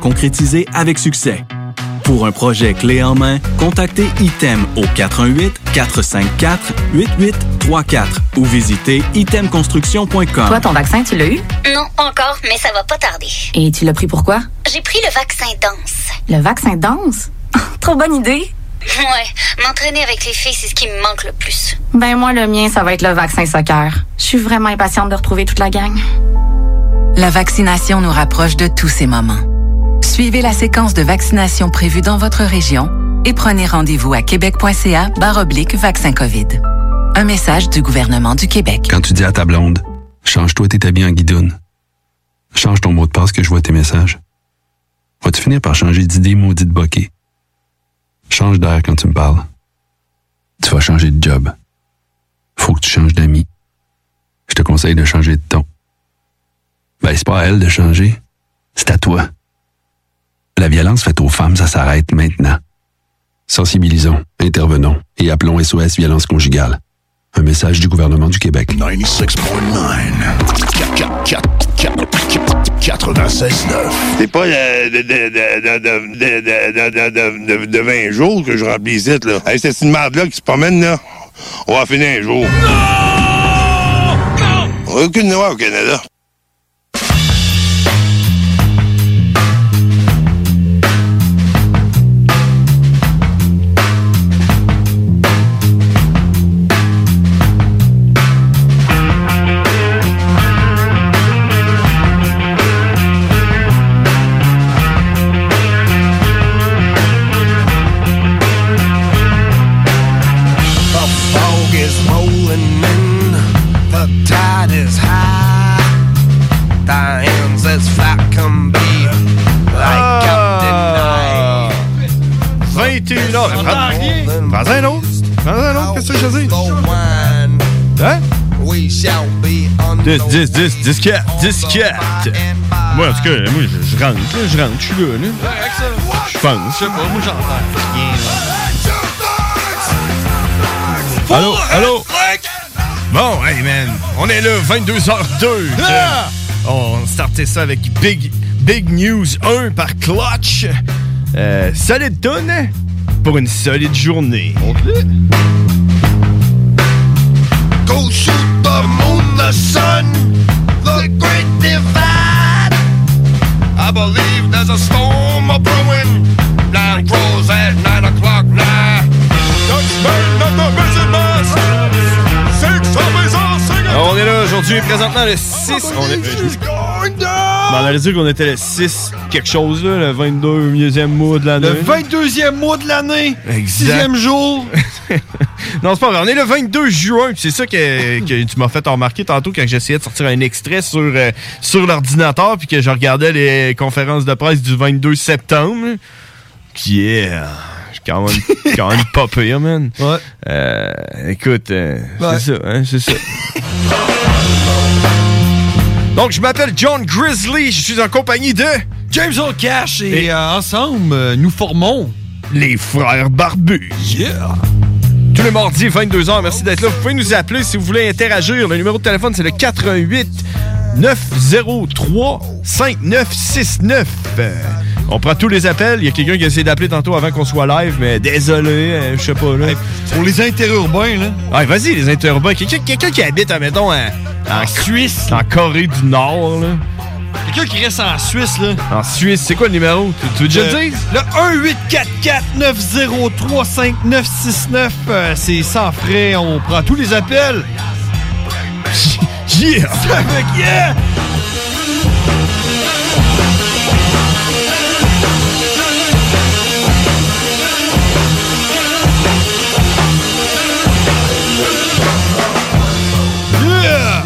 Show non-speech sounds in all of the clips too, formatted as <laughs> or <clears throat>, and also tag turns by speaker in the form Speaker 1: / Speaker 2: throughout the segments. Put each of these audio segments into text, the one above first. Speaker 1: Concrétisé avec succès. Pour un projet clé en main, contactez ITEM au 418-454-8834 ou visitez itemconstruction.com.
Speaker 2: Toi, ton vaccin, tu l'as eu?
Speaker 3: Non, encore, mais ça va pas tarder.
Speaker 2: Et tu l'as pris pourquoi?
Speaker 3: J'ai pris le vaccin Danse.
Speaker 2: Le vaccin danse? <laughs> Trop bonne idée!
Speaker 3: Ouais, m'entraîner avec les filles, c'est ce qui me manque le plus.
Speaker 2: Ben moi, le mien, ça va être le vaccin soccer. Je suis vraiment impatiente de retrouver toute la gang.
Speaker 4: La vaccination nous rapproche de tous ces moments. Suivez la séquence de vaccination prévue dans votre région et prenez rendez-vous à québec.ca baroblique vaccin COVID. Un message du gouvernement du Québec.
Speaker 5: Quand tu dis à ta blonde, change-toi tes habits en guidoune. Change ton mot de passe que je vois tes messages. Vas-tu finir par changer d'idée maudite bokeh? Change d'air quand tu me parles. Tu vas changer de job. Faut que tu changes d'amis. Je te conseille de changer de ton. Ben, c'est pas à elle de changer. C'est à toi. La violence faite aux femmes, ça s'arrête maintenant. Sensibilisons, intervenons et appelons SOS Violence Conjugale. Un message du gouvernement du Québec.
Speaker 6: 96.9. 96.9.
Speaker 7: C'est pas euh, de, de, de, de, de, de, de, de 20 jours que je remplis ici, là. Hey, c'est une merde-là qui se promène, là. On va finir un jour. Aucune loi au Canada.
Speaker 8: The fog is rolling in, the tide is high. Diane's as flat can be, like Captain Nine.
Speaker 9: 21 heures. Prends, prends un autre. Prends un autre. Qu'est-ce que je dis? Hein?
Speaker 8: 10,
Speaker 9: 10, 10, 10, 4, 10, 4. Moi, en tout cas, moi, je, je rentre, là, je rentre, je suis là, là. Je pense. Je sais pas, moi, j'entends. Allô, allô?
Speaker 10: Bon, hey man, on est là, 22h02.
Speaker 9: Ah!
Speaker 10: On startait ça avec Big, Big News 1 par Clutch. Euh, solide tune pour une solide journée.
Speaker 8: Go shoot the moon, the sun, the great divide. I believe there's a storm a brewing. Blind crows at nine o'clock now. Dutchman of the Risen Mass. Six zombies all singing.
Speaker 10: On est là aujourd'hui, présentement le 6. On est, euh, je me suis-
Speaker 9: Ben, on allait dire qu'on était le 6 quelque chose, là, le 22 e mois de l'année.
Speaker 10: Le
Speaker 9: 22e mois de l'année.
Speaker 10: Sixième
Speaker 9: jour.
Speaker 10: non, c'est pas vrai. On est le 22 juin. puis C'est ça que, que tu m'as fait remarquer tantôt quand j'essayais de sortir un extrait sur, euh, sur l'ordinateur puis que je regardais les conférences de presse du 22 septembre. Qui est euh, quand même, quand même pas pire, man. Euh, écoute, euh,
Speaker 9: Ouais.
Speaker 10: c'est ça, hein, c'est ça. Donc, je m'appelle John Grizzly. Je suis en compagnie de James O'Cash. Et, euh, ensemble, nous formons les frères barbus. Yeah! Tous les mardis, 22h, merci d'être là. Vous pouvez nous appeler si vous voulez interagir. Le numéro de téléphone, c'est le 88 903 5969. Euh, on prend tous les appels. Il y a quelqu'un qui a essayé d'appeler tantôt avant qu'on soit live, mais désolé, euh, je sais pas. Là. pour les interurbains, là. Ouais, vas-y, les hein, interurbains. Quelqu'un quelqu'un qui habite, admettons, en, en Suisse, en Corée du Nord, là,
Speaker 9: Quelqu'un qui reste en Suisse, là. Euh,
Speaker 10: En Suisse, c'est quoi le numéro? Tu, tu veux déjà le
Speaker 9: Le-
Speaker 10: dire?
Speaker 9: Le 1-844-903-5969. euh, c'est sans frais. On prend tous les
Speaker 10: <laughs>
Speaker 9: appels. Yeah! Ça fait que yeah!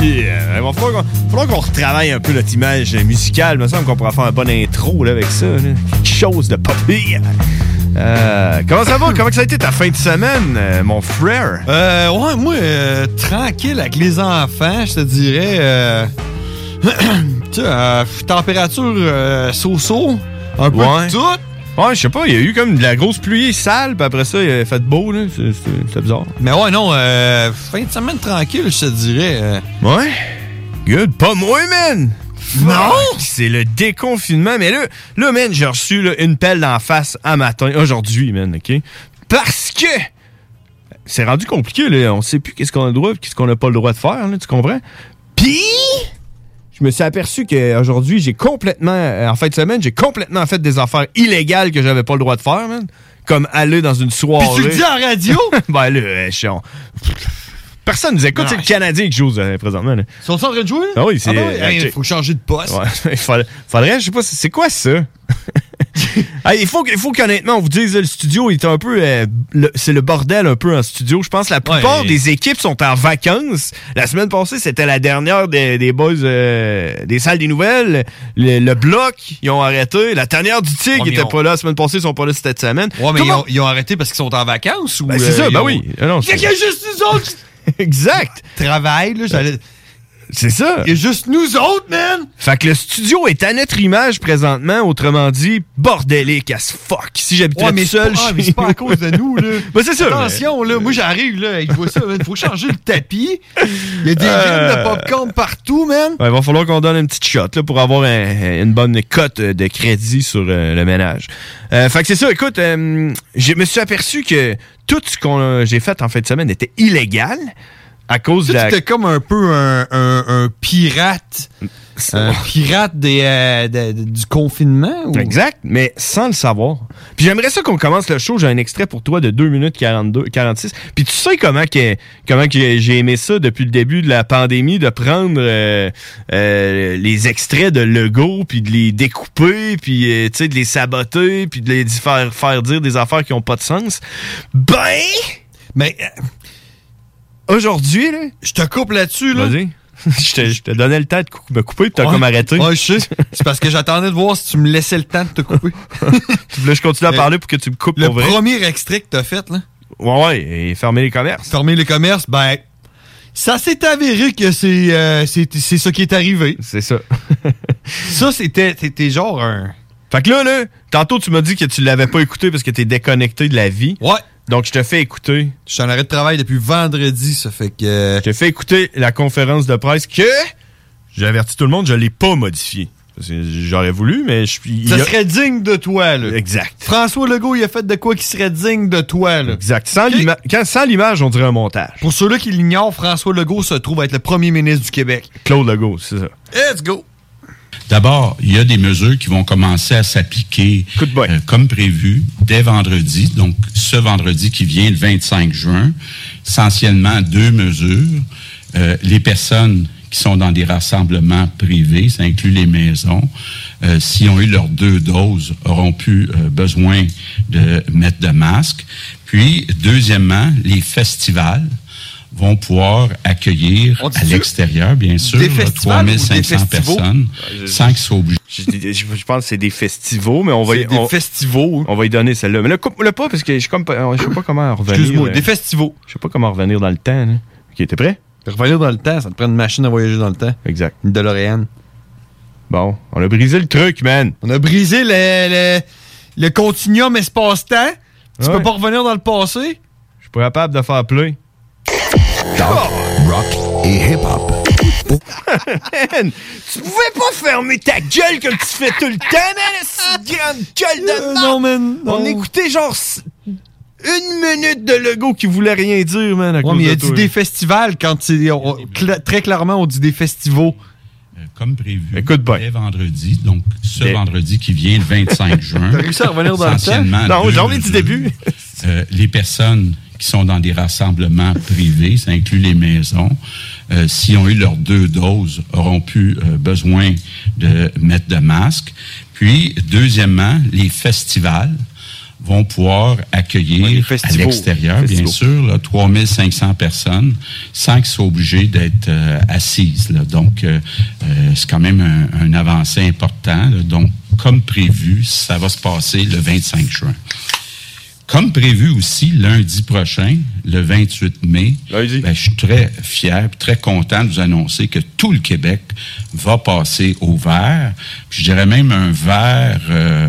Speaker 10: Yeah! Il va falloir qu'on- falloir qu'on retravaille un peu notre image euh, musicale. Il me semble qu'on pourra faire un bon intro là, avec ça. là. Quelque chose de pas pire. Euh, comment ça va? comment ça a été ta fin de semaine, euh, mon frère?
Speaker 9: Euh, ouais, moi, euh, tranquille avec les enfants, je te dirais. euh, <clears throat> tu sais, euh, température euh, so-so, un peu
Speaker 10: Ouais.
Speaker 9: de tout.
Speaker 10: Ouais, je sais pas, il y a eu comme de la grosse pluie sale, puis après ça, il a fait beau, là. C'est- c'est- C'était bizarre.
Speaker 9: Mais ouais, non, euh, fin de semaine tranquille, je te dirais. euh.
Speaker 10: Ouais? Good. Pas moi, man! Non! C'est le déconfinement. Mais là, là man, j'ai reçu là, une pelle d'en face à matin, aujourd'hui, man, OK? Parce que c'est rendu compliqué, là. On sait plus qu'est-ce qu'on a le droit et qu'est-ce qu'on n'a pas le droit de faire, là, tu comprends? Puis, je me suis aperçu qu'aujourd'hui, j'ai complètement, euh, en fin de semaine, j'ai complètement fait des affaires illégales que j'avais pas le droit de faire, man. Comme aller dans une soirée.
Speaker 9: Puis tu le dis en radio?
Speaker 10: <laughs> ben là, euh, je suis en- Personne nous écoute, c'est le Canadien qui joue euh, présentement, là.
Speaker 9: Ils sont en train de jouer?
Speaker 10: Ah oui, c'est-
Speaker 9: bah ouais,
Speaker 10: euh,
Speaker 9: hey,
Speaker 10: check.
Speaker 9: faut changer de poste.
Speaker 10: Ouais, <laughs> il fallait, faudrait- je sais pas, c'est c'est quoi ça? Hey, il faut, que- il faut qu'honnêtement, on vous dise, le studio est un peu. euh, le- c'est le bordel un peu en studio. Je pense que la plupart
Speaker 9: Ouais.
Speaker 10: des équipes sont en vacances. La semaine passée, c'était la dernière des, des boys euh, des salles des nouvelles. Le, le bloc, ils ont arrêté. La dernière du Tigre
Speaker 9: Ouais, mais
Speaker 10: était
Speaker 9: ils ont-
Speaker 10: pas là la semaine passée, ils sont pas là cette semaine.
Speaker 9: Ouais, Ah, mais
Speaker 10: Tout le
Speaker 9: ils ont,
Speaker 10: monde-
Speaker 9: ils ont arrêté parce qu'ils sont en vacances ou.
Speaker 10: Ben, c'est
Speaker 9: euh,
Speaker 10: ça,
Speaker 9: ils
Speaker 10: ben
Speaker 9: ont-
Speaker 10: oui. Ah non,
Speaker 9: Fait
Speaker 10: c'est-
Speaker 9: qu'il y a juste nous autres qui
Speaker 10: <laughs> exact. Euh,
Speaker 9: travaillent, là. j'allais-
Speaker 10: C'est ça.
Speaker 9: Il y a juste nous autres, man!
Speaker 10: Fait que le studio est à notre image présentement, autrement dit, bordélique as fuck. Si j'habitais
Speaker 9: Ouais,
Speaker 10: tout
Speaker 9: mais c'est
Speaker 10: seul,
Speaker 9: pas- ah,
Speaker 10: chez
Speaker 9: mais c'est pas
Speaker 10: <laughs>
Speaker 9: à
Speaker 10: nous.
Speaker 9: cause de nous, là.
Speaker 10: Ben, c'est ça, mais-
Speaker 9: Attention, là, moi j'arrive, là, et je vois ça, man, faut changer le tapis. Il y a des graines
Speaker 10: Euh.
Speaker 9: de popcorn partout, man.
Speaker 10: Ouais, il va falloir qu'on donne une petite shot là, pour avoir un- une bonne cote euh, de crédit sur euh, le ménage. Euh, fait que c'est ça, écoute, euh, je me suis aperçu que tout ce que j'ai fait en fin de semaine était illégal à cause de la...
Speaker 9: C'était comme un peu un, un- un pirate. Un pirate des, euh, de- de- du confinement. Ou...
Speaker 10: Exact, mais sans le savoir. Puis j'aimerais ça qu'on commence le show. J'ai un extrait pour toi de 2 minutes 42, 46. Puis tu sais comment que, comment que j'ai- j'ai aimé ça depuis le début de la pandémie, de prendre euh, euh, les extraits de Lego, puis de les découper, puis euh, tu sais, de les saboter, puis de les di- faire, faire dire des affaires qui n'ont pas de sens. Ben!
Speaker 9: Mais... euh,
Speaker 10: Aujourd'hui, là...
Speaker 9: Je te coupe là-dessus, là.
Speaker 10: Vas-y. <laughs> je, te, je te donnais le temps de cou- me couper, puis t'as comme arrêté.
Speaker 9: Ouais, je sais. C'est parce que
Speaker 10: <laughs>
Speaker 9: j'attendais de voir si tu me laissais le temps de te couper.
Speaker 10: Là, je continue à parler pour que tu me coupes
Speaker 9: Euh, Le
Speaker 10: pour vrai.
Speaker 9: premier extrait que t'as fait, là.
Speaker 10: Ouais, ouais, et fermer les commerces.
Speaker 9: Fermer les commerces, ben... Ça s'est avéré que c'est euh, c'est c'est ça qui est arrivé.
Speaker 10: C'est ça. <laughs>
Speaker 9: ça, c'était c'était genre un...
Speaker 10: Fait que là, là, tantôt, tu m'as dit que tu l'avais pas écouté parce que t'es déconnecté de la vie.
Speaker 9: Ouais.
Speaker 10: Donc, je te fais écouter.
Speaker 9: Je suis en arrêt de travail depuis vendredi, ça fait que...
Speaker 10: Je te fais écouter la conférence de presse que j'ai averti tout le monde, je l'ai pas modifiée. Parce que J'aurais voulu, mais je suis.
Speaker 9: Ça
Speaker 10: il y a-
Speaker 9: serait digne de toi, là.
Speaker 10: Exact.
Speaker 9: François Legault, il a fait de quoi qui serait digne de toi, là.
Speaker 10: Exact. Sans l'ima- quand- sans l'image, on dirait un montage.
Speaker 9: Pour ceux-là qui l'ignorent, François Legault se trouve être le premier ministre du Québec.
Speaker 10: Claude Legault, c'est ça.
Speaker 9: Let's go!
Speaker 11: D'abord, il y a des mesures qui vont commencer à s'appliquer euh, comme prévu dès vendredi, donc ce vendredi qui vient, le 25 juin. Essentiellement, deux mesures. Euh, les personnes qui sont dans des rassemblements privés, ça inclut les maisons, euh, s'ils ont eu leurs deux doses, auront plus euh, besoin de mettre de masque. Puis, deuxièmement, les festivals vont pouvoir accueillir à l'extérieur, bien sûr,
Speaker 10: des
Speaker 11: là,
Speaker 10: festivals ou des
Speaker 11: 3500
Speaker 10: festivals?
Speaker 11: personnes
Speaker 10: Ouais, je-
Speaker 11: sans qu'ils soient obligés.
Speaker 10: Je, je- je pense que c'est des festivals, mais on va y,
Speaker 11: C'est des
Speaker 10: on, On va y donner celle-là. Mais là, coupe-le pas parce que je suis comme pas- je sais pas comment en revenir.
Speaker 9: Excuse-moi,
Speaker 10: euh,
Speaker 9: des festivals.
Speaker 10: Je sais pas comment revenir dans le temps. là. Ok, t'es prêt?
Speaker 9: Revenir dans le temps, ça te prend une machine à voyager dans le temps.
Speaker 10: Exact.
Speaker 9: Une DeLorean.
Speaker 10: Bon, on a brisé le truc, man.
Speaker 9: On a brisé le, le, le continuum espace-temps. Tu
Speaker 10: Ouais.
Speaker 9: peux pas revenir dans le passé.
Speaker 10: Je suis pas capable de faire play.
Speaker 12: rock et hip-hop.
Speaker 10: <laughs> Man, tu pouvais pas fermer ta gueule comme tu fais tout le temps, man, cette grande gueule de Euh, Non,
Speaker 9: man,
Speaker 10: On écoutait genre s- une minute de Lego qui voulait rien dire, man, à
Speaker 9: Ouais,
Speaker 10: cause
Speaker 9: mais il
Speaker 10: de
Speaker 9: a dit
Speaker 10: toi.
Speaker 9: des festivals quand c'est. on- cla- très clairement, on dit des festivals.
Speaker 11: Euh, comme prévu. Dès vendredi, donc ce vendredi qui vient, le
Speaker 10: <laughs>
Speaker 11: 25 juin.
Speaker 10: T'as réussi à revenir dans le temps?
Speaker 11: Essentiellement,
Speaker 10: Non,
Speaker 11: deux
Speaker 10: j'ai envie du
Speaker 11: mesures. Euh, les personnes qui sont dans des rassemblements privés, ça inclut les maisons, euh, s'ils ont eu leurs deux doses, auront pu euh, besoin de mettre de masques. Puis, deuxièmement, les festivals vont pouvoir accueillir à
Speaker 13: festivals.
Speaker 11: l'extérieur, bien
Speaker 13: Festivals.
Speaker 11: sûr, là, 3500 personnes sans qu'ils soient obligés d'être euh, assises. là. Donc, euh, euh, c'est quand même un, un avancée important. là. Donc, comme prévu, ça va se passer le 25 juin. Comme prévu aussi, lundi prochain, le 28 mai, ben, je suis très fier, puis très content de vous annoncer que tout le Québec va passer au vert. Puis je dirais même un vert euh,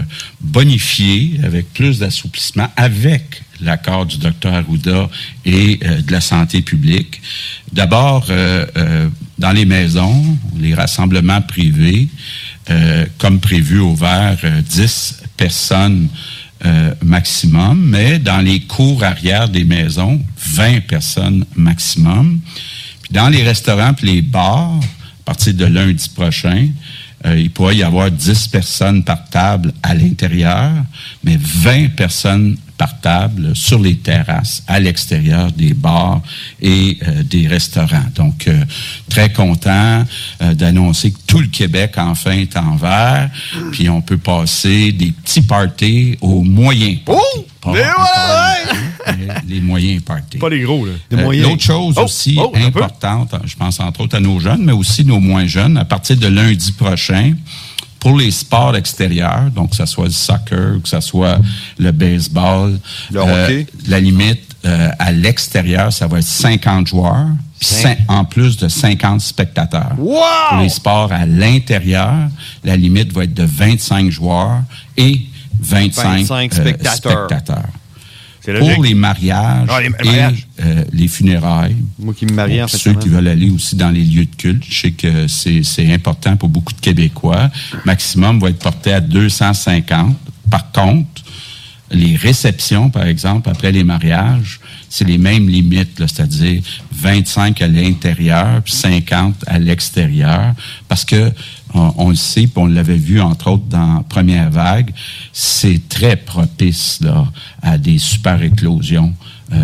Speaker 11: bonifié avec plus d'assouplissement, avec l'accord du docteur Arruda et euh, de la santé publique. D'abord, euh, euh, dans les maisons, les rassemblements privés, euh, comme prévu au vert, euh, 10 personnes euh, maximum, mais dans les cours arrière des maisons, 20 personnes maximum. Puis dans les restaurants puis les bars, à partir de lundi prochain, euh, il pourrait y avoir 10 personnes par table à l'intérieur, mais 20 personnes par table sur les terrasses, à l'extérieur des bars et euh, des restaurants. Donc, euh, très content euh, d'annoncer que tout le Québec enfin est en vert, puis on peut passer des petits parties aux moyens.
Speaker 10: Oh!
Speaker 11: parties. Pas encore les petits, mais les moyens parties. Pas
Speaker 10: les gros, là.
Speaker 11: Euh, L'autre chose
Speaker 13: Oh,
Speaker 10: Oh!
Speaker 11: aussi importante, hein, je pense entre autres à nos jeunes, mais aussi nos moins jeunes, à partir de lundi prochain, pour les sports extérieurs, donc que ce soit le soccer, que ce soit le baseball, euh,
Speaker 13: Le hockey.
Speaker 11: la limite euh, à l'extérieur, ça va être 50 joueurs, puis
Speaker 13: Cinq.
Speaker 11: cin- en plus de 50 spectateurs.
Speaker 13: Wow!
Speaker 11: Pour les sports à l'intérieur, la limite va être de 25 joueurs et 25,
Speaker 13: 25
Speaker 11: euh,
Speaker 13: spectateurs.
Speaker 11: spectateurs.
Speaker 13: C'est
Speaker 11: Pour
Speaker 13: logique.
Speaker 11: les mariages,
Speaker 13: Ah, les mariages.
Speaker 11: et euh, les funérailles. Moi qui me
Speaker 13: marie en fin de
Speaker 11: Ceux qui
Speaker 13: semaine.
Speaker 11: veulent aller aussi dans les lieux de culte, je sais que c'est c'est important pour beaucoup de Québécois. Maximum va être porté à 250. Par contre, les réceptions, par exemple, après les mariages, c'est les mêmes limites, là, c'est-à-dire 25 à l'intérieur, puis 50 à l'extérieur, parce que on, on le sait, puis on l'avait vu entre autres dans la première vague, c'est très propice là, à des super éclosions euh,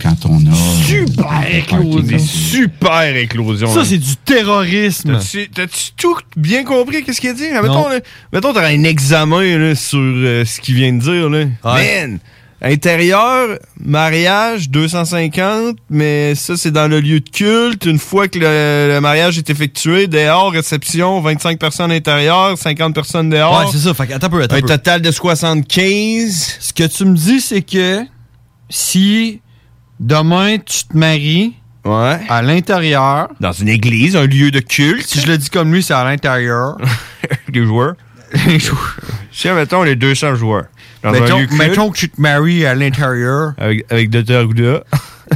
Speaker 11: quand on a
Speaker 10: Super éclosion. Super éclosion.
Speaker 14: Ça, c'est du terrorisme.
Speaker 10: T'as-tu t'as-tu tout bien compris? Qu'est-ce qu'il a dit? Mettons,
Speaker 14: Non.
Speaker 10: là, mettons, t'auras un examen là, sur euh, ce qu'il vient de dire. Là. Man! Intérieur, mariage, 250, mais ça, c'est dans le lieu de culte. Une fois que le, le mariage est effectué, dehors, réception, 25 personnes à l'intérieur, 50 personnes dehors.
Speaker 14: Ouais, c'est ça. Fait que, attends un peu, attends
Speaker 10: Un
Speaker 14: un peu.
Speaker 10: total de 75.
Speaker 14: Ce que tu me dis, c'est que si demain tu te maries à l'intérieur.
Speaker 10: Dans une église, un lieu de culte.
Speaker 14: Si je le dis comme lui, c'est à l'intérieur.
Speaker 10: <laughs> les joueurs.
Speaker 14: les joueurs.
Speaker 10: Si, mettons, les 200 joueurs. Dans un lieu
Speaker 14: Mettons,
Speaker 10: culte.
Speaker 14: mettons que tu te maries à l'intérieur.
Speaker 10: Avec, avec Dr. Gouda.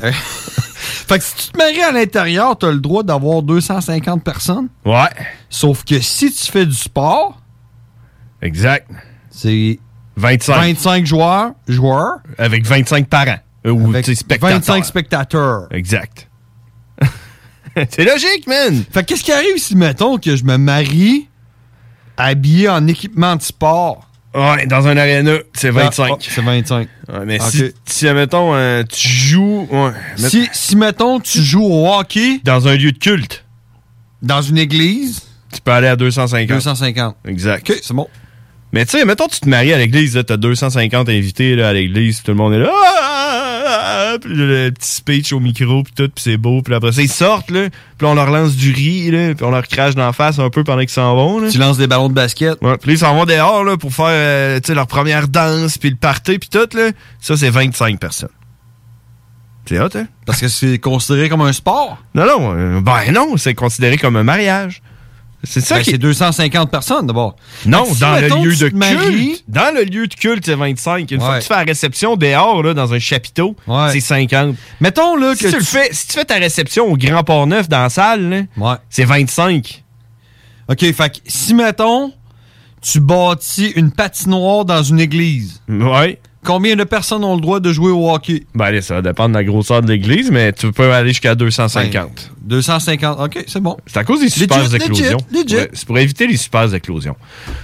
Speaker 14: <laughs> fait que si tu te maries à l'intérieur, t'as le droit d'avoir 250 personnes.
Speaker 10: Ouais.
Speaker 14: Sauf que si tu fais du sport.
Speaker 10: Exact.
Speaker 14: C'est
Speaker 10: 25.
Speaker 14: 25 joueurs. Joueurs.
Speaker 10: Avec 25 parents. Euh, Ou tu sais, spectateurs.
Speaker 14: 25 spectateurs.
Speaker 10: Exact. <laughs> c'est logique, man.
Speaker 14: Fait que qu'est-ce qui arrive si, mettons, que je me marie habillé en équipement de sport?
Speaker 10: Ouais, dans un aréna, c'est 25.
Speaker 14: Ah, ah, c'est 25.
Speaker 10: Ouais, mais
Speaker 14: Ok.
Speaker 10: si, si, mettons, euh, tu joues. ouais, mais-
Speaker 14: Si, si, mettons, tu joues au hockey.
Speaker 10: Dans un lieu de culte.
Speaker 14: Dans une église.
Speaker 10: Tu peux aller à 250.
Speaker 14: 250.
Speaker 10: Exact.
Speaker 14: Ok, c'est bon.
Speaker 10: Mais tu sais, mettons, tu te maries à l'église, là, t'as 250 invités là, à l'église, puis tout le monde est là. Ah, ah, ah, ah, Puis le, le petit speech au micro, puis tout, puis c'est beau. Puis après ça, ils sortent, là, puis on leur lance du riz, là, puis on leur crache dans la face un peu pendant qu'ils s'en vont. Là.
Speaker 14: Tu lances des ballons de basket.
Speaker 10: Ouais, puis là, ils s'en vont dehors là, pour faire euh, tu sais, leur première danse, puis le party, puis tout. Là. Ça, c'est 25 personnes. C'est hot, hein?
Speaker 14: Parce que c'est considéré comme un sport.
Speaker 10: Non, non, euh, ben non, c'est considéré comme un mariage. C'est ça
Speaker 14: Ben,
Speaker 10: qui
Speaker 14: C'est 250 personnes d'abord.
Speaker 10: Non,
Speaker 14: Fait que si,
Speaker 10: dans
Speaker 14: mettons,
Speaker 10: le lieu
Speaker 14: tu
Speaker 10: de
Speaker 14: te maries-
Speaker 10: culte. Dans le lieu de culte, c'est 25. Une fois
Speaker 14: Ouais.
Speaker 10: que tu fais la réception dehors, là, dans un chapiteau, c'est 50.
Speaker 14: Mettons là,
Speaker 10: si
Speaker 14: que
Speaker 10: tu, le
Speaker 14: tu-
Speaker 10: fais, si tu fais ta réception au Grand Port-Neuf dans la salle, là, c'est 25.
Speaker 14: OK, fait que si, mettons,
Speaker 9: tu bâtis une patinoire dans une église.
Speaker 10: Ouais.
Speaker 9: Combien de personnes ont le droit de jouer au hockey?
Speaker 10: Ben allez, ça va dépendre de la grosseur de l'église, mais tu peux aller jusqu'à
Speaker 9: Ben,
Speaker 10: 250.
Speaker 9: 250. OK, c'est bon.
Speaker 10: C'est à cause des
Speaker 9: Legit,
Speaker 10: super
Speaker 9: legit,
Speaker 10: éclosions.
Speaker 9: legit.
Speaker 10: Ouais, c'est pour éviter les super éclosions.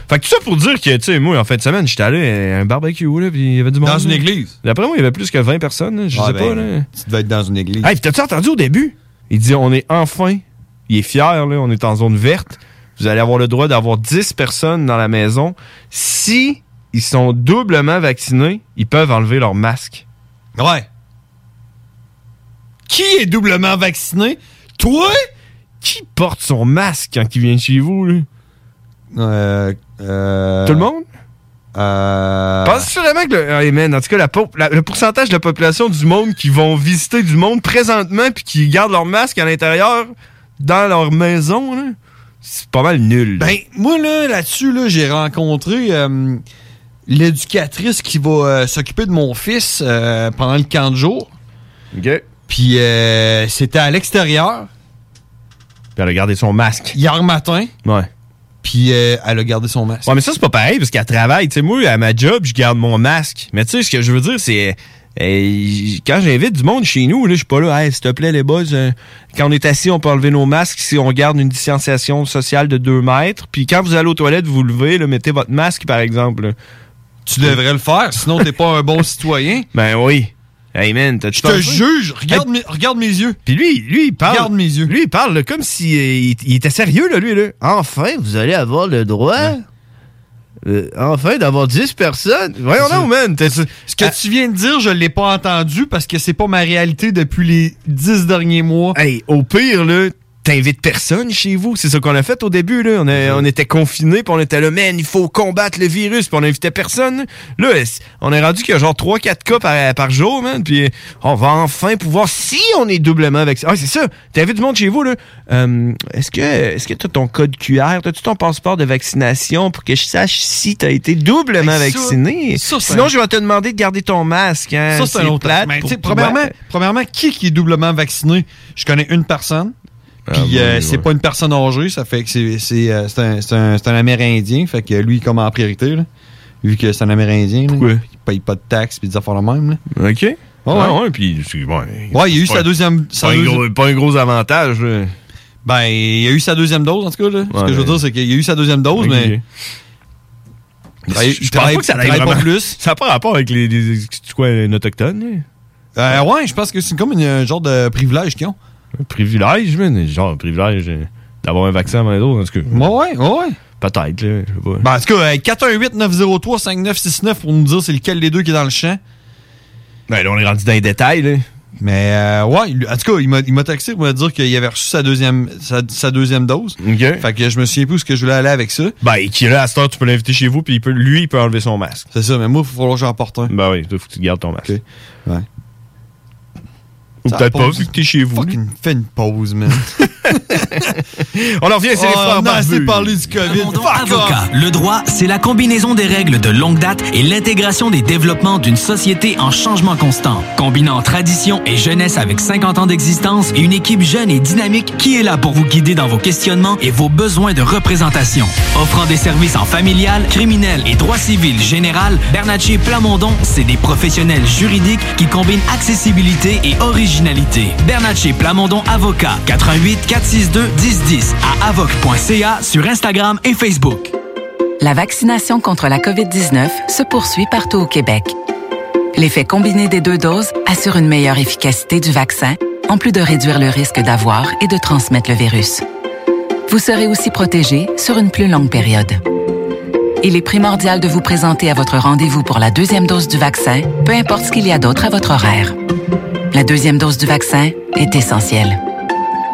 Speaker 10: Fait que tout ça pour dire que, tu sais, moi, en fin de semaine, j'étais allé à un barbecue, là, puis il y avait du monde.
Speaker 9: Dans une
Speaker 10: là.
Speaker 9: église?
Speaker 10: D'après moi, il y avait plus que 20 personnes, là, je
Speaker 9: Ah,
Speaker 10: sais
Speaker 9: ben,
Speaker 10: pas, là.
Speaker 9: Tu devais être dans une église.
Speaker 10: Hey, puis t'as-tu entendu au début? Il dit on est enfin, il est fier, là, on est en zone verte. Vous allez avoir le droit d'avoir 10 personnes dans la maison. Si ils sont doublement vaccinés, ils peuvent enlever leur masque.
Speaker 9: Ouais. Qui est doublement vacciné? Toi?
Speaker 10: Qui porte son masque quand il vient chez vous, là?
Speaker 9: Euh,
Speaker 10: Tout le monde?
Speaker 9: Euh...
Speaker 10: Penses-tu vraiment que le, ah, hey, man, en tout cas, la po- la- le pourcentage de la population du monde qui vont visiter du monde présentement puis qui gardent leur masque à l'intérieur dans leur maison, là, c'est pas mal nul. là.
Speaker 9: Ben, moi, là, là-dessus, là, j'ai rencontré euh, l'éducatrice qui va euh, s'occuper de mon fils euh, pendant le camp de jour.
Speaker 10: OK.
Speaker 9: Puis euh, c'était à l'extérieur.
Speaker 10: Puis elle a gardé son masque.
Speaker 9: Hier matin.
Speaker 10: Ouais.
Speaker 9: Puis euh, elle a gardé son masque.
Speaker 10: Ouais, mais ça, c'est pas pareil parce qu'elle travaille. Tu sais, moi, à ma job, je garde mon masque. Mais tu sais, ce que je veux dire, c'est. euh, quand j'invite du monde chez nous, là, je suis pas là, hey, s'il te plaît, les boys, euh, quand on est assis, on peut enlever nos masques si on garde une distanciation sociale de 2 mètres. Puis quand vous allez aux toilettes, vous levez, là, mettez votre masque, par exemple. là.
Speaker 9: Tu devrais le faire, sinon t'es
Speaker 10: <laughs>
Speaker 9: pas un bon citoyen.
Speaker 10: Ben oui. Hey man, t'as-tu
Speaker 9: Je te juge. Regarde, mes, regarde mes yeux.
Speaker 10: Puis lui, lui, il parle.
Speaker 9: Regarde mes yeux.
Speaker 10: Lui, il parle là, comme si euh, il, il était sérieux, là, lui, là. Enfin, vous allez avoir le droit. euh, enfin, d'avoir 10 personnes. Voyons là, man. Ce
Speaker 9: que tu viens de dire, je l'ai pas entendu parce que c'est pas ma réalité depuis les dix derniers mois.
Speaker 10: Hey, au pire, là, t'invites personne chez vous. C'est ça qu'on a fait au début, là. On,
Speaker 9: Mhm.
Speaker 10: a- on était confinés, puis on était là, man, il faut combattre le virus, puis on invitait personne. Là, est- on est rendu qu'il y a genre 3-4 cas par, par jour, man, puis on va enfin pouvoir, si on est doublement vacciné. Ah, c'est ça, t'invites du monde chez vous, là. Euh, est-ce que est-ce que t'as ton code QR, t'as-tu ton passeport de vaccination pour que je sache si t'as été doublement
Speaker 9: Hey, Ben, ça-
Speaker 10: vacciné?
Speaker 9: ça, c'est
Speaker 10: Sinon,
Speaker 9: un-
Speaker 10: je vais te demander de garder ton masque, hein.
Speaker 9: Ça, c'est un autre
Speaker 10: plate
Speaker 9: aspect. Mais,
Speaker 10: pour
Speaker 9: tu sais,
Speaker 10: toi.
Speaker 9: premièrement, premièrement, qui qui est doublement vacciné? Je connais une personne. Puis euh,
Speaker 10: oui,
Speaker 9: c'est
Speaker 10: Ah, ouais.
Speaker 9: pas une personne âgée, ça fait que c'est c'est, euh, c'est un, c'est un- c'est un Amérindien, fait que lui, comme en priorité, là, vu que c'est un Amérindien, là, il paye pas de taxes puis des affaires le même. Là.
Speaker 10: OK.
Speaker 9: Ouais,
Speaker 10: Ah
Speaker 9: ouais.
Speaker 10: ouais, puis c'est- bon,
Speaker 9: Ouais, il y a eu
Speaker 10: pas-
Speaker 9: sa deuxième. sa
Speaker 10: pas, un
Speaker 9: deuxi-
Speaker 10: gros, pas un gros avantage. là.
Speaker 9: Ben, il y a eu sa deuxième dose, en tout cas. Là. Ce
Speaker 10: Ouais.
Speaker 9: que je veux dire, c'est qu'il y a eu sa deuxième dose,
Speaker 10: Ok.
Speaker 9: mais.
Speaker 10: Je
Speaker 9: travaille-
Speaker 10: pense
Speaker 9: il travaille-
Speaker 10: pas que ça
Speaker 9: il
Speaker 10: aille
Speaker 9: travaille pas
Speaker 10: vraiment-
Speaker 9: plus.
Speaker 10: Ça n'a pas rapport avec les, les- c'est quoi, un autochtone.
Speaker 9: Euh, ouais, je pense que c'est comme une- un genre de privilège qu'ils ont.
Speaker 10: Un privilège, man, genre un privilège euh, d'avoir un vaccin avant les autres. En tout cas.
Speaker 9: Ouais, ouais, ouais.
Speaker 10: Peut-être, là, je sais pas.
Speaker 9: Ben, en tout cas, 418-903-5969 pour nous dire c'est lequel des deux qui est dans le champ.
Speaker 10: Ben, là, on est rendu dans les détails, là.
Speaker 9: Mais, euh, ouais, lui- en tout cas, il m'a, il m'a texté pour me dire qu'il avait reçu sa deuxième, sa, sa deuxième dose. Fait que je me souviens plus où ce que je voulais aller avec ça.
Speaker 10: Ben, qui est là, à cette heure, tu peux l'inviter chez vous, puis il peut- lui, il peut enlever son masque.
Speaker 9: C'est ça, mais moi, il faut falloir que j'en porte un.
Speaker 10: Ben oui, toi, faut que tu gardes ton masque.
Speaker 9: Ouais.
Speaker 10: Ou
Speaker 9: Ça a
Speaker 10: peut-être pas,
Speaker 9: pause.
Speaker 10: vu que t'es chez vous.
Speaker 9: Fucking fais une pause, man.
Speaker 10: <laughs> on en revient, c'est les
Speaker 9: Oh,
Speaker 10: frères
Speaker 9: on a assez
Speaker 10: barbus.
Speaker 9: parlé du COVID. Fuck
Speaker 15: Avocat.
Speaker 9: off.
Speaker 15: Le droit, c'est la combinaison des règles de longue date et l'intégration des développements d'une société en changement constant, combinant tradition et jeunesse avec 50 ans d'existence et une équipe jeune et dynamique qui est là pour vous guider dans vos questionnements et vos besoins de représentation. Offrant des services en familial, criminel et droit civil général, Bernatier Plamondon, c'est des professionnels juridiques qui combinent accessibilité et originalité. Bernatier Plamondon Avocat, 88 462 1010 à avoc.ca sur Instagram et Facebook.
Speaker 4: La vaccination contre la COVID-19 se poursuit partout au Québec. L'effet combiné des deux doses assure une meilleure efficacité du vaccin, en plus de réduire le risque d'avoir et de transmettre le virus. Vous serez aussi protégé sur une plus longue période. Il est primordial de vous présenter à votre rendez-vous pour la deuxième dose du vaccin, peu importe ce qu'il y a d'autre à votre horaire. La deuxième dose du vaccin est essentielle.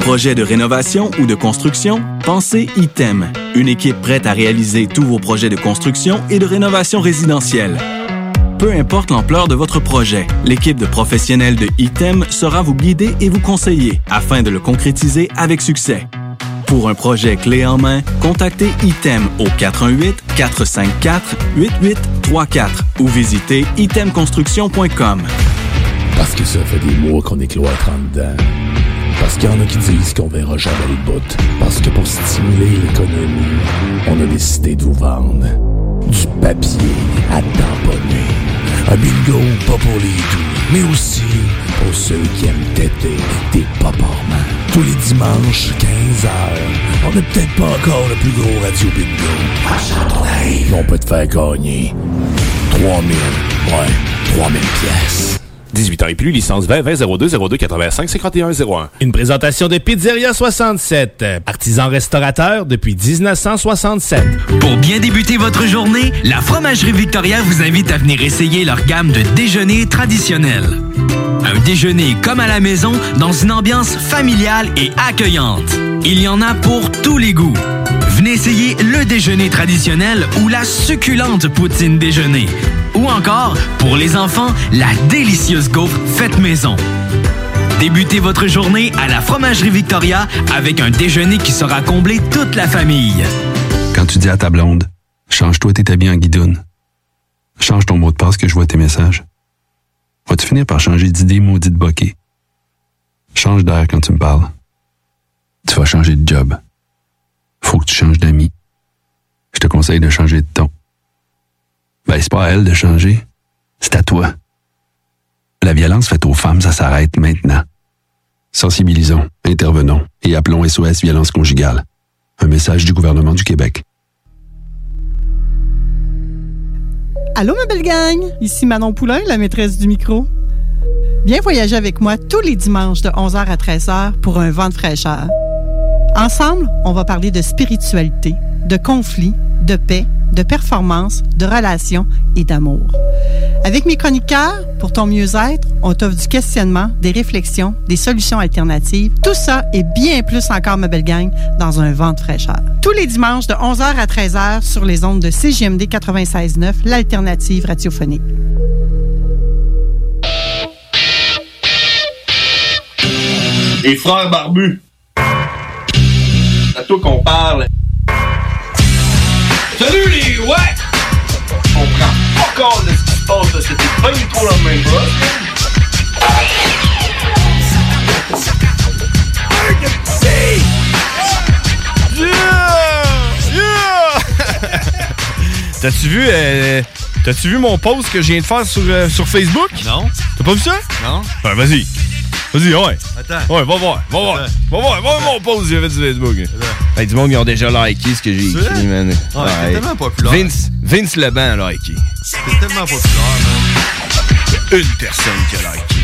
Speaker 1: projet de rénovation ou de construction, pensez ITEM, une équipe prête à réaliser tous vos projets de construction et de rénovation résidentielle. Peu importe l'ampleur de votre projet, l'équipe de professionnels de ITEM sera vous guider et vous conseiller afin de le concrétiser avec succès. Pour un projet clé en main, contactez ITEM au 418-454-8834 ou visitez itemconstruction.com.
Speaker 16: Parce que ça fait des mois qu'on est cloître en dedans. Parce qu'il y en a qui disent qu'on verra jamais le bout. Parce que pour stimuler l'économie, on a décidé de vous vendre du papier à tamponner. Un bingo pas pour les doux, mais aussi pour ceux qui aiment têter des paparmans. Tous les dimanches, 15h, on n'est peut-être pas encore le plus gros radio bingo. À Châteauneuf, on peut te faire gagner 3000, ouais, 3000 pièces.
Speaker 2: 18 ans et plus, licence 20 20 02 02 85 51 01. Une présentation de Pizzeria 67, artisan restaurateur depuis 1967.
Speaker 15: Pour bien débuter votre journée, la Fromagerie Victoria vous invite à venir essayer leur gamme de déjeuners traditionnels. Un déjeuner comme à la maison dans une ambiance familiale et accueillante. Il y en a pour tous les goûts. Venez essayer le déjeuner traditionnel ou la succulente poutine déjeuner. Ou encore, pour les enfants, la délicieuse gaufre faite maison. Débutez votre journée à la Fromagerie Victoria avec un déjeuner qui sera comblé toute la famille.
Speaker 5: Quand tu dis à ta blonde, change-toi tes habits en guidoune. Change ton mot de passe que je vois tes messages. Vas-tu finir par changer d'idée maudite bokeh? Change d'air quand tu me parles. Tu vas changer de job. Faut que tu changes d'amis. Je te conseille de changer de ton. Ben, c'est pas à elle de changer. C'est à toi. La violence faite aux femmes, ça s'arrête maintenant. Sensibilisons, intervenons et appelons SOS Violence Conjugale. Un message du gouvernement du Québec.
Speaker 17: Allô, ma belle gang! Ici Manon Poulain, la maîtresse du micro. Viens voyager avec moi tous les dimanches de 11h à 13h pour un vent de fraîcheur. Ensemble, on va parler de spiritualité, de conflits, de paix, de performance, de relations et d'amour. Avec mes chroniqueurs, pour ton mieux-être, on t'offre du questionnement, des réflexions, des solutions alternatives, tout ça et bien plus encore, ma belle gang, dans un vent de fraîcheur. Tous les dimanches de 11h à 13h sur les ondes de CGMD 96.9, l'alternative radiophonique.
Speaker 13: Les frères barbus. C'est à toi qu'on parle. Salut les ouais! On prend pas compte de ce qui se passe, là. c'était pas du tout la même chose.
Speaker 10: Yeah! Yeah! T'as-tu vu, euh, t'as-tu vu mon post que je viens de faire sur, euh, sur Facebook? Non. T'as pas vu ça?
Speaker 13: Non.
Speaker 10: Ben, vas-y. Vas-y, ouais.
Speaker 13: Attends.
Speaker 10: Ouais, va voir, va voir. Va voir, va voir mon post que j'ai fait sur Facebook. Hey, du monde, ils ont déjà liké ce que j'ai
Speaker 14: C'est
Speaker 10: écrit,
Speaker 14: vrai?
Speaker 10: man.
Speaker 14: Ouais, c'est tellement populaire.
Speaker 10: Vince, Vince Leban a liké.
Speaker 14: C'est tellement populaire,
Speaker 10: Une personne qui a liké.
Speaker 14: man.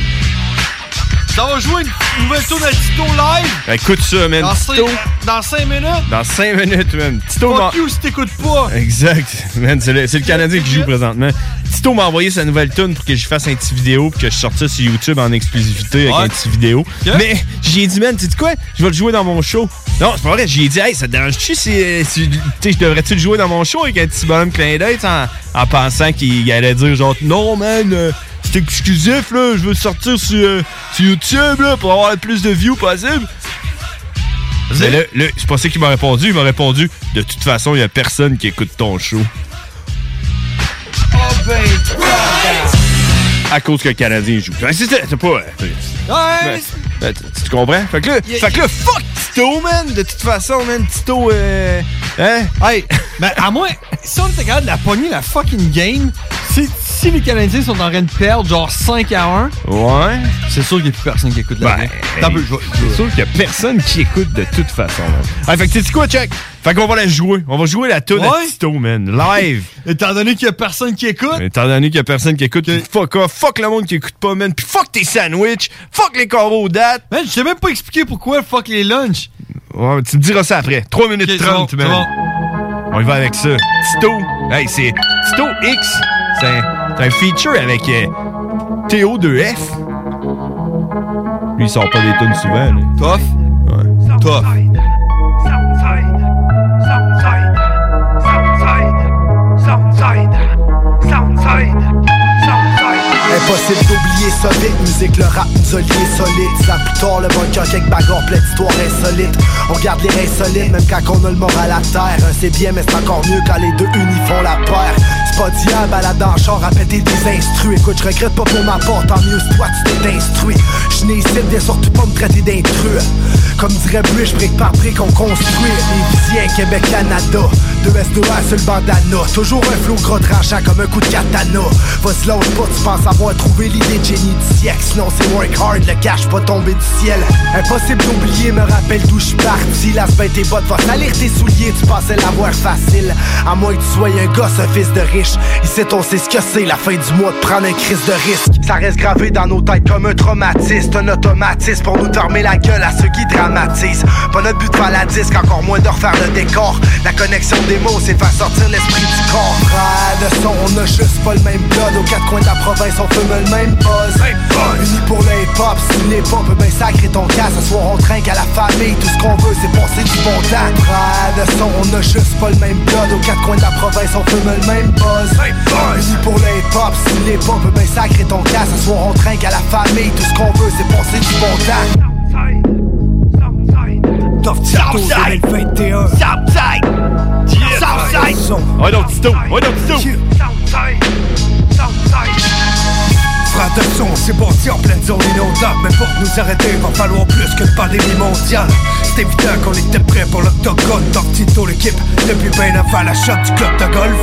Speaker 14: Ça va jouer une nouvelle tour de Tito live
Speaker 10: Écoute ça, man.
Speaker 14: dans,
Speaker 10: Tito.
Speaker 14: cinq- dans 5 minutes.
Speaker 10: Dans 5 minutes, man. Tito m'a-
Speaker 14: Fuck you si t'écoutes pas.
Speaker 10: Exact. Man, c'est le, c'est le Canadien qui joue présentement. Tito m'a envoyé sa nouvelle tune pour que je fasse un petit vidéo puis que je sorte ça sur YouTube en exclusivité avec un petit vidéo. Mais j'ai dit, man, tu sais quoi? Je vais le jouer dans mon show. Non, c'est pas vrai. J'ai dit, hey, ça te dérange-tu si, euh, si- tu sais, je devrais-tu le jouer dans mon show avec un petit bonhomme clin d'œil tu sais, en, en pensant qu'il allait dire genre, non, man, euh, c'est exclusif, là, je veux sortir sur, euh, sur YouTube, là, <laughs> pour avoir le plus de views possible. Mais là, là, c'est pas ça qu'il m'a répondu. Il m'a répondu De toute façon, il y a personne qui écoute ton show.
Speaker 14: Oh, ben.
Speaker 10: À cause que le Canadien joue. Fait que C'est ça, c'est pas. euh,
Speaker 14: Ouais,
Speaker 10: ben, ben, tu, tu comprends? Fait que là,
Speaker 14: Y a-
Speaker 10: fait que là, fuck Tito, man! De toute façon, man, Tito, euh. Hein?
Speaker 14: Hey! Ben, à moins, si on était capable de la pogner, la fucking game, si, si les Canadiens sont en train de perdre, genre 5 à 1,
Speaker 10: Ouais. Ben,
Speaker 14: c'est sûr qu'il n'y a plus personne qui écoute la game. T'as un peu, je vais- je vais-
Speaker 10: C'est sûr qu'il y a personne qui écoute de toute façon, man. Ah, fait que tu sais quoi, check? Fait qu'on va la jouer. On va jouer la tune à
Speaker 14: Ouais.
Speaker 10: Tito, man. Live.
Speaker 14: Étant donné qu'il n'y a personne qui écoute,
Speaker 10: Étant donné qu'il y a personne qui écoute, puis fuck off, fuck le monde qui écoute pas, man, puis fuck tes sandwichs, fuck les coraux dates.
Speaker 14: Man, je t'ai même pas expliqué pourquoi fuck les lunchs.
Speaker 10: Ouais, tu me diras ça après. 3 minutes
Speaker 14: Ok, c'est
Speaker 10: 30,
Speaker 14: bon,
Speaker 10: man.
Speaker 14: c'est
Speaker 10: On y va avec ça. Tito. Hey, c'est Tito X. C'est un, c'est un feature avec euh, Théo 2F. Lui, il sort pas des tunes souvent, là.
Speaker 14: Tof.
Speaker 10: Ouais.
Speaker 9: tough.
Speaker 18: Impossible d'oublier ça vite, musique, le rap nous a liés solides Ça plus tard, le bon cœur, quelques bagarres, plein d'histoires insolites On garde les reins solides, même quand on a le moral à terre Un c'est bien, mais c'est encore mieux quand les deux unis font la paire C'est pas diable, à la dancheur, à péter des instruits Écoute, je regrette pas pour ma part, tant mieux si toi tu t'es instruit Je n'ai ici, bien surtout pas me traiter d'intrus Comme dirait Bush, brique par brique, on construit Les Visiens, Québec, Canada de s 2 sur le bandana Toujours un flot gros tranchant comme un coup de katana Vas-y lâche pas, tu penses avoir trouvé l'idée de génie du siècle Sinon c'est work hard, le cash pas tombé du ciel Impossible d'oublier, me rappelle d'où je suis parti L'aspect de tes bottes va salir tes souliers, tu pensais l'avoir facile À moins que tu sois un gosse, un fils de riche Ici on sait ce que c'est, la fin du mois de prendre un crise de risque Ça reste gravé dans nos têtes comme un traumatisme Un automatisme pour nous fermer la gueule à ceux qui dramatisent Pas notre but de faire la disque, encore moins de refaire le décor La connexion des mots, c'est de faire sortir l'esprit du corps. Frère de son, on a juste pas le même blood. Aux quatre coins de la province, on fume le même buzz. Unis pour le hip-hop, si l'hip-hop, ben sacré ton cas. Ce soir, on trinque à la famille. Tout ce qu'on veut, c'est passer du bon temps. Frère de son, on a juste pas le même blood. Aux quatre coins de la province, on fume le même buzz. Unis pour le hip-hop, si l'hip-hop, ben sacré ton cas. Ce soir, on trinque à la famille. Tout ce qu'on veut, c'est passer du bon temps. Tough Tito 2021 Southside Southside
Speaker 10: Ouais, donc, Tito. Ouais, donc, Tito.
Speaker 18: Frère de son, c'est bâti en pleine zone inondable Mais pour nous arrêter, va falloir plus que le pandémie mondiale C'est évident qu'on était prêt pour l'octogone Tough Tito, l'équipe, depuis bien avant la shot du club de golf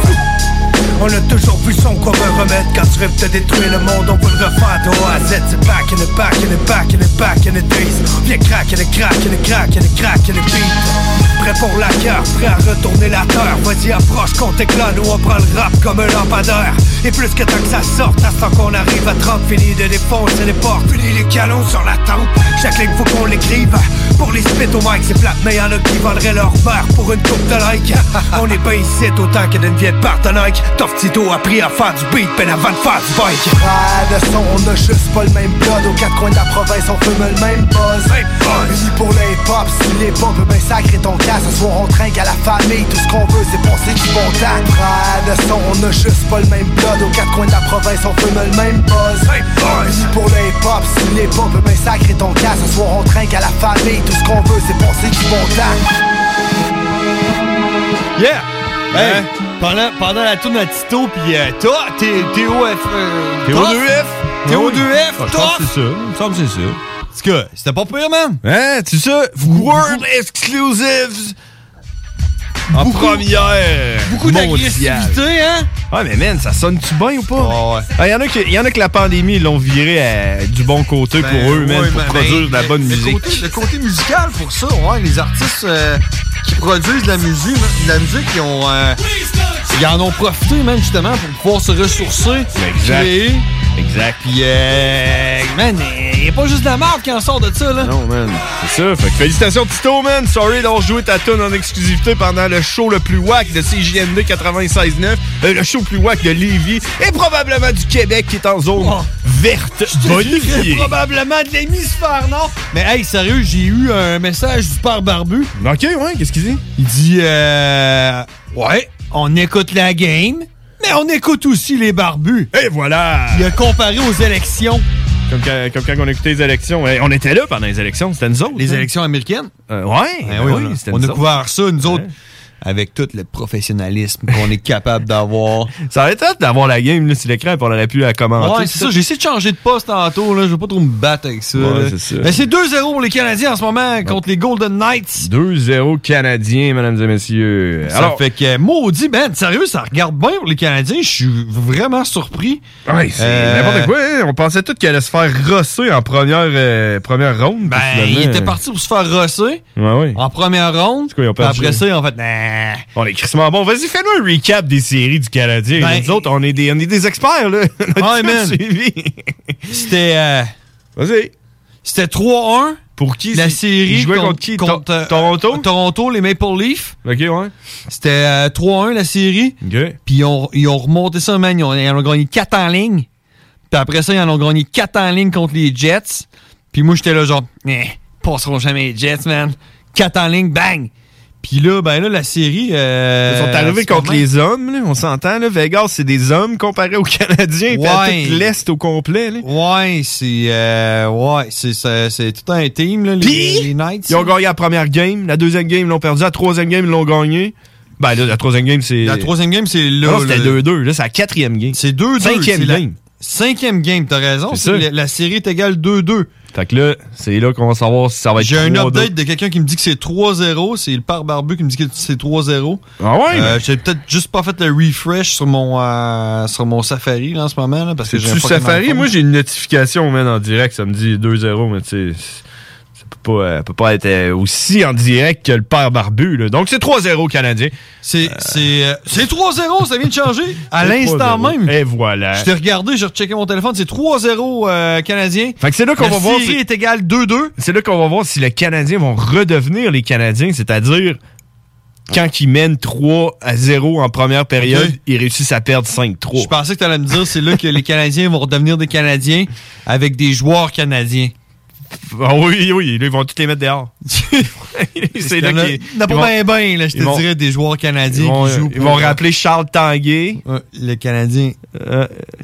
Speaker 18: on a toujours plus son qu'on veut remettre Quand tu rêves de détruire le monde, on veut le refaire de A à Z C'est back in the back in the back in the back in the days Viens crack in the crack in the crack in the crack in the beat Prêt pour la guerre, prêt à retourner la terre Vas-y approche, qu'on t'éclate ou on prend le rap comme un lampadaire Et plus que tant que ça sorte, à ce temps qu'on arrive à 30 Fini de défoncer les portes, fini les canons sur la tempe Chaque ligne faut qu'on l'écrive Pour les spits au mic, c'est plate mais y'en a qui vendraient leur verre pour une coupe de like On est pas ici autant que d'une vieille part de Nike Tough Tito a appris à faire du beat, ben avant de faire du bike. Frère de son, on a juste pas le même blood. Aux quatre coins de la province, on fume le même buzz. Unis pour le hip-hop, si l'hip-hop, ben sacré ton cas. Ce soir, on trinque à la famille. Tout ce qu'on veut, c'est penser du bon temps. Frère de son, on a juste pas le même blood. Aux quatre coins de la province, on fume le même buzz. Unis pour le hip-hop, si l'hip-hop, ben sacré ton cas. Ce soir, on trinque à la famille. Tout ce qu'on veut, c'est penser du bon temps.
Speaker 9: Yeah!
Speaker 10: Hein?
Speaker 9: Hey, pendant, pendant la tournée à Tito, puis euh, toi, t'es t'es OF. euh,
Speaker 10: T'es
Speaker 9: tough.
Speaker 10: O2F.
Speaker 9: T'es
Speaker 10: Ah oui.
Speaker 9: O2F,
Speaker 10: Ah, je
Speaker 9: tough.
Speaker 10: pense que c'est ça. Il me semble que c'est ça.
Speaker 9: En tout cas, c'était pas pire, man.
Speaker 10: Hein, tu sais, World Exclusives en
Speaker 9: Beaucoup-
Speaker 10: première.
Speaker 9: beaucoup d'agressivité, hein?
Speaker 10: mondiale. Ouais, mais man, ça sonne-tu bien ou pas? Il y, en a que- y en a que la pandémie, ils l'ont viré à- du bon côté
Speaker 9: Ben,
Speaker 10: pour eux, man,
Speaker 9: ouais,
Speaker 10: pour
Speaker 9: ben,
Speaker 10: produire
Speaker 9: ben,
Speaker 10: de la bonne
Speaker 9: le
Speaker 10: musique.
Speaker 9: Côté, le côté musical pour ça, ouais, les artistes euh, qui produisent de la musique, man, de la musique, ils ont, euh, ils en ont profité même justement pour pouvoir se ressourcer,
Speaker 10: Ben, exact.
Speaker 9: créer.
Speaker 10: Exact.
Speaker 9: Puis, euh, man, il n'y a pas juste de la marque qui en sort de ça, là.
Speaker 10: Non, man. C'est ça. Fait que félicitations, Tito, man. Sorry d'avoir joué ta tune en exclusivité pendant le show le plus wack de CJMD 96.9, euh, le show le plus wack de Lévis et probablement du Québec qui est en zone
Speaker 9: Oh.
Speaker 10: verte bonifiée.
Speaker 9: Probablement de l'hémisphère, non? Mais hey, sérieux, j'ai eu un message du père barbu.
Speaker 10: Ok, ouais, qu'est-ce qu'il dit?
Speaker 9: Il dit, euh, ouais, on écoute la game, mais on écoute aussi les barbus.
Speaker 10: Et voilà!
Speaker 9: Il a comparé aux élections.
Speaker 10: Comme quand, comme quand on écoutait les élections. Hey, on était là pendant les élections, c'était nous autres.
Speaker 9: Les
Speaker 10: hein.
Speaker 9: élections américaines?
Speaker 10: Euh, ouais,
Speaker 9: Ben
Speaker 10: ben
Speaker 9: oui,
Speaker 10: oui,
Speaker 9: on a-
Speaker 10: c'était
Speaker 9: on,
Speaker 10: nous
Speaker 9: a
Speaker 10: autres.
Speaker 9: couvert ça, nous autres, avec tout le professionnalisme qu'on est capable d'avoir.
Speaker 10: <laughs> Ça aurait été hâte d'avoir la game là, si l'écran on aurait pu la commenter.
Speaker 9: Ouais, c'est ça. J'ai essayé de changer de poste tantôt. Là. Je veux pas trop me battre avec ça.
Speaker 10: Ouais,
Speaker 9: là.
Speaker 10: c'est ça.
Speaker 9: Mais c'est 2-0 pour les Canadiens en ce moment contre les Golden Knights.
Speaker 10: 2-0 Canadiens, mesdames et messieurs.
Speaker 9: Ça fait que, maudit, man, sérieux, ça regarde bien pour les Canadiens. Je suis vraiment surpris.
Speaker 10: Ouais, c'est
Speaker 9: Euh,
Speaker 10: n'importe quoi. hein. On pensait tous qu'elle allait se faire rosser en première, euh, première ronde.
Speaker 9: Ben, il était parti pour se faire rosser
Speaker 10: Ouais, ouais.
Speaker 9: en première ronde.
Speaker 10: quoi, ils ont
Speaker 9: Puis
Speaker 10: perdu. hein?
Speaker 9: après ça, ils ont fait, nah.
Speaker 10: On est crissement bon. Vas-y, fais-nous un recap des séries du Canadien.
Speaker 9: Ben,
Speaker 10: Nous autres, on est des, on est des experts, là. <laughs> On a
Speaker 9: Ouais,
Speaker 10: tout
Speaker 9: man.
Speaker 10: suivi.
Speaker 9: C'était. euh,
Speaker 10: Vas-y.
Speaker 9: C'était 3-1.
Speaker 10: Pour qui
Speaker 9: La
Speaker 10: c'est-
Speaker 9: série
Speaker 10: ils jouaient
Speaker 9: contre,
Speaker 10: contre qui?
Speaker 9: contre,
Speaker 10: To-
Speaker 9: euh,
Speaker 10: Toronto?
Speaker 9: Toronto, les Maple Leafs.
Speaker 10: OK, ouais.
Speaker 9: C'était euh, 3-1 la série. Puis ils ont, ils ont remonté ça, man. Ils, ont, ils en ont gagné 4 en ligne. Puis après ça, ils en ont gagné 4 en ligne contre les Jets. Puis moi, j'étais là, genre, eh, passeront jamais les Jets, man. 4 en ligne, bang! Puis là, ben là, la série. euh,
Speaker 10: Ils sont arrivés contre
Speaker 9: finalement-
Speaker 10: les hommes, là, on s'entend. Là. Vegas, c'est des hommes comparés aux Canadiens et à
Speaker 9: Ouais.
Speaker 10: tout l'Est au complet. là.
Speaker 9: Ouais, c'est euh, ouais, c'est ça- c'est tout un team là, les, les Knights.
Speaker 10: Ils ont gagné la première game, la deuxième game, ils l'ont perdu, la troisième game, ils l'ont gagné. Ben là, la troisième game, c'est.
Speaker 9: La troisième game, c'est là.
Speaker 10: Non, c'était
Speaker 9: là.
Speaker 10: 2-2. Là, c'est la quatrième game.
Speaker 9: C'est 2-2.
Speaker 10: Cinquième
Speaker 9: c'est la-
Speaker 10: game.
Speaker 9: Cinquième game, t'as raison.
Speaker 10: C'est
Speaker 9: c'est
Speaker 10: ça.
Speaker 9: La, la série est égale 2-2.
Speaker 10: Fait que là, c'est là qu'on va savoir si ça va être.
Speaker 9: J'ai un
Speaker 10: 3-2.
Speaker 9: update de quelqu'un qui me dit que c'est 3-0. C'est le pare barbu qui me dit que c'est 3-0.
Speaker 10: Ah ouais?
Speaker 9: Euh, J'ai peut-être juste pas fait le refresh sur mon, euh, sur mon Safari là, en ce moment. Là, parce que j'ai
Speaker 10: Tu
Speaker 9: un Pokémon
Speaker 10: Safari,
Speaker 9: Phone.
Speaker 10: moi j'ai une notification man, en direct, ça me dit 2-0, mais tu sais, ça peut pas, euh, peut pas être euh, aussi en direct que le père barbu. là. Donc c'est 3-0 canadien.
Speaker 9: C'est euh, c'est 3-0, ça vient de
Speaker 10: <laughs>
Speaker 9: changer. À l'instant même.
Speaker 10: Et voilà.
Speaker 9: Je t'ai regardé, j'ai rechecké mon téléphone, c'est 3-0 euh, canadien.
Speaker 10: Fait que c'est là qu'on
Speaker 9: La
Speaker 10: va voir
Speaker 9: série
Speaker 10: si-
Speaker 9: est égale 2-2.
Speaker 10: C'est là qu'on va voir si les Canadiens vont redevenir les Canadiens, c'est-à-dire quand ils mènent 3 à 0 en première période,
Speaker 9: Ok.
Speaker 10: ils réussissent à perdre 5-3.
Speaker 9: Je pensais que tu allais me dire c'est là que les Canadiens vont redevenir des Canadiens avec des joueurs canadiens.
Speaker 10: Ah oui, oui, là, ils vont tous les mettre dehors.
Speaker 9: <laughs> C'est là
Speaker 10: qu'ils-
Speaker 9: qu'il n'a
Speaker 10: ils vont-
Speaker 9: pas bien ben, là, je
Speaker 10: ils
Speaker 9: te
Speaker 10: vont-
Speaker 9: dirais des joueurs canadiens
Speaker 10: ils vont, euh,
Speaker 9: qui jouent. euh,
Speaker 10: ils vont rappeler Charles Tanguay.
Speaker 9: le Canadien. Les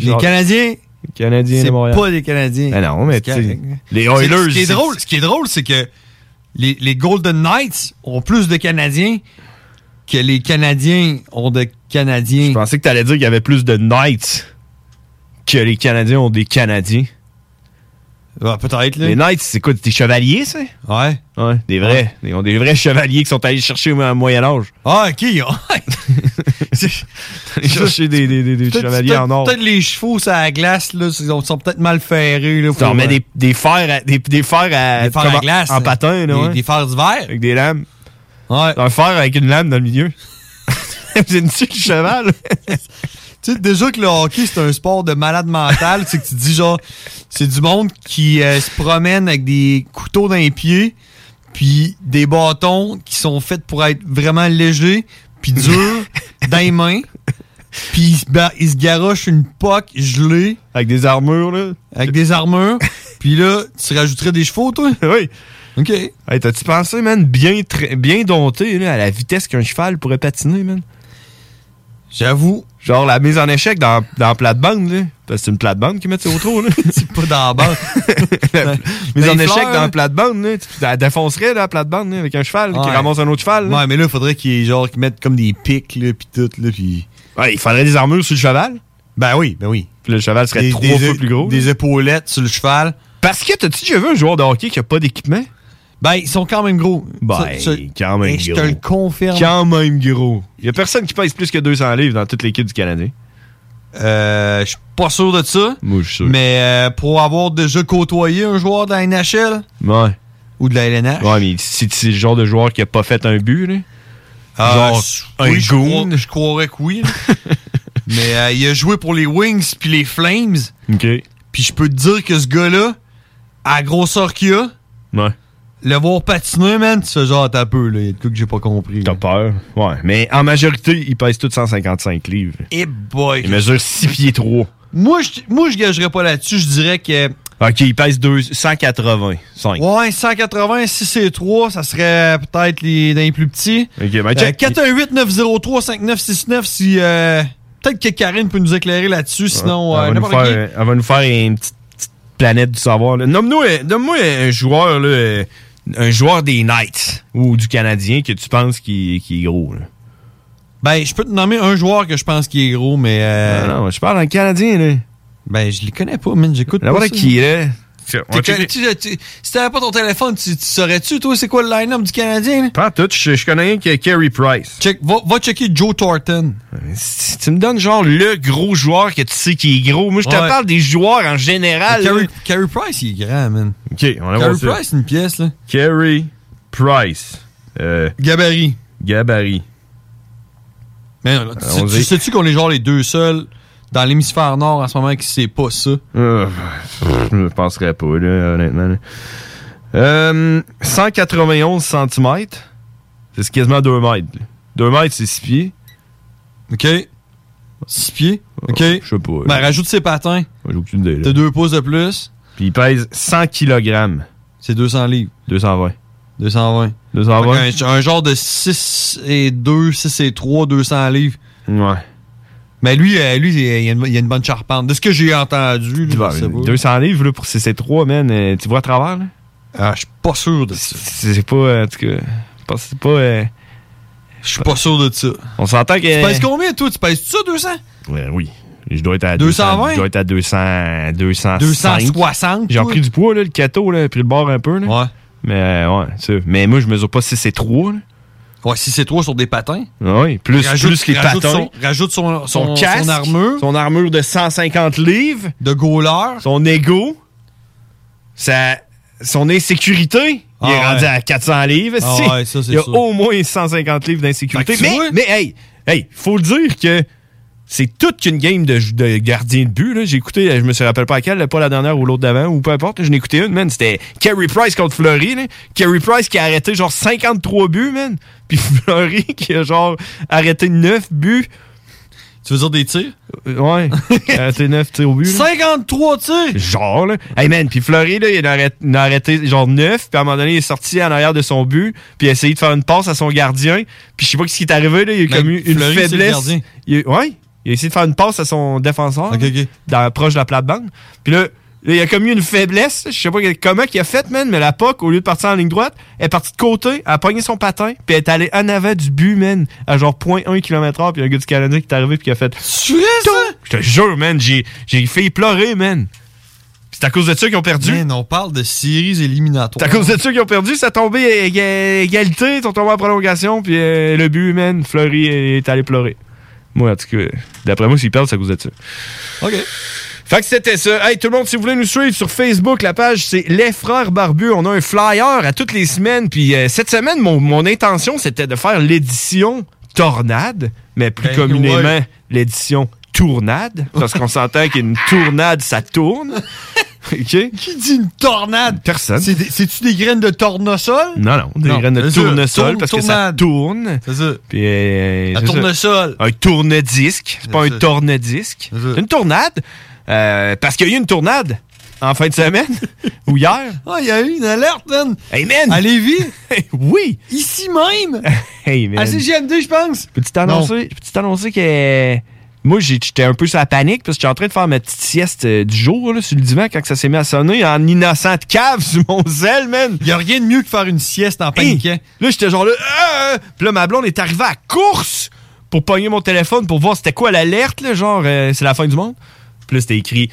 Speaker 10: Charles-
Speaker 9: Canadiens,
Speaker 10: Les Canadiens
Speaker 9: c'est
Speaker 10: de Montréal.
Speaker 9: pas des Canadiens.
Speaker 10: Ben non, mais
Speaker 9: C'est
Speaker 10: tu sais,
Speaker 9: correct.
Speaker 10: les
Speaker 9: C'est-
Speaker 10: Oilers,
Speaker 9: Ce qui est
Speaker 10: c'est-
Speaker 9: drôle, ce qui est drôle, c'est que les, les Golden Knights ont plus de Canadiens que les Canadiens ont de Canadiens.
Speaker 10: Je pensais que t'allais dire qu'il y avait plus de Knights que les Canadiens ont des Canadiens.
Speaker 9: peut-être, là.
Speaker 10: Les Knights, c'est quoi, des chevaliers, ça?
Speaker 9: Ouais.
Speaker 10: Ouais, des vrais. Ils ont des vrais chevaliers qui sont allés chercher au au Moyen-Âge.
Speaker 9: Ah, ok, ouais.
Speaker 10: <laughs> Allés chercher des, des- des- des
Speaker 9: Peut-être-
Speaker 10: chevaliers
Speaker 9: peut-être-
Speaker 10: en or.
Speaker 9: Peut-être les chevaux sur la glace, là, ils sont- sont peut-être mal ferrés. Là,
Speaker 10: T'en mets des, des fers à, des, des fers à,
Speaker 9: Des fers à
Speaker 10: comme en-
Speaker 9: glace,
Speaker 10: en
Speaker 9: hein.
Speaker 10: patin, là,
Speaker 9: Des-
Speaker 10: ouais.
Speaker 9: des fers d'hiver.
Speaker 10: Avec des lames.
Speaker 9: Ouais.
Speaker 10: Un fer avec une lame dans
Speaker 9: <laughs>
Speaker 10: le milieu. C'est une tuile cheval.
Speaker 9: Tu sais, déjà que le hockey, c'est un sport de malade mental. c'est que tu te dis, genre, c'est du monde qui euh, se promène avec des couteaux dans les pieds, puis des bâtons qui sont faits pour être vraiment légers, puis
Speaker 10: <laughs>
Speaker 9: durs, dans les mains. Puis ils se ba- ils se garochent une poque gelée.
Speaker 10: Avec des armures, là.
Speaker 9: Avec des
Speaker 10: <laughs>
Speaker 9: armures. puis là, tu rajouterais des chevaux, toi?
Speaker 10: oui.
Speaker 9: OK.
Speaker 10: Hey, t'as-tu pensé, man, bien, tra- bien dompté, là, à la vitesse qu'un cheval pourrait patiner, man?
Speaker 9: J'avoue.
Speaker 10: Genre la mise en échec dans, dans la plate-bande, là. Parce que c'est une plate-bande qu'ils mettent au trou, là.
Speaker 9: <laughs> c'est pas dans la
Speaker 10: <laughs>
Speaker 9: bande.
Speaker 10: mise
Speaker 9: Dans
Speaker 10: en
Speaker 9: les
Speaker 10: échec
Speaker 9: fleurs,
Speaker 10: dans
Speaker 9: là.
Speaker 10: la plate-bande, là. Tu la défoncerais, là, la plate-bande, là, avec un cheval là, qui
Speaker 9: Ouais.
Speaker 10: ramasse un autre cheval, là.
Speaker 9: Ouais, mais là, faudrait qu'ils genre qu'ils mettent comme des pics là puis tout là puis
Speaker 10: Ouais, il faudrait des armures sur le cheval.
Speaker 9: Ben oui, ben oui.
Speaker 10: Puis le cheval serait
Speaker 9: Des-
Speaker 10: trois
Speaker 9: des-
Speaker 10: fois plus gros.
Speaker 9: Des épaulettes sur le cheval.
Speaker 10: Parce que t'as-tu déjà vu un joueur de hockey qui a pas d'équipement?
Speaker 9: Ben, ils sont quand même gros.
Speaker 10: Ben,
Speaker 9: Ça- ça-
Speaker 10: quand même
Speaker 9: Et
Speaker 10: gros.
Speaker 9: Je te le confirme.
Speaker 10: Quand même gros. Il y a personne qui pèse plus que 200 livres dans toute l'équipe du Canadien.
Speaker 9: Euh, je suis pas sûr de ça.
Speaker 10: Moi, je suis sûr.
Speaker 9: Mais euh, pour avoir déjà côtoyé un joueur de la NHL
Speaker 10: Ouais.
Speaker 9: ou de la LNH.
Speaker 10: Ouais, mais c'est c'est le genre de joueur qui a pas fait un but, là.
Speaker 9: Ah,
Speaker 10: Genre,
Speaker 9: s-
Speaker 10: un
Speaker 9: oui, je
Speaker 10: goon.
Speaker 9: crois- Je croirais que oui.
Speaker 10: <laughs>
Speaker 9: là. mais euh, il a joué pour les Wings puis les Flames.
Speaker 10: OK.
Speaker 9: Puis je peux te dire que ce gars-là, à la grosseur qu'il a,
Speaker 10: Ouais.
Speaker 9: le voir patiner, man, tu fais genre, t'as peu, là. Il y a de quoi que j'ai pas compris.
Speaker 10: T'as peur. Ouais. Mais en majorité, ils pèsent tous 155 livres.
Speaker 9: Eh boy.
Speaker 10: Ils mesurent 6 pieds 3.
Speaker 9: Moi, je, moi, je gagerais pas là-dessus. Je dirais que.
Speaker 10: OK, ils pèsent 185.
Speaker 9: Ouais, 180, 6 et 3, ça serait peut-être les, dans les plus petits.
Speaker 10: OK, ben
Speaker 9: Euh,
Speaker 10: check.
Speaker 9: 418-903-5969, si. euh, peut-être que Karine peut nous éclairer là-dessus, sinon, euh,
Speaker 10: elle, va nous
Speaker 9: n'importe qui.
Speaker 10: faire, elle va nous faire une petite, petite planète du savoir. là. Nomme-nous, euh, Nomme-moi un joueur, là, euh, un joueur des Knights ou du Canadien que tu penses qui, qui est gros. là.
Speaker 9: Ben, je peux te nommer un joueur que je pense qui est gros, mais. euh,
Speaker 10: Non, non, je parle en Canadien, là.
Speaker 9: Ben, je les connais pas, man. J'écoute pas.
Speaker 10: N'importe
Speaker 9: ça.
Speaker 10: qui, là. Tiens, on
Speaker 9: T'es
Speaker 10: va
Speaker 9: con- tu-
Speaker 10: checker.
Speaker 9: tu- si t'avais pas ton téléphone, tu, tu saurais-tu, toi, c'est quoi le line-up du Canadien? là?
Speaker 10: Pas en tout, je, je connais rien que Carey Price.
Speaker 9: Check, va, va checker Joe Thornton.
Speaker 10: Si tu me donnes genre le gros joueur que tu sais qui est gros, moi je te
Speaker 9: Ouais.
Speaker 10: parle des joueurs en général. là.
Speaker 9: Carey, Carey Price, il est grand, man.
Speaker 10: Ok, on va
Speaker 9: Carey
Speaker 10: voir ça.
Speaker 9: Price, une pièce, là.
Speaker 10: Carey Price. Euh,
Speaker 9: Gabarit.
Speaker 10: Gabarit.
Speaker 9: Mais non, là, tu-
Speaker 10: Allons-y.
Speaker 9: tu, sais-tu qu'on est genre les deux seuls dans l'hémisphère nord en ce moment qui sait pas ça?
Speaker 10: Euh, je ne penserais pas, là, honnêtement. là. Euh, 191 cm. C'est quasiment 2 mètres. 2 mètres, c'est 6 pieds.
Speaker 9: OK? Six pieds? OK?
Speaker 10: Je sais pas. là.
Speaker 9: Ben, rajoute ses patins.
Speaker 10: J'ai aucune idée. là.
Speaker 9: T'as deux pouces de plus.
Speaker 10: Puis il pèse 100 kg.
Speaker 9: C'est 200 livres.
Speaker 10: 220.
Speaker 9: 220.
Speaker 14: Un, un genre de 6 et 2, 6 et 3, 200 livres.
Speaker 10: Ouais.
Speaker 14: Mais lui, euh, lui il y a, une- il y a une bonne charpente. De ce que j'ai entendu, là, je sais pas.
Speaker 10: 200 livres là, pour CC3, man, euh, tu vois à travers, là?
Speaker 14: Ah, je suis pas sûr de
Speaker 10: ça. C'est pas, euh, en tout cas, je pense que c'est pas... euh,
Speaker 14: Je suis pas sûr de ça.
Speaker 10: On s'entend que...
Speaker 14: Tu pèses combien, toi? Tu pèses ça, 200?
Speaker 10: Ouais, oui. Je dois être à
Speaker 14: 220?
Speaker 10: 200, Je dois être à 200, 205.
Speaker 14: 260,
Speaker 10: J'ai
Speaker 14: toi?
Speaker 10: repris du poids, là, le cateau, là, pris le bord un peu. Là. Ouais. Mais euh, ouais, ça. Mais moi, je mesure pas si c'est 3. Là. Ah
Speaker 14: Ouais, 6 et 3 sur des patins.
Speaker 10: Oui, plus,
Speaker 14: Rajoute-
Speaker 10: plus les
Speaker 14: rajoute
Speaker 10: patins.
Speaker 14: son- rajoute son, son,
Speaker 10: Son casque,
Speaker 14: son armure.
Speaker 10: Son armure de 150 livres.
Speaker 14: De gauleur.
Speaker 10: Son ego. Sa, son insécurité. Il
Speaker 14: Ah
Speaker 10: est rendu
Speaker 14: ouais.
Speaker 10: à 400 livres.
Speaker 14: Ah
Speaker 10: si.
Speaker 14: ouais, ça, c'est
Speaker 10: Il y a
Speaker 14: sûr.
Speaker 10: au moins 150 livres d'insécurité.
Speaker 14: Fait que tu
Speaker 10: Mais,
Speaker 14: vois-
Speaker 10: mais hey, hey, faut le dire que c'est toute qu'une game de, de gardien de but. là. J'ai écouté, je me rappelle pas laquelle, pas la dernière ou l'autre d'avant, ou peu importe. là, Je n'ai écouté une, man. C'était Carey Price contre Fleury. là. Carey Price qui a arrêté genre 53 buts, man. Puis <laughs> Fleury qui a genre arrêté 9 buts.
Speaker 14: Tu veux dire des tirs?
Speaker 10: Euh,
Speaker 14: <laughs>
Speaker 10: Ouais. arrêté 9 tirs au but. là.
Speaker 14: 53 tirs!
Speaker 10: Genre, là. Hey, man, puis Fleury, là, il en a arrêté, il en a arrêté, genre 9, puis à un moment donné, il est sorti en arrière de son but, puis il a essayé de faire une passe à son gardien, puis je sais pas ce qui est arrivé, là, il a
Speaker 14: Mais
Speaker 10: comme eu une
Speaker 14: Fleury, c'est le
Speaker 10: faiblesse.
Speaker 14: gardien.
Speaker 10: Il, ouais, il a essayé de faire une passe à son défenseur, là, dans, proche de la plate-bande. Puis là, là, il a commis une faiblesse, je sais pas comment qu'il a fait, man, mais la POC, au lieu de partir en ligne droite, elle est partie de côté, elle a pogné son patin, puis elle est allée en avant du but, man, à genre 0.1 km/h, puis il y a un gars du Canada qui est arrivé, puis qui a fait.
Speaker 14: Tu es ça?
Speaker 10: Je te jure, man, j'ai j'ai fait pleurer, man. Puis C'est à cause de ça qu'ils ont perdu.
Speaker 14: Man, on parle de séries éliminatoires.
Speaker 10: C'est à cause de ça qu'ils ont perdu. Ça a tombé à éga- égalité, ils sont tombés en prolongation. Puis euh, le but, man, Fleury euh, est allé pleurer. Moi, en tout cas, d'après moi, s'ils perdent, c'est à cause de ça.
Speaker 14: OK.
Speaker 10: Fait que c'était ça. Hey, tout le monde, si vous voulez nous suivre sur Facebook, la page, c'est Les Frères Barbus. On a un flyer à toutes les semaines. Puis euh, cette semaine, mon, mon intention, c'était de faire l'édition Tornade, mais plus
Speaker 14: Ben,
Speaker 10: communément,
Speaker 14: ouais.
Speaker 10: l'édition Tournade. Parce qu'on s'entend qu'une tournade, ça tourne. OK?
Speaker 14: <laughs> Qui dit une tornade?
Speaker 10: Personne.
Speaker 14: C'est des- C'est-tu des graines de tornosol?
Speaker 10: Non, non, des graines de
Speaker 14: c'est ça.
Speaker 10: tournesol
Speaker 14: Tourne-
Speaker 10: parce
Speaker 14: tournade.
Speaker 10: que ça tourne.
Speaker 14: C'est ça.
Speaker 10: Puis, euh,
Speaker 14: Un
Speaker 10: c'est ça.
Speaker 14: tournesol.
Speaker 10: Un tourne-disque. C'est pas
Speaker 14: C'est
Speaker 10: un
Speaker 14: ça.
Speaker 10: tourne-disque. C'est une tournade. Euh, parce qu'il y a eu une tournade en fin de semaine <laughs> ou hier.
Speaker 14: Ah, il y a eu une alerte, man!
Speaker 10: Hey, man!
Speaker 14: À Lévis?
Speaker 10: <laughs> oui! <laughs>
Speaker 14: Ici même!
Speaker 10: Hey, man.
Speaker 14: À CGMD, je pense!
Speaker 10: Peux-tu t'annoncer, peux-tu t'annoncer que. Moi, j'ai- j'étais un peu sur la panique parce que j'étais en train de faire ma petite sieste euh, du jour là, sur le divan quand que ça s'est mis à sonner en innocent de cave sur mon zèle, man.
Speaker 14: Il a rien de mieux que faire une sieste en paniquant.
Speaker 10: Là, j'étais genre là. Ah! Puis là, ma blonde est arrivée à course pour pogner mon téléphone pour voir c'était quoi l'alerte, là, genre euh, c'est la fin du monde. Puis là, c'était écrit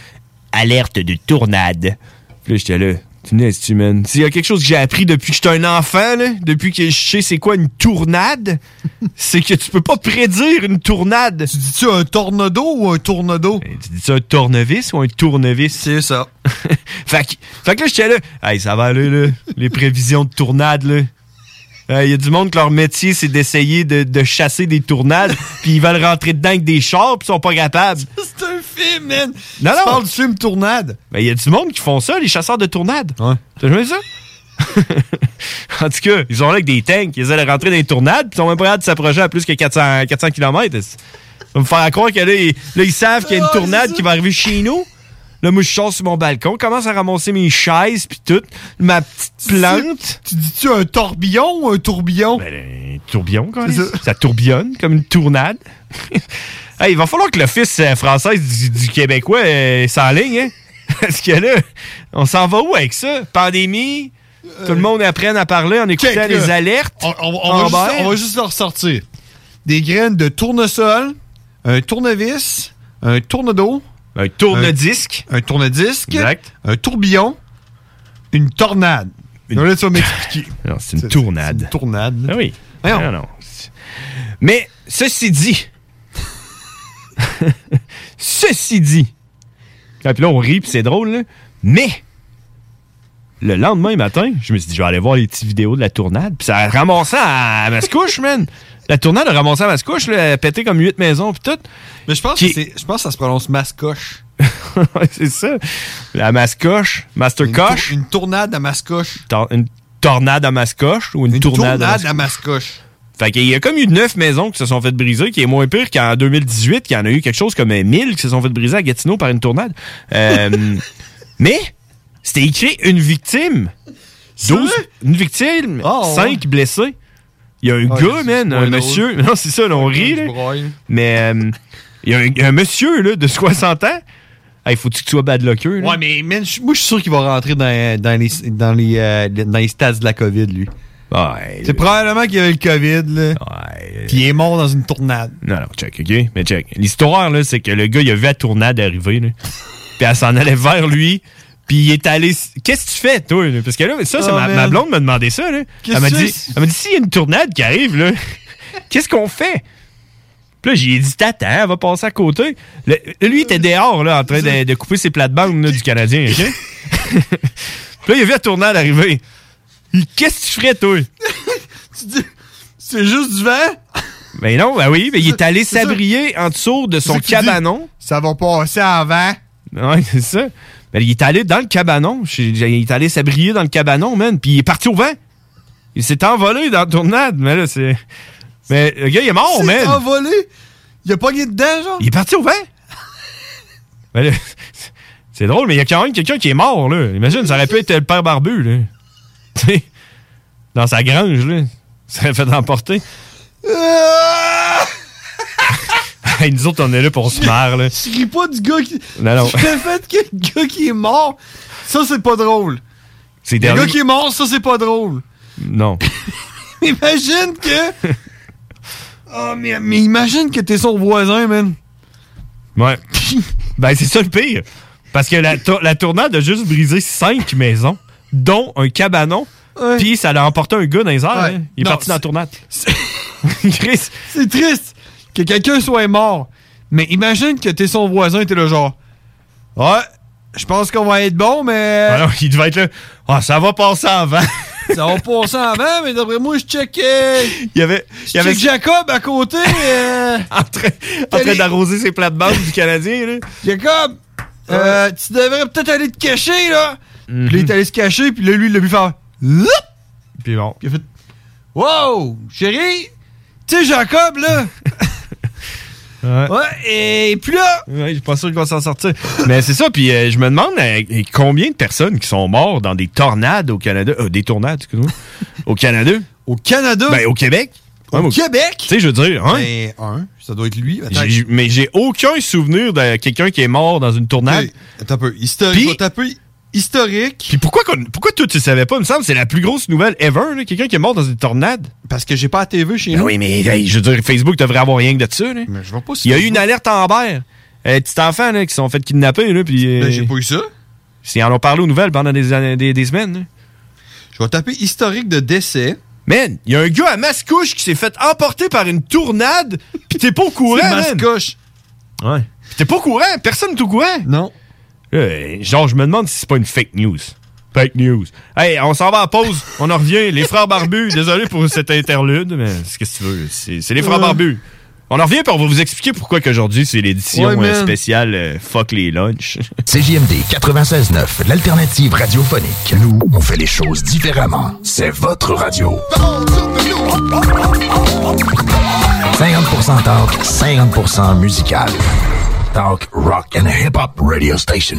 Speaker 10: alerte de tournade. Puis là, j'étais là. Tu man. S'il y a quelque chose que j'ai appris depuis que j'étais un enfant, là, depuis que je sais c'est quoi une tournade, <laughs> c'est que tu peux pas prédire une tournade. Ben,
Speaker 14: Tu dis-tu un tornado ou un tornado?
Speaker 10: Tu dis-tu un tournevis ou un tournevis?
Speaker 14: C'est ça.
Speaker 10: <laughs> fait, que, fait que là, j'étais là. Hey, ça va aller, là. Les prévisions de tournade, là. Il Euh, y a du monde que leur métier, c'est d'essayer de, de chasser des
Speaker 14: <laughs>
Speaker 10: tournades, puis ils veulent rentrer dedans avec des chars, puis ils sont pas capables.
Speaker 14: C'est un film, man!
Speaker 10: Non,
Speaker 14: tu
Speaker 10: non.
Speaker 14: parles du film Tournade.
Speaker 10: Mais il y a du monde qui font ça, les chasseurs de tournades. Ouais. T'as jamais vu ça? <laughs> en tout cas, ils sont là avec des tanks, ils allaient rentrer dans les tournades, puis ils sont même pas capables de s'approcher à plus que 400, 400 km. Ça va me faire croire que là, ils, là, ils savent qu'il y a
Speaker 14: Ah,
Speaker 10: une tournade qui va arriver chez nous. Là, moi, je sors sur mon balcon, commence à ramasser mes chaises, puis tout, ma petite plante.
Speaker 14: Tu dis-tu un tourbillon ou un tourbillon?
Speaker 10: Un tourbillon, quand même. Ça. tourbillonne comme une tournade. <laughs> Hey, il va falloir que l'office euh, français du, du Québécois euh, s'enligne, hein? <laughs> Parce que là, on s'en va où avec ça? Pandémie, tout le monde apprenne à parler en écoutant
Speaker 14: Euh, Check,
Speaker 10: les
Speaker 14: là.
Speaker 10: alertes.
Speaker 14: On, on- on va
Speaker 10: Robert.
Speaker 14: juste, on va juste leur sortir. Des graines de tournesol, un tournevis, un tournedo.
Speaker 10: Un tourne-disque.
Speaker 14: Un, tourne-disque.
Speaker 10: Exact.
Speaker 14: Un tourbillon. Une tornade. Non, là, tu vas m'expliquer.
Speaker 10: <laughs> Non, c'est une tournade.
Speaker 14: C'est une tournade.
Speaker 10: Ah oui.
Speaker 14: Voyons.
Speaker 10: Non, non. Mais ceci
Speaker 14: <laughs>
Speaker 10: dit, ceci dit, Ah, puis là on rit puis c'est drôle, là. mais le lendemain matin, je me suis dit je vais aller voir les petites vidéos de la tournade, puis ça a ramassé à Mascouche, <laughs> man. La tournade a ramassé à Mascouche, là, elle a pété comme huit maisons puis tout.
Speaker 14: Mais je pense
Speaker 10: Qui-
Speaker 14: que c'est- je pense que ça se prononce mascoche.
Speaker 10: Ouais, <laughs> c'est ça. La mascoche, mastercoche,
Speaker 14: Une tournade à mascoche.
Speaker 10: tor- une tornade à mascoche ou une, tournade, à mascoche.
Speaker 14: Tournade à mascoche.
Speaker 10: Fait qu'il y a comme eu neuf maisons qui se sont faites briser, qui est moins pire qu'en 2018, qu'il y en a eu quelque chose comme euh, 1000 qui se sont faites briser à Gatineau
Speaker 14: <laughs>
Speaker 10: par une tournade. Euh, mais c'était écrit une victime. 12, une victime,
Speaker 9: Ah, ouais.
Speaker 10: 5 blessés. Il y a un
Speaker 14: Ah,
Speaker 9: Ouais,
Speaker 10: gars,
Speaker 9: c'est
Speaker 10: man,
Speaker 9: pas
Speaker 10: un
Speaker 9: drôle.
Speaker 10: monsieur. <laughs> Non, c'est ça, là, on rit, là. Mais euh, il y a un- il y, a un monsieur, là, de 60 ans. Il faut que tu sois bad lucker, là.
Speaker 9: Ouais, mais man, je- moi, je suis sûr qu'il va rentrer dans, dans les, dans, les, euh, dans les stats de la COVID, lui. C'est probablement qu'il y avait le COVID, là. Puis il est mort dans une tournade.
Speaker 10: Non, non, check, OK? Mais check. L'histoire, là, c'est que le gars, il a vu la tournade arriver, là. Puis elle s'en allait vers lui. Puis il est allé. Qu'est-ce que tu fais, toi? là? Parce que là, ça, c'est
Speaker 9: Oh,
Speaker 10: ma,
Speaker 9: man.
Speaker 10: ma blonde m'a demandé ça, là.
Speaker 9: Qu'est-ce
Speaker 10: Elle m'a
Speaker 9: que
Speaker 10: dit,
Speaker 9: c'est?
Speaker 10: elle m'a dit, s'il y a une tournade qui arrive, là, <laughs> qu'est-ce qu'on fait? Puis là, j'ai dit, t'attends, elle va passer à côté. Le- lui, il était dehors, là, en train de, de couper ses plates-bandes, là, du Canadien, OK? <laughs> Puis là, il a vu la tournade arriver. Il- Qu'est-ce que tu ferais, toi?
Speaker 9: C'est juste du vent?
Speaker 10: Mais non, ben oui, mais il est allé
Speaker 9: C'est ça.
Speaker 10: s'abrier en dessous de son
Speaker 9: C'est ça que tu dis.
Speaker 10: cabanon.
Speaker 9: Ça va passer avant.
Speaker 10: Ouais, c'est ça. Ben, il est allé dans le cabanon. Je- je- Il est allé s'abrier dans le cabanon, man. Puis il est parti au vent. Il s'est envolé dans la tournade. Mais là, c'est. Mais le gars, il est mort,
Speaker 9: Il s'est
Speaker 10: man.
Speaker 9: envolé. Il a pogné dedans, genre.
Speaker 10: Il est parti
Speaker 9: <laughs>
Speaker 10: au vent. Mais là, c'est drôle, mais il y a quand même quelqu'un qui est mort, là. Imagine, ça aurait pu être le père barbu, là. <laughs> Tu sais, dans sa grange, là. Ça aurait fait emporter. <laughs> Hey, nous autres, on est là pour se marre, là.
Speaker 9: Je ris pas du gars qui.
Speaker 10: Non, non.
Speaker 9: Le fait que le gars qui est mort, ça, c'est pas drôle.
Speaker 10: C'est
Speaker 9: Le
Speaker 10: dernier-
Speaker 9: gars qui est mort, ça, c'est pas drôle. <laughs>
Speaker 10: Non.
Speaker 9: Imagine
Speaker 10: <laughs>
Speaker 9: que. Oh, mais, mais imagine que t'es son voisin, man. <laughs>
Speaker 10: Ouais. ben, c'est ça le pire. Parce que la, tour- la tournade a juste brisé cinq maisons, dont un cabanon. Puis ça l'a emporté un gars dans les airs.
Speaker 9: Ouais.
Speaker 10: hein. Il est
Speaker 9: Non,
Speaker 10: parti dans la
Speaker 9: c'est-
Speaker 10: tournade. <laughs>
Speaker 9: Chris. C'est triste que quelqu'un soit mort. Mais imagine que t'es son voisin, t'es le genre. Ouais, je pense qu'on va être bon, mais.
Speaker 10: Ah non, il devait être là. Ah, ça va passer avant. <laughs>
Speaker 9: Ça va passer avant, mais d'après moi, je check. euh,
Speaker 10: Il y avait, il
Speaker 9: je
Speaker 10: y avait
Speaker 9: check Jacob à côté. euh,
Speaker 10: <laughs> en train d'arroser ses plates-bandes du Canadien. Là.
Speaker 9: Jacob, euh, tu devrais peut-être aller te cacher, là.
Speaker 10: Mhm.
Speaker 9: Puis là, il est allé se cacher, puis là, lui, il l'a vu faire. Loup!
Speaker 10: Puis bon.
Speaker 9: Il a fait. Wow, chérie! Tu sais, Jacob, là!
Speaker 10: <laughs> Ouais.
Speaker 9: et puis là.
Speaker 10: Ouais, je suis pas sûr qu'on va s'en sortir. Mais c'est ça, puis euh, je me demande euh, combien de personnes qui sont mortes dans des tornades au Canada. euh, des tornades, excuse-moi. au Canada.
Speaker 9: Au Canada?
Speaker 10: Ben, au Québec.
Speaker 9: Au Québec?
Speaker 10: Tu sais, je veux dire, hein?
Speaker 9: Ben, un, ça doit être lui. Attends,
Speaker 10: J'ai- mais j'ai aucun souvenir de quelqu'un qui est mort dans une tournade.
Speaker 9: Attends un peu. Historique. Attends un peu. Historique.
Speaker 10: Puis pourquoi, qu'on- pourquoi toi, tu le savais pas? Il me semble que c'est la plus grosse nouvelle ever, là, quelqu'un qui est mort dans une tornade.
Speaker 9: Parce que j'ai pas la TV chez
Speaker 10: nous. Oui, mais hey, je veux dire, Facebook devrait avoir rien que de ça. Là.
Speaker 9: Mais je vois pas
Speaker 10: Il y a eu une alerte Amber. Euh, petit enfant là, qui se sont fait kidnapper. Là, puis, euh,
Speaker 9: Ben, j'ai pas eu ça.
Speaker 10: Ils en ont parlé aux nouvelles pendant des, années- des, des semaines. hein. là.
Speaker 9: Je vais taper historique de décès.
Speaker 10: Man, il y a un gars à Mascouche qui s'est fait emporter par une tournade,
Speaker 9: <laughs>
Speaker 10: pis t'es pas au courant,
Speaker 9: C'est
Speaker 10: man.
Speaker 9: Mascouche.
Speaker 10: Ouais. Pis t'es pas au courant, personne n'est au courant. Euh,
Speaker 9: Non.
Speaker 10: genre, je me demande si c'est pas une fake news. Fake news. Hey, on s'en va à pause, on en revient. Les frères barbus, <laughs> désolé pour cette interlude, mais c'est- qu'est-ce que tu veux, c'est c'est les frères
Speaker 9: Ouais.
Speaker 10: barbus. On en revient, puis on va vous expliquer pourquoi qu'aujourd'hui, c'est l'édition
Speaker 16: Ouais, man.
Speaker 10: euh, spéciale euh, Fuck les lunchs.
Speaker 16: CJMD 96.9, l'alternative radiophonique. Nous, on fait les choses différemment. C'est votre radio. 50% talk, 50% musical. Talk, rock and hip-hop radio station.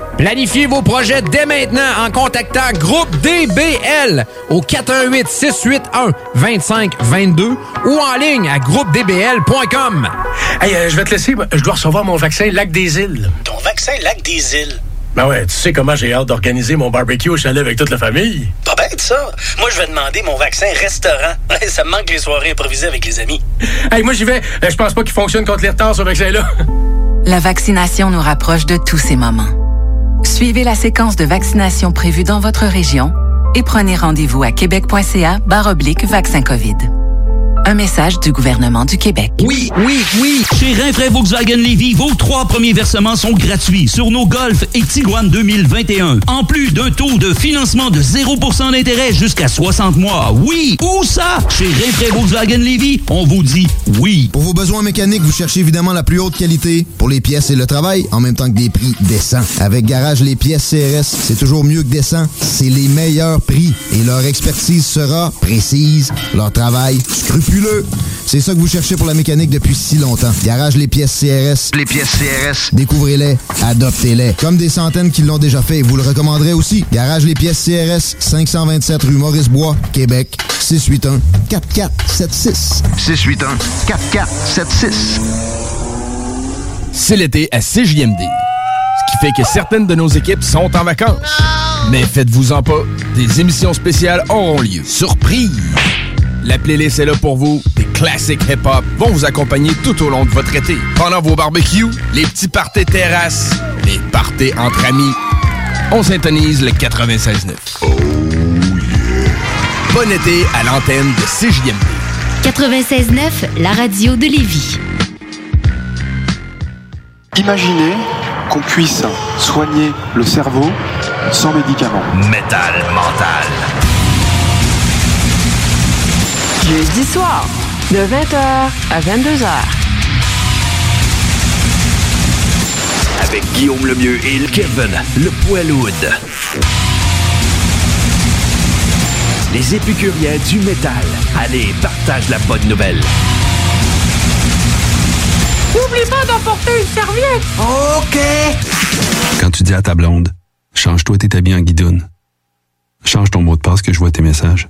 Speaker 13: Planifiez vos projets dès maintenant en contactant Groupe DBL au 418 681 2522 ou en ligne à groupedbl.com.
Speaker 19: Hey, euh, je vais te laisser. Je dois recevoir mon vaccin Lac des Îles.
Speaker 15: Ton vaccin Lac des Îles.
Speaker 19: Ben ouais, tu sais comment j'ai hâte d'organiser mon barbecue au chalet avec toute la famille.
Speaker 15: Pas bête, ça. Moi, je vais demander mon vaccin restaurant. <laughs> ça me manque les soirées improvisées avec les amis.
Speaker 19: Hey, moi j'y vais. Euh, Je pense pas qu'il fonctionne contre les retards, ce vaccin-là.
Speaker 4: La vaccination nous rapproche de tous ces moments. Suivez la séquence de vaccination prévue dans votre région et prenez rendez-vous à québec.ca barre oblique vaccin COVID.
Speaker 20: Un message du gouvernement du Québec.
Speaker 21: Oui, oui, oui. Chez Rainfray Volkswagen Levy, vos trois premiers versements sont gratuits sur nos Golf et Tiguan 2021. En plus d'un taux de financement de 0% d'intérêt jusqu'à 60 mois. Oui, où ça? Chez Rainfray Volkswagen Levy, on vous dit oui.
Speaker 22: Pour vos besoins mécaniques, vous cherchez évidemment la plus haute qualité pour les pièces et le travail, en même temps que des prix décents. Avec Garage, les pièces CRS, c'est toujours mieux que décent. C'est les meilleurs prix et leur expertise sera précise, leur travail scrupuleux. C'est ça que vous cherchez pour la mécanique depuis si longtemps. Garage, les pièces CRS. Les pièces CRS. Découvrez-les, adoptez-les. Comme des centaines qui l'ont déjà fait, vous le recommanderez aussi. Garage, les pièces CRS, 527 rue Maurice-Bois, Québec, 681 4476.
Speaker 23: 681 4476.
Speaker 16: C'est l'été à CJMD. Ce qui fait que certaines de nos équipes sont en vacances. Mais faites-vous-en pas, des émissions spéciales auront lieu. Surprise! La playlist est là pour vous. Des classiques hip-hop vont vous accompagner tout au long de votre été. Pendant vos barbecues, les petits parties terrasses, les parties entre amis. On s'intonise le 96.9. Bon été à l'antenne de CJMD.
Speaker 2: 96.9, la radio de Lévis.
Speaker 1: Imaginez qu'on puisse soigner le cerveau sans médicaments.
Speaker 24: Métal mental.
Speaker 4: Jeudi soir, de 20h à 22h.
Speaker 24: Avec Guillaume Lemieux et Kevin Le Poilhoud. Les épicuriens du métal. Allez, partage la bonne nouvelle.
Speaker 13: N'oublie pas d'emporter une serviette. OK.
Speaker 5: Quand tu dis à ta blonde, change-toi tes habits en guidoune. Change ton mot de passe que je vois tes messages.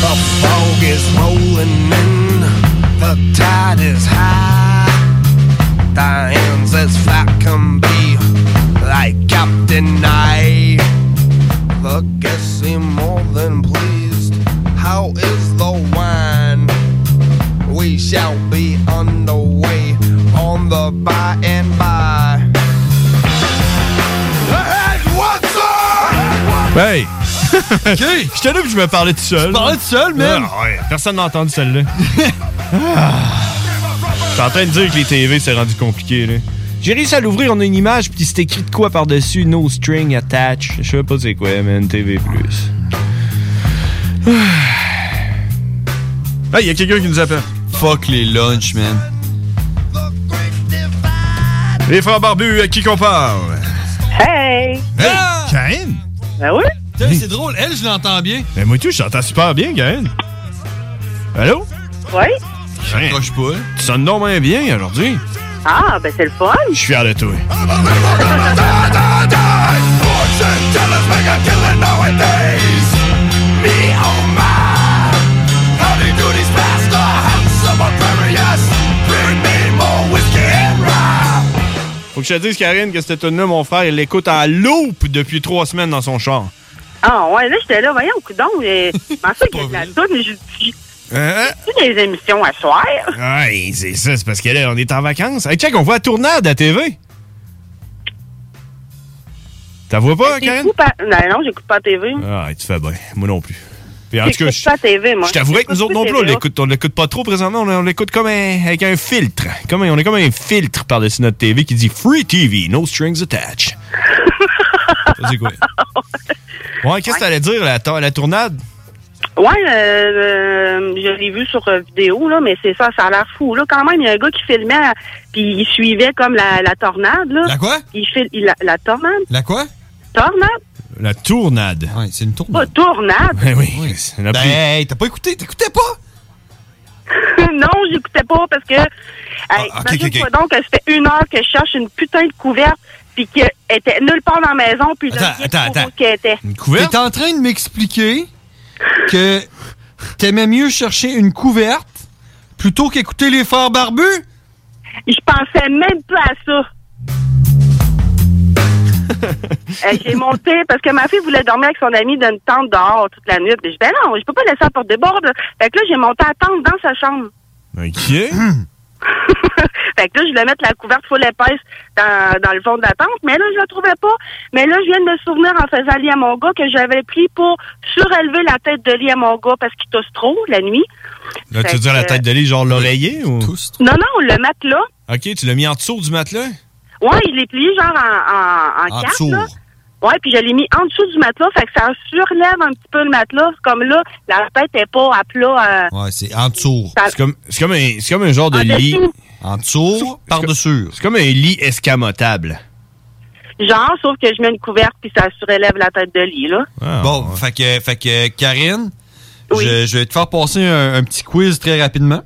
Speaker 8: The fog is rolling in, the tide is high. Diane's as flat can be, like Captain I. The guests seem more than pleased. How is the wine? We shall be underway on the by and by. Hey, what's up?
Speaker 10: Hey! <laughs> OK! J'étais là puis je me parlais tout seul. Tu parlais tout seul,
Speaker 9: man?
Speaker 10: personne n'a entendu <laughs> celle-là. T'es en train de dire que les TV, c'est rendu compliqué, là. J'ai réussi à l'ouvrir, on a une image, puis c'est écrit de quoi par-dessus? No string attached. Je sais pas c'est quoi, man. TV+. <sighs> Ah, y a quelqu'un qui nous appelle.
Speaker 9: Fuck les lunchs, man.
Speaker 10: Les frères barbus, à qui qu'on parle?
Speaker 25: Hey!
Speaker 10: Hey! Karen?
Speaker 25: Ah! Ben oui?
Speaker 10: C'est drôle, elle, je l'entends bien. Mais Ben, moi, tout, je t'entends super bien, Gaël. Allô?
Speaker 25: Oui?
Speaker 10: J'accroche pas. Tu sonnes donc bien bien aujourd'hui.
Speaker 25: Ah, ben c'est le fun.
Speaker 10: Je suis fier de toi.
Speaker 16: oh
Speaker 10: Faut que je te dise, Karine, que cette tune-là, mon frère, il l'écoute en loop depuis trois semaines dans son char.
Speaker 25: Ah ouais, là, j'étais là, voyons, coudon.
Speaker 17: <laughs>
Speaker 25: Mais ça qu'il y a de la toune, j'ai dit, tu des émissions à soir?
Speaker 10: Ah, Ouais, c'est ça, c'est parce que là, on est en vacances. Hey, check, on voit la tournade à TV. T'as vois pas, Karen?
Speaker 25: J'écoute pas- ben Non, non, j'écoute pas TV.
Speaker 10: Ah, tu fais bien. Moi non plus. Puis en tout cas,
Speaker 25: J'écoute
Speaker 10: je
Speaker 25: pas TV, moi.
Speaker 10: je t'avouerais que nous autres non plus, on
Speaker 25: J'écoute
Speaker 10: l'écoute, on l'écoute pas trop présentement. On, on l'écoute comme un- avec un filtre. Comme un- on est comme un filtre par-dessus notre TV qui dit Free TV, no
Speaker 25: <laughs>
Speaker 10: strings attached. Ça dit quoi? Ouais, qu'est-ce que t'allais dire, la, to- la tournade?
Speaker 25: Ouais, euh, euh, je l'ai vu sur euh, vidéo, là, mais c'est ça, ça a l'air fou. Là, quand même, il y a un gars qui filmait, euh, puis il suivait comme la, la tornade. Là.
Speaker 10: La quoi?
Speaker 25: Il fil- il- la, la tornade?
Speaker 10: La quoi?
Speaker 25: Tornade?
Speaker 10: La tournade. Ouais, c'est une Ben, tournade.
Speaker 25: Pas tornade?
Speaker 10: Ben oui. c'est une appli-
Speaker 25: t'as pas écouté? T'écoutais pas? <laughs> non, j'écoutais pas parce que. Hey,
Speaker 10: ok, ok,
Speaker 25: imagine-toi
Speaker 10: ok.
Speaker 25: donc que ça fait une heure que je cherche une putain de couverte, puis qu'elle était nulle part dans la maison, puis je
Speaker 9: Attends,
Speaker 25: sais
Speaker 9: attends,
Speaker 25: pas où
Speaker 9: attends.
Speaker 25: qu'elle était.
Speaker 9: T'es en train de m'expliquer que t'aimais mieux chercher une couverte plutôt qu'écouter les frères barbus?
Speaker 25: Je pensais même pas à ça. Euh, j'ai monté parce que ma fille voulait dormir avec son amie dans une tente dehors toute la nuit. Puis je ben non, je peux pas laisser la porte de bord. là. Fait que là, j'ai monté la tente dans sa chambre.
Speaker 10: Ok. <clears throat>
Speaker 25: Fait que là, je voulais mettre la couverte full épaisse dans, dans le fond de la tente, mais là, je la trouvais pas. Mais là, je viens de me souvenir en faisant lit à mon gars que j'avais pris pour surélever la tête de lit à mon gars parce qu'il tousse trop la nuit.
Speaker 10: Là, tu
Speaker 25: Fait
Speaker 10: veux dire
Speaker 25: que-
Speaker 10: la tête de lit, genre l'oreiller ou?
Speaker 25: Non, non, le matelas.
Speaker 10: Ok, tu l'as mis en dessous du matelas?
Speaker 25: Ouais, je l'ai plié genre en, en, en
Speaker 10: En
Speaker 25: quatre,
Speaker 10: dessous.
Speaker 25: là. Ouais, puis je l'ai mis en dessous du matelas, fait que ça surlève un petit peu le matelas. Comme là, la tête est pas à plat. euh,
Speaker 10: Ouais, c'est en dessous.
Speaker 25: Ça-
Speaker 10: C'est comme, c'est comme, un- c'est comme un genre de
Speaker 25: En
Speaker 10: lit.
Speaker 25: dessous.
Speaker 10: En dessous, par-dessus. C'est comme un lit escamotable.
Speaker 25: Genre, sauf que je mets une couverte, puis ça surélève la tête de lit, là.
Speaker 10: Ah,
Speaker 9: bon, fait que, fait que Karine, je, je vais te faire passer un, un petit quiz très rapidement.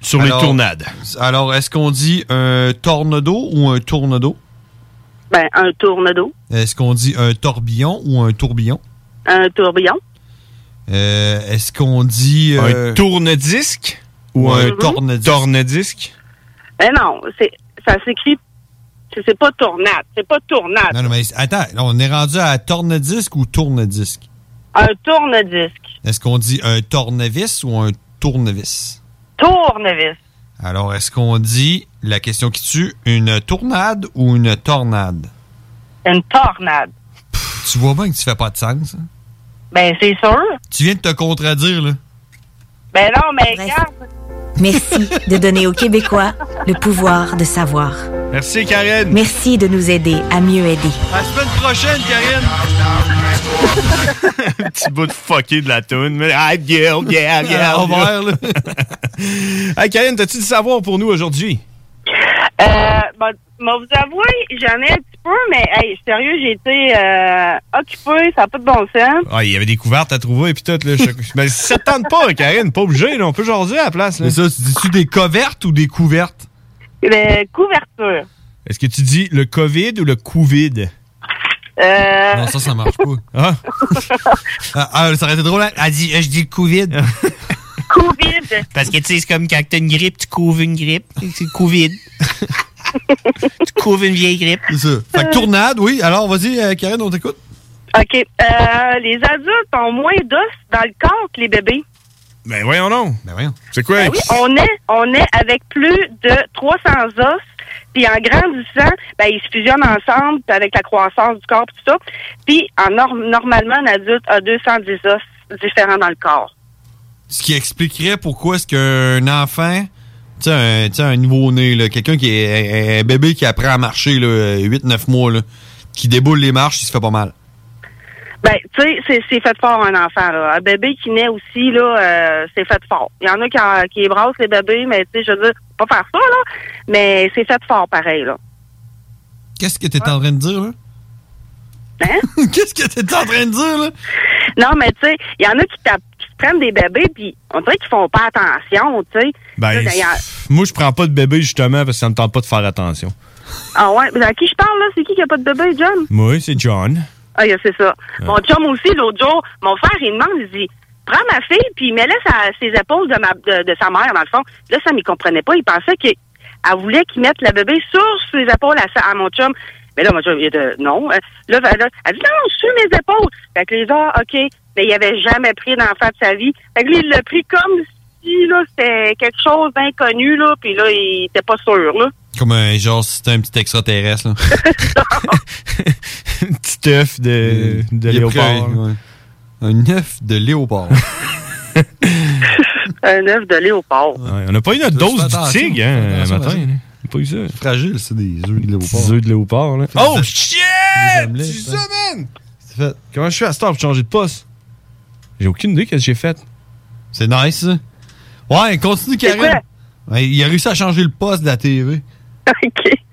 Speaker 10: Sur les tournades.
Speaker 9: Alors, est-ce qu'on dit un tornado ou un tournado?
Speaker 25: Ben, un tournedo,
Speaker 9: Est-ce qu'on dit un tourbillon ou un tourbillon?
Speaker 25: un tourbillon.
Speaker 9: Euh, est-ce qu'on dit... euh,
Speaker 10: Un tourne-disque
Speaker 9: ou un
Speaker 25: Mhm.
Speaker 9: tornadisque?
Speaker 10: Tornadisque?
Speaker 25: Ben non, c'est ça s'écrit... c'est- C'est pas tournade, c'est pas tournade.
Speaker 9: Non, non, mais attends, là, on est rendu à tourne-disque ou tourne-disque?
Speaker 25: Un tourne-disque,
Speaker 9: Est-ce qu'on dit un tournevis ou un tournevis?
Speaker 25: tournevis.
Speaker 9: Alors, est-ce qu'on dit, la question qui tue, une tournade ou une tornade?
Speaker 25: Une tornade.
Speaker 9: Tu vois bien que tu fais pas de sens. hein?
Speaker 25: Ben, c'est sûr.
Speaker 9: Tu viens de te contradire, là.
Speaker 25: Ben non, mais regarde.
Speaker 2: Merci de donner aux Québécois le pouvoir de savoir.
Speaker 10: Merci, Karen.
Speaker 2: Merci de nous aider à mieux aider.
Speaker 9: À la semaine prochaine, Karine!
Speaker 10: <laughs> Un petit bout de fucké de la toune. Mais, <laughs> ah, yeah, yeah, yeah.
Speaker 9: Au revoir, là.
Speaker 10: <laughs> hey, Karine, t'as-tu du savoir pour nous aujourd'hui?
Speaker 25: Euh, ben, ben, vous avouez, j'en ai un petit peu, mais hey, sérieux, j'ai été euh, occupée, ça n'a pas de bon sens.
Speaker 10: Ah, il y avait des couvertes à trouver et puis tout. Là, je... <laughs> Mais ça te tente pas, Karine. Pas obligé, là. On peut jaser à la place, là.
Speaker 9: Mais ça, tu dis-tu des covertes ou des couvertes?
Speaker 25: Euh, couverture.
Speaker 10: Est-ce que tu dis le COVID ou le Covid?
Speaker 25: Euh,
Speaker 9: Non, ça, ça marche pas.
Speaker 10: Ah.
Speaker 9: <laughs> ah, ah, ça aurait été drôle. hein? Elle dit, euh, je dis le <laughs> Covid.
Speaker 25: <laughs> COVID.
Speaker 26: Parce que, tu sais, c'est comme quand t'as une grippe, tu couves une grippe. C'est
Speaker 9: <laughs>
Speaker 26: Covid. tu couves une vieille grippe.
Speaker 9: C'est ça. Fait que tournade, oui. Alors, vas-y, euh, Karine, on t'écoute.
Speaker 25: OK. Euh, les adultes ont moins d'os dans le corps que les bébés.
Speaker 10: Ben voyons non.
Speaker 9: Ben voyons.
Speaker 10: C'est quoi?
Speaker 25: Oui, on est, on est avec plus de 300 os. Puis en grandissant, ben, ils se fusionnent ensemble puis avec la croissance du corps, puis tout ça. Puis en nor- normalement, un adulte a 210 os différents dans le corps.
Speaker 9: Ce qui expliquerait pourquoi est-ce qu'un enfant, tu sais, un, tu sais, un nouveau-né, là, quelqu'un qui est un- un bébé qui apprend à marcher, là, 8-9 mois, là, qui déboule les marches, il se fait pas mal.
Speaker 25: Ben, tu sais, c'est, c'est fait fort un enfant, là. Un bébé qui naît aussi, là, euh, c'est fait fort. Il y en a qui, en- qui brassent les bébés, mais tu sais, je veux dire, faut pas faire ça, là. Mais c'est fait fort pareil, là.
Speaker 9: Qu'est-ce que t'es en train de dire, là? <laughs> Qu'est-ce que t'es en train de dire, là?
Speaker 25: Hein? Non, mais tu sais, il y en a qui, tapent, qui se prennent des bébés, puis on dirait qu'ils font pas attention, tu sais. Là,
Speaker 10: Ben,
Speaker 25: d'ailleurs-
Speaker 10: pff, moi, je prends pas de bébé, justement, parce que ça me tente pas de faire attention.
Speaker 25: Ah ouais, mais à qui je parle, là? C'est qui qui a pas de bébé, John?
Speaker 10: Moi, c'est John.
Speaker 25: Ah, yeah, c'est ça. Mon chum aussi, l'autre jour, mon frère, il demande, il dit, prends ma fille, puis il met sa, ses épaules de, ma, de, de sa mère, dans le fond. Là, ça m'y comprenait pas. Il pensait que elle voulait qu'il mette le bébé sur ses épaules à, sa- à mon chum. Mais là, mon chum, il a dit, non. Euh, Là, elle a- elle dit, non, non, sur mes épaules. Fait que les gars, OK. Mais il avait jamais pris d'enfant de sa vie. Fait que lui, il l'a pris comme si, là, c'était quelque chose d'inconnu, là, puis là, il était pas sûr, là.
Speaker 9: Comme un genre, si c'était un petit
Speaker 10: <laughs>
Speaker 9: extraterrestre. Là. un petit œuf de, de
Speaker 10: léopard, là.
Speaker 9: Un œuf de léopard.
Speaker 25: Un œuf de léopard.
Speaker 10: Ouais, <laughs> on n'a pas eu notre
Speaker 9: Fais
Speaker 10: dose du
Speaker 9: attention,
Speaker 10: tigre,
Speaker 9: fais
Speaker 10: hein,
Speaker 9: attention,
Speaker 10: matin.
Speaker 9: attention.
Speaker 10: hein. On n'a Pas eu ça.
Speaker 9: Fragile, c'est des œufs de léopard.
Speaker 10: Des œufs de léopard, là. Oh, shit!
Speaker 9: Tu
Speaker 10: ça, man! Comment je suis à cette heure pour changer de poste? J'ai aucune idée qu'est-ce que j'ai fait.
Speaker 9: C'est nice, ça. Ouais, continue,
Speaker 10: C'est
Speaker 9: Karine. Ouais, il a réussi à changer le poste de la E.
Speaker 10: <laughs>
Speaker 9: TV.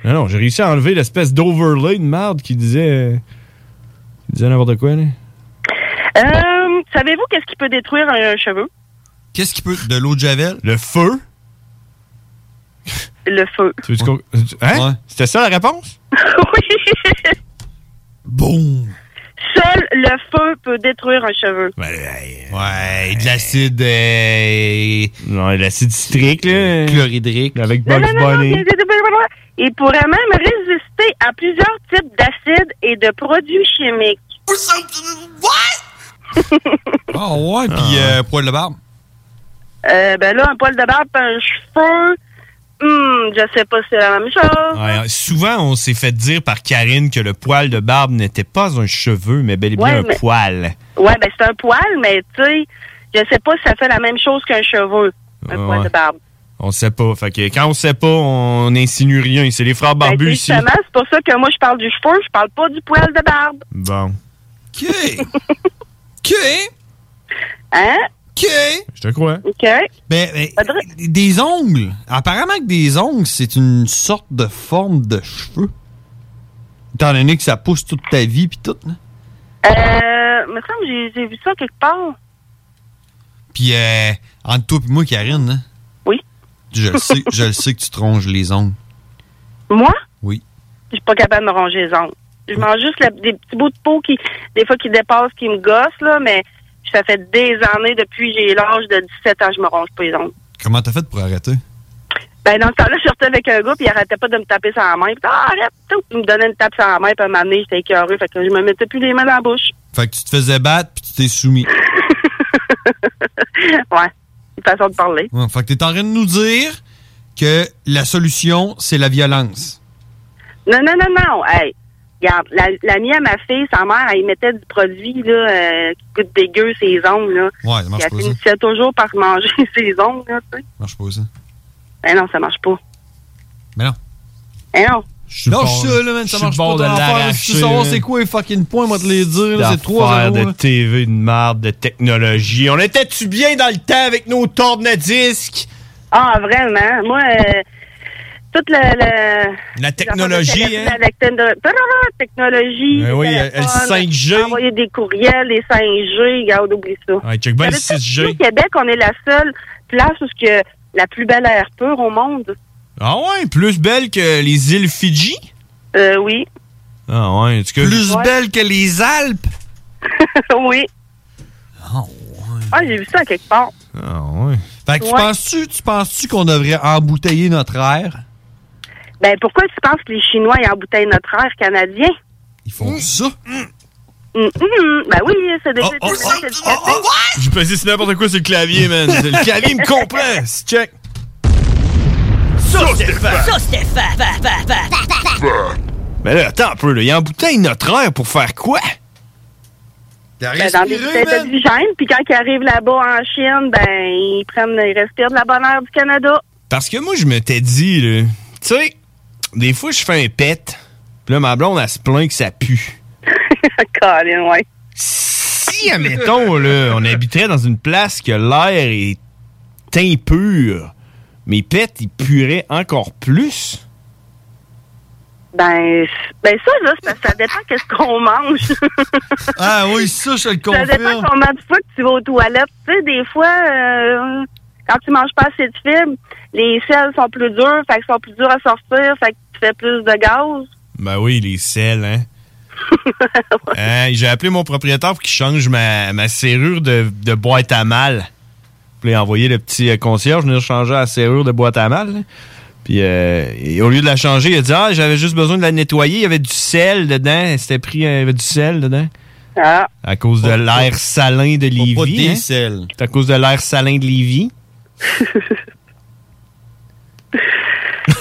Speaker 10: Non, non, j'ai réussi à enlever l'espèce d'overlay de merde qui disait. euh, qui disait n'importe quoi, là.
Speaker 25: Euh, Savez-vous qu'est-ce qui peut détruire un cheveu?
Speaker 9: Qu'est-ce qui peut. De l'eau de Javel? Le feu?
Speaker 25: Le feu. <laughs>
Speaker 10: Tu veux qu'on- Hein? C'était ça la réponse?
Speaker 9: Boum!
Speaker 25: Seul le feu peut détruire un cheveu.
Speaker 9: Ouais, de l'acide. euh,
Speaker 10: Non, de l'acide citrique, là.
Speaker 9: Chlorhydrique.
Speaker 10: Avec
Speaker 25: Non, non, non, non, Il pourrait même résister à plusieurs types d'acides et de produits chimiques.
Speaker 9: Ah ouais, puis euh, poil de barbe.
Speaker 25: Euh, ben là, un poil de barbe, un cheveu, hmm, je sais pas si c'est la même chose.
Speaker 10: Ouais, souvent, on s'est fait dire par Karine que le poil de barbe n'était pas un cheveu, mais bel et bien
Speaker 25: Ouais,
Speaker 10: un
Speaker 25: mais-
Speaker 10: poil.
Speaker 25: Ouais, ben c'est un poil, mais tu sais, je sais pas si ça fait la même chose qu'un cheveu, un
Speaker 10: Ouais.
Speaker 25: poil de barbe.
Speaker 10: On sait pas. Fait que quand on sait pas, on n'insinue rien. C'est les frères
Speaker 25: Ben,
Speaker 10: barbus ici.
Speaker 25: justement, c'est pour ça que moi, je parle du cheveu, je parle pas du poil de barbe.
Speaker 10: Bon.
Speaker 25: <laughs>
Speaker 9: OK. OK.
Speaker 25: Hein?
Speaker 9: OK.
Speaker 10: Je te crois.
Speaker 25: OK.
Speaker 9: Mais, mais, Ben, des ongles. Apparemment que des ongles, c'est une sorte de forme de cheveux. Étant donné que ça pousse toute ta vie puis tout. hein. là.
Speaker 25: Euh, me semble que j'ai- j'ai vu ça quelque part.
Speaker 9: Puis euh, entre toi et moi, Karine, là,
Speaker 25: Oui.
Speaker 9: je le sais, je le sais que tu te ronges les ongles.
Speaker 25: Moi?
Speaker 9: Oui.
Speaker 25: Je suis pas capable de me ronger les ongles. Je mange juste la- des petits bouts de peau qui, des fois, qui dépassent, qui me gossent, là, mais ça fait des années depuis j'ai l'âge de 17 ans, je me ronge pas les ongles.
Speaker 9: Comment t'as fait pour arrêter?
Speaker 25: Ben, dans ce temps-là, je sortais avec un gars, puis il arrêtait pas de me taper sur la main. Puis, ah, arrête, tout. Il me donnait une tape sur la main, puis à un moment donné, j'étais écœurée, fait que je me mettais plus les mains dans la bouche.
Speaker 9: Fait que tu te faisais battre puis tu t'es soumis.
Speaker 25: <laughs> ouais. Une façon de parler.
Speaker 9: Ouais, fait que t'es en train de nous dire que la solution, c'est la violence.
Speaker 25: Non, non, non, non. Hey, regarde, la, la mienne, ma fille, sa mère, elle y mettait du produit là, euh, qui goûte dégueu ses ongles. Là.
Speaker 9: Ouais, ça marche
Speaker 25: Puis
Speaker 9: pas,
Speaker 25: elle
Speaker 9: ça.
Speaker 25: finissait toujours par manger <laughs> ses ongles. Là, tu sais.
Speaker 9: Marche pas, ça.
Speaker 25: ben non, ça marche pas.
Speaker 9: Mais non.
Speaker 25: Ben non.
Speaker 9: Lâche ça, là, man, ça marche pas. ton affaire, là, Si tu veux savoir c'est quoi les fucking points, moi, te les dire, là, c'est trois hein.
Speaker 10: D'affaires
Speaker 9: euros,
Speaker 10: de
Speaker 9: là.
Speaker 10: TV, de marde, de technologie. On était-tu bien dans le temps avec nos tournes à disques?
Speaker 25: Ah, vraiment. Moi, euh, toute la... la...
Speaker 10: La technologie, hein?
Speaker 25: La, la techno- non, non, non, la technologie.
Speaker 10: Ben
Speaker 25: le
Speaker 10: oui, elle-
Speaker 25: téléphone,
Speaker 10: elle 5G.
Speaker 25: Envoyer des courriels, les 5G, regarde, oublie ça.
Speaker 10: Ouais, check bien le
Speaker 25: Savais-tu que
Speaker 10: 6G.
Speaker 25: Au Québec, on est la seule place où ce que la plus belle air pure au monde.
Speaker 10: Ah ouais, plus belle que les îles Fidji?
Speaker 25: Euh, oui.
Speaker 10: Ah ouais, en tout cas-
Speaker 25: Plus Ouais. belle
Speaker 9: que les Alpes?
Speaker 25: <laughs> oui. Ah, j'ai vu ça quelque part.
Speaker 10: Ah ouais.
Speaker 9: Fait que tu
Speaker 25: Ouais.
Speaker 9: penses-tu, tu penses-tu qu'on devrait embouteiller notre air?
Speaker 25: Ben, pourquoi tu penses que les Chinois ils embouteillent notre air canadien?
Speaker 9: Ils font ça?
Speaker 25: Hum, hum, hum. Ben oui, c'est des...
Speaker 10: Oh, oh, oh, oh, oh, J'ai passé sur n'importe quoi sur le clavier, man. Le clavier
Speaker 25: <laughs>
Speaker 10: me comprend. Check.
Speaker 27: Ça,
Speaker 10: c'était fat.
Speaker 27: Ça, c'était fat. Fat, fat, fat.
Speaker 10: Mais là, attends un peu, là. Il embouteille notre air pour faire quoi?
Speaker 25: Ben, dans des
Speaker 10: Respirez,
Speaker 25: bouteilles d'oxygène, puis quand ils arrivent là-bas en Chine, ben, ils prennent, ils respirent de la bonne air du Canada. <laughs>
Speaker 10: Parce que moi, je m'étais dit, là, tu sais, des fois, je fais un pet, puis là, ma blonde, elle se plaint que ça <laughs> pue.
Speaker 25: Colin, ouais.
Speaker 10: Si, admettons, là, on habiterait dans une place que l'air est impur, mes pets, ils pueraient encore plus.
Speaker 25: Ben, c- ben ça, là, c'est parce que ça dépend qu'est-ce qu'on mange. <laughs>
Speaker 9: Ah oui, ça, je
Speaker 25: ça
Speaker 9: le
Speaker 25: dépend
Speaker 9: confirme.
Speaker 25: combien de fois que tu vas aux toilettes. Tu sais, des fois, euh, quand tu manges pas assez de fibres, les selles sont plus dures, fait qu'ils sont plus durs à sortir, fait que tu fais plus de gaz.
Speaker 10: Ben oui, les sels, hein. Hein, J'ai appelé mon propriétaire pour qu'il change ma, ma serrure de, de boîte à mal. Puis il a envoyé le petit euh, concierge venir changer la serrure de boîte à mal. là. Puis euh, et au lieu de la changer, il a dit Ah, j'avais juste besoin de la nettoyer. Il y avait du sel dedans. C'était pris, euh, il y avait du sel dedans.
Speaker 25: Ah.
Speaker 10: À cause de l'air salin de Lévis. hein. Pas des sels. C'est à cause de l'air salin de Lévis.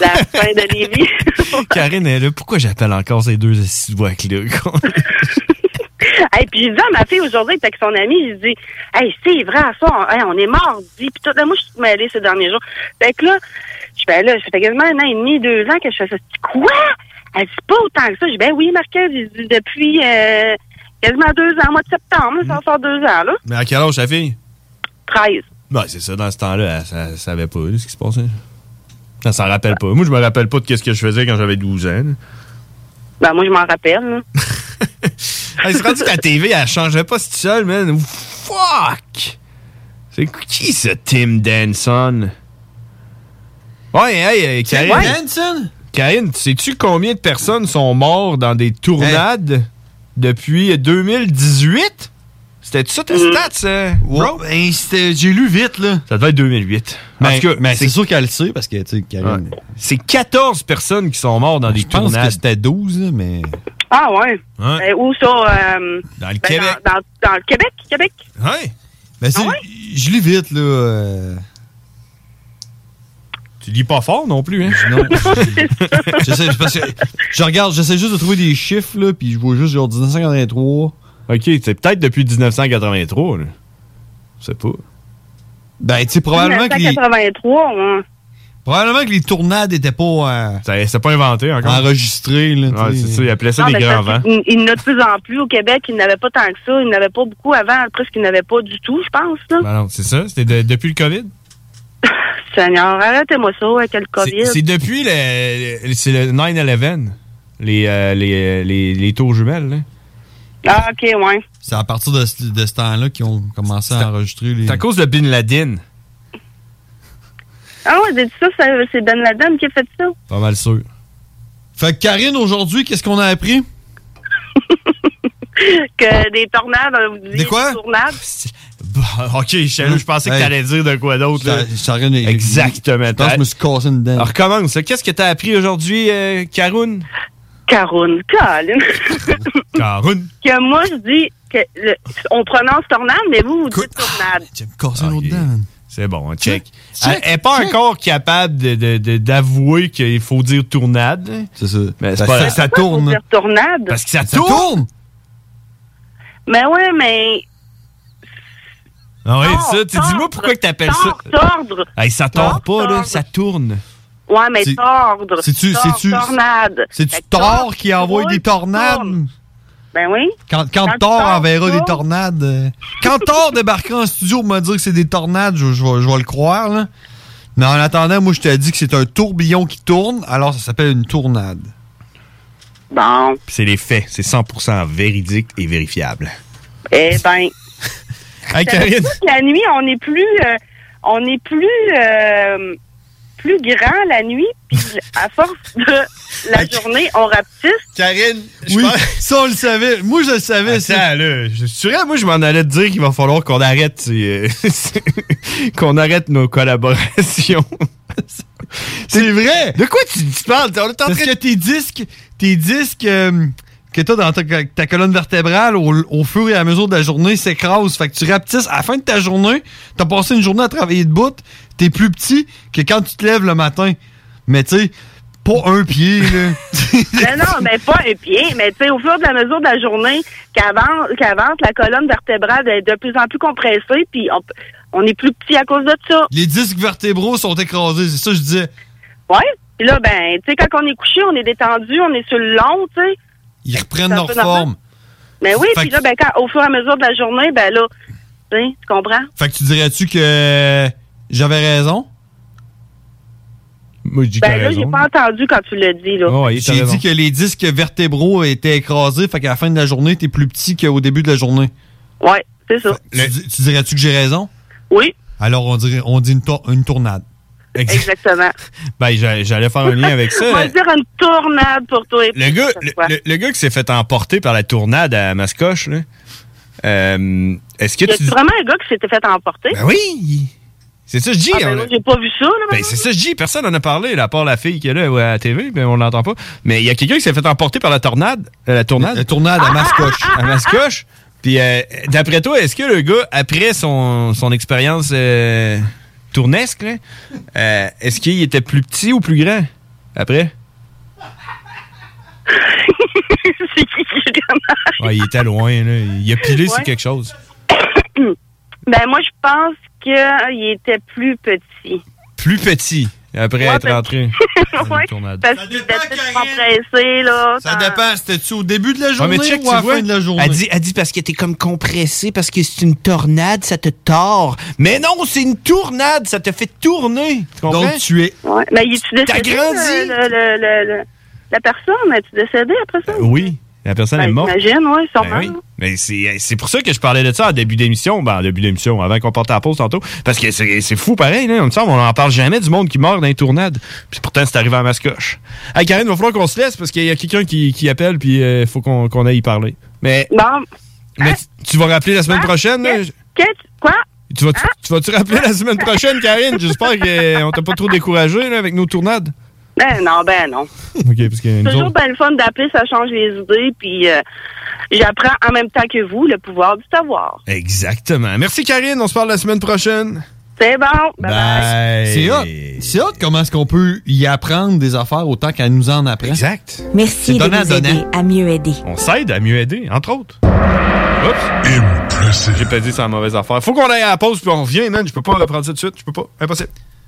Speaker 25: la fin de Lévis. <laughs>
Speaker 10: Karine est là. Pourquoi j'appelle encore ces deux assis de là
Speaker 25: Et puis j'ai dit à ma fille aujourd'hui, avec son amie, j'ai dit Hey, c'est vrai, à soir, on, hey, on est mordi. Puis tout, là, moi, je suis mêlée ces derniers jours. Fait que là, je fais là, ça fait quasiment un an et demi, deux ans que je fais ça. Je dis, quoi? Elle dit pas autant que ça. Je dis Ben oui, Marquez, j'ai dit, depuis euh, quasiment deux ans, au mois de septembre, là, ça va faire deux ans, là.
Speaker 10: Mais à quel âge, sa fille?
Speaker 25: 13.
Speaker 10: Ben, c'est ça, dans ce temps-là, elle, sa- savait pas là, ce qui se passait. Elle s'en rappelle pas. Moi, je me rappelle pas de qu'est-ce que je faisais quand j'avais 12 ans.
Speaker 25: Ben moi, je m'en rappelle. là.
Speaker 10: Elle s'est rendue que la TV, elle changeait pas toute seule, man. Fuck! C'est qui ce Tim Danson? Ouais, hey, euh, hey,
Speaker 28: Tim
Speaker 10: Karine.
Speaker 28: Danson?
Speaker 10: Karine, sais-tu combien de personnes sont mortes dans des tournades depuis 2018? C'était ça tes stats, ça? bro? ben, J'ai lu vite, là. Ça devait être 2008. En
Speaker 9: Mais-
Speaker 10: tout cas,
Speaker 9: mais c'est sûr
Speaker 10: qu'elle le sait parce que, tu sais, Karine. ben, C'est 14 personnes qui sont mortes dans des
Speaker 9: pense que
Speaker 10: tournades. c'était 12, mais.
Speaker 25: Ah ouais.
Speaker 10: Ouais.
Speaker 25: Ben, où ça? euh,
Speaker 10: Dans le
Speaker 25: ben,
Speaker 10: Québec.
Speaker 25: Dans, dans- dans le Québec, Québec.
Speaker 10: Ah Ouais.
Speaker 9: Ben, c'est- Je lis vite, là. euh.
Speaker 10: Tu lis pas fort non plus, hein? <laughs>
Speaker 9: Non. J'essaie- parce que je regarde, j'essaie juste de trouver des chiffres, là, puis je vois juste genre 1953.
Speaker 10: OK, c'est peut-être depuis 1983, là. Je sais pas.
Speaker 9: Ben, tu sais, probablement que les,
Speaker 25: 1983, ouais.
Speaker 9: probablement que les tournades étaient pas. euh,
Speaker 10: C'était pas inventé encore.
Speaker 9: Enregistré, là.
Speaker 10: Ouais, c'est ça, ils appelaient ça
Speaker 25: Non,
Speaker 10: des
Speaker 25: mais
Speaker 10: grands
Speaker 25: Ah, ben, ça,
Speaker 10: vents.
Speaker 25: c'est- Il, il y en a de plus en plus au Québec. Il n'avait pas tant que ça. Il n'avait pas beaucoup avant. Presque, il n'avait pas du tout, je pense. Là.
Speaker 10: Ben non, c'est ça, c'était de- depuis le COVID.
Speaker 25: Seigneur, arrêtez-moi ça avec le COVID.
Speaker 10: C'est depuis le, le- c'est le 9-11, les, euh, les, les, les tours jumelles. là.
Speaker 25: Ah, OK, ouais.
Speaker 9: C'est à partir de, ce- de ce temps-là qu'ils ont commencé à enregistrer les.
Speaker 10: C'est à cause de Bin Laden.
Speaker 25: Ah ouais, j'ai dit ça, ça- c'est Ben Laden qui a fait ça. <laughs>
Speaker 10: Pas mal sûr.
Speaker 9: Fait que Karine, aujourd'hui, qu'est-ce qu'on a appris?
Speaker 25: que des tornades, vous disiez des
Speaker 10: quoi? <laughs>
Speaker 25: tornades.
Speaker 10: OK, je, je pensais que
Speaker 9: Hey.
Speaker 10: t'allais dire de quoi d'autre. là. Exactement.
Speaker 9: Je pense que je me suis cassé une dent.
Speaker 10: Alors, recommence. là. Qu'est-ce que t'as appris aujourd'hui, euh, Caroune?
Speaker 25: Caroune, Colin.
Speaker 10: Caroune.
Speaker 25: que moi, je dis que le- on prononce tornade, mais vous, vous dites tornade.
Speaker 10: Ah,
Speaker 9: Cassé une autre dent, man.
Speaker 10: C'est bon, on check.
Speaker 9: Check,
Speaker 10: Elle n'est pas
Speaker 9: check.
Speaker 10: encore capable de- de- de- d'avouer qu'il faut dire tournade.
Speaker 9: C'est ça.
Speaker 10: Mais
Speaker 9: Ça-
Speaker 10: c'est pas-
Speaker 9: ça- ça
Speaker 25: Pourquoi faut dire tornade.
Speaker 10: Parce que ça,
Speaker 9: Ça
Speaker 10: tourne.
Speaker 9: tourne!
Speaker 25: Mais ouais, mais.
Speaker 10: Ah oui,
Speaker 25: Tord,
Speaker 10: ça, tu dis-moi pourquoi que t'appelles ça.
Speaker 25: Tord, tordre.
Speaker 10: Hey, ça tord pas, là, ça tourne.
Speaker 25: Ouais, mais
Speaker 10: C'est-
Speaker 25: tordre.
Speaker 9: c'est-tu-
Speaker 25: Tord,
Speaker 9: c'est-tu-
Speaker 25: Tornade.
Speaker 9: C'est-tu
Speaker 25: Fait que
Speaker 9: Thor qui envoie des tornades?
Speaker 25: Ben oui.
Speaker 9: Quand, quand,
Speaker 25: Quand
Speaker 9: Thor
Speaker 25: Thor
Speaker 9: enverra
Speaker 25: tourne.
Speaker 9: des tornades. euh, Quand Thor débarquera en studio pour me dire que c'est des tornades, je, je vais- je vais le croire. Là. Mais en attendant, moi, je t'ai dit que c'est un tourbillon qui tourne, alors ça s'appelle une tournade.
Speaker 25: Bon.
Speaker 10: Puis C'est les faits, c'est 100% véridique et vérifiable.
Speaker 25: Eh
Speaker 9: <laughs>
Speaker 25: ben.
Speaker 10: Hey,
Speaker 25: Ça veut
Speaker 10: Karine.
Speaker 25: dire que La nuit, on est plus, euh, on est plus, euh, plus grand la nuit. Puis à force
Speaker 9: <laughs>
Speaker 25: de la journée, on rapetisse.
Speaker 10: Karine,
Speaker 9: Oui, ça, on le savait. Moi, je le savais.
Speaker 10: Attends, là, je suis sûr, moi, je m'en allais te dire qu'il va falloir qu'on arrête, euh, <laughs> qu'on arrête nos collaborations.
Speaker 9: <laughs> C'est vrai!
Speaker 10: De quoi tu, parles?
Speaker 9: Parce que tes disques, tes disques euh, que t'as dans ta, ta colonne vertébrale au, au fur et à mesure de la journée s'écrasent. Fait que tu rapetisses à la fin de ta journée, t'as passé une journée à travailler de bout, t'es plus petit que quand tu te lèves le matin. Mais tu sais, pas un pied, là.
Speaker 25: Mais non, mais pas un pied. Mais tu sais, au fur et à mesure de la journée qu'avance, qu'avance, la colonne vertébrale est de plus en plus compressée. Puis on, on est plus petit à cause de ça.
Speaker 9: Les disques vertébraux sont écrasés, c'est ça que je disais.
Speaker 25: Ouais. Puis là, ben, tu sais, quand on est couché, on est détendu, on est sur le long, tu sais.
Speaker 9: Ils reprennent
Speaker 25: C'est un
Speaker 9: leur
Speaker 25: peu normal.
Speaker 9: forme.
Speaker 25: Mais oui,
Speaker 9: Fait
Speaker 25: puis
Speaker 9: que-
Speaker 25: là, ben, quand, au fur et à mesure de la journée, ben là, tu sais, tu comprends?
Speaker 9: Fait que tu dirais-tu que j'avais raison?
Speaker 10: Moi, je dis
Speaker 25: Ben là, j'ai pas entendu quand tu l'as dit, là.
Speaker 10: Ah Oh,
Speaker 9: J'ai dit que les disques vertébraux étaient écrasés, fait qu'à la fin de la journée, t'es plus petit qu'au début de la journée.
Speaker 25: Ouais, c'est ça.
Speaker 9: Tu, dis- tu dirais-tu que j'ai raison?
Speaker 25: Oui.
Speaker 9: Alors, on, dirait, on dit une, tour- une tournade. <laughs>
Speaker 10: <laughs>
Speaker 25: Exactement.
Speaker 10: Ben, j'a- j'allais faire un lien avec
Speaker 25: <laughs> On va
Speaker 10: ça. euh,
Speaker 25: dire une tournade pour toi.
Speaker 10: Le gars, le, le- le gars qui s'est fait emporter par la tournade à Mascoche, là, euh, est-ce que
Speaker 25: Y
Speaker 10: tu...
Speaker 25: a-tu vraiment un gars qui s'était fait emporter?
Speaker 10: Ben oui! C'est ça que je dis.
Speaker 25: Ah, ben
Speaker 10: on-
Speaker 25: non, j'ai pas vu ça, là.
Speaker 10: Ben, c'est ça, je dis, personne n'en a parlé, là, à part la fille qui est là ouais, à la TV, mais on l'entend pas. Mais il y a quelqu'un qui s'est fait emporter par la tornade. euh, la tournade. La
Speaker 9: tournade à Mascoche.
Speaker 10: à Mascoche. Puis, euh, d'après toi, est-ce que le gars, après son, son expérience euh, tournesque, là, euh, est-ce qu'il était plus petit ou plus grand après?
Speaker 25: <laughs> C'est qui qui est dommage?
Speaker 10: Ouais, il était loin, là. Il a pilé sur
Speaker 25: Ouais.
Speaker 10: quelque chose.
Speaker 25: Ben, moi, je pense qu'il était plus petit.
Speaker 10: Plus petit après être rentré.
Speaker 25: <laughs> ouais, parce qu'il était tout compressé, là.
Speaker 9: Ça
Speaker 25: dans-
Speaker 9: dépend, c'était-tu au début de la
Speaker 10: Ah,
Speaker 9: journée
Speaker 10: mais check,
Speaker 9: ou à
Speaker 10: tu
Speaker 9: la
Speaker 10: vois,
Speaker 9: fin de la journée?
Speaker 29: Elle dit, elle dit parce que t'es comme compressé, parce que c'est une tornade, ça te tord. Mais non, c'est une tournade, ça te fait tourner. Tu comprends?
Speaker 9: Donc, tu es-
Speaker 25: Ouais, mais il est-tu
Speaker 29: T'as
Speaker 25: décédé? euh,
Speaker 29: grandi?
Speaker 25: le- le- le- le- la personne, est tu décédée après ça?
Speaker 10: Oui, Ben, la personne est
Speaker 25: Ben,
Speaker 10: morte.
Speaker 25: J'imagine, oui, sûrement.
Speaker 10: Ben oui. Mais c'est c'est pour ça que je parlais de ça en début d'émission, ben en début d'émission, avant qu'on parte à la pause tantôt, parce que c'est c'est fou pareil, là, on me semble, on n'en parle jamais du monde qui meurt dans les tournades. Puis pourtant, c'est arrivé à Mascoche. Hey Karine, il va falloir qu'on se laisse parce qu'il y a quelqu'un qui, qui appelle, puis il faut qu'on qu'on aille y parler. Mais, mais tu- tu vas rappeler la semaine prochaine, là?
Speaker 25: Hein? Qu'est-ce- Quoi? Hein?
Speaker 10: Tu vas-tu tu vas-tu rappeler la semaine prochaine, Karine? J'espère qu'on t'a pas trop découragé là, avec nos tournades.
Speaker 25: Ben non, ben non.
Speaker 10: OK, parce que
Speaker 25: C'est
Speaker 10: nous
Speaker 25: toujours
Speaker 10: autres-
Speaker 25: bien le fun d'appeler, ça change les idées, puis euh, j'apprends en même temps que vous le pouvoir du savoir.
Speaker 10: Exactement. Merci, Karine. On se parle la semaine prochaine.
Speaker 25: C'est bon.
Speaker 9: C'est hot. C'est hot comment est-ce qu'on peut y apprendre des affaires autant qu'elle nous en apprend.
Speaker 10: Exact.
Speaker 30: Merci
Speaker 9: C'est
Speaker 30: de
Speaker 9: donnant,
Speaker 30: nous aider
Speaker 9: donnant.
Speaker 30: à mieux aider.
Speaker 10: On s'aide à mieux aider, entre autres. Oups. J'ai pas dit c'est la mauvaise affaire. Faut qu'on aille à la pause puis on revient, man. Je peux pas reprendre ça tout de suite. Je peux pas. Impossible.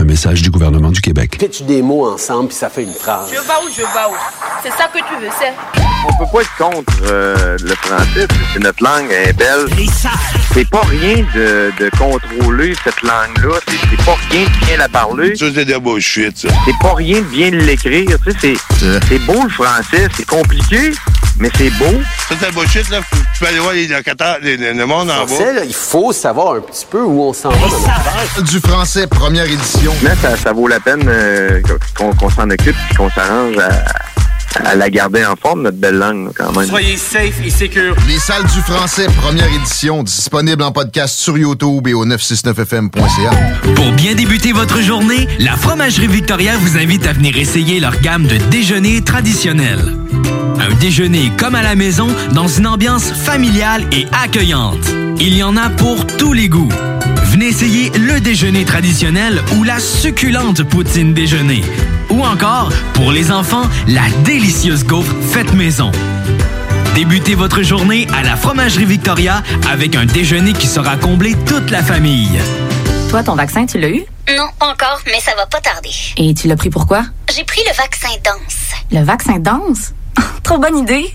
Speaker 5: Un message du gouvernement du Québec.
Speaker 31: Fais-tu des mots ensemble, puis ça fait une phrase.
Speaker 14: Je vais où, je vais où. C'est ça que tu veux, c'est.
Speaker 7: On peut pas être contre euh, le français, c'est- c'est notre langue, elle est belle. C'est pas rien de, de contrôler cette langue-là, c'est c'est pas rien de bien la parler. Ça, c'est de la bullshit, ça. C'est pas rien de bien l'écrire, tu sais, c'est- c'est beau le français, c'est compliqué, mais c'est beau. Ça, c'est la bullshit, là, tu peux aller voir les locataires, le monde
Speaker 22: en
Speaker 31: Français, là, il faut savoir un petit peu où on s'en va. dans notre
Speaker 22: Du français, première édition. Mais ça, ça vaut la peine euh, qu'on qu'on s'en occupe et qu'on s'arrange à, à la garder en forme, notre belle langue, là, quand même. safe et secure.
Speaker 32: Les salles du français, première édition, disponible en podcast sur YouTube et au 969fm.ca.
Speaker 15: Pour bien débuter votre journée, la Fromagerie Victoria vous invite à venir essayer leur gamme de déjeuners traditionnels. Un déjeuner comme à la maison dans une ambiance familiale et accueillante. Il y en a pour tous les goûts. Venez essayer le déjeuner traditionnel ou la succulente poutine déjeuner. Ou encore, pour les enfants, la délicieuse gaufre faite maison. Débutez votre journée à la Fromagerie Victoria avec un déjeuner qui saura combler toute la famille.
Speaker 2: Toi, ton vaccin, tu l'as eu?
Speaker 3: Non, encore, mais ça va pas tarder.
Speaker 2: Et tu l'as pris pourquoi?
Speaker 3: J'ai pris le vaccin danse.
Speaker 2: Le vaccin danse? <laughs> Trop bonne idée!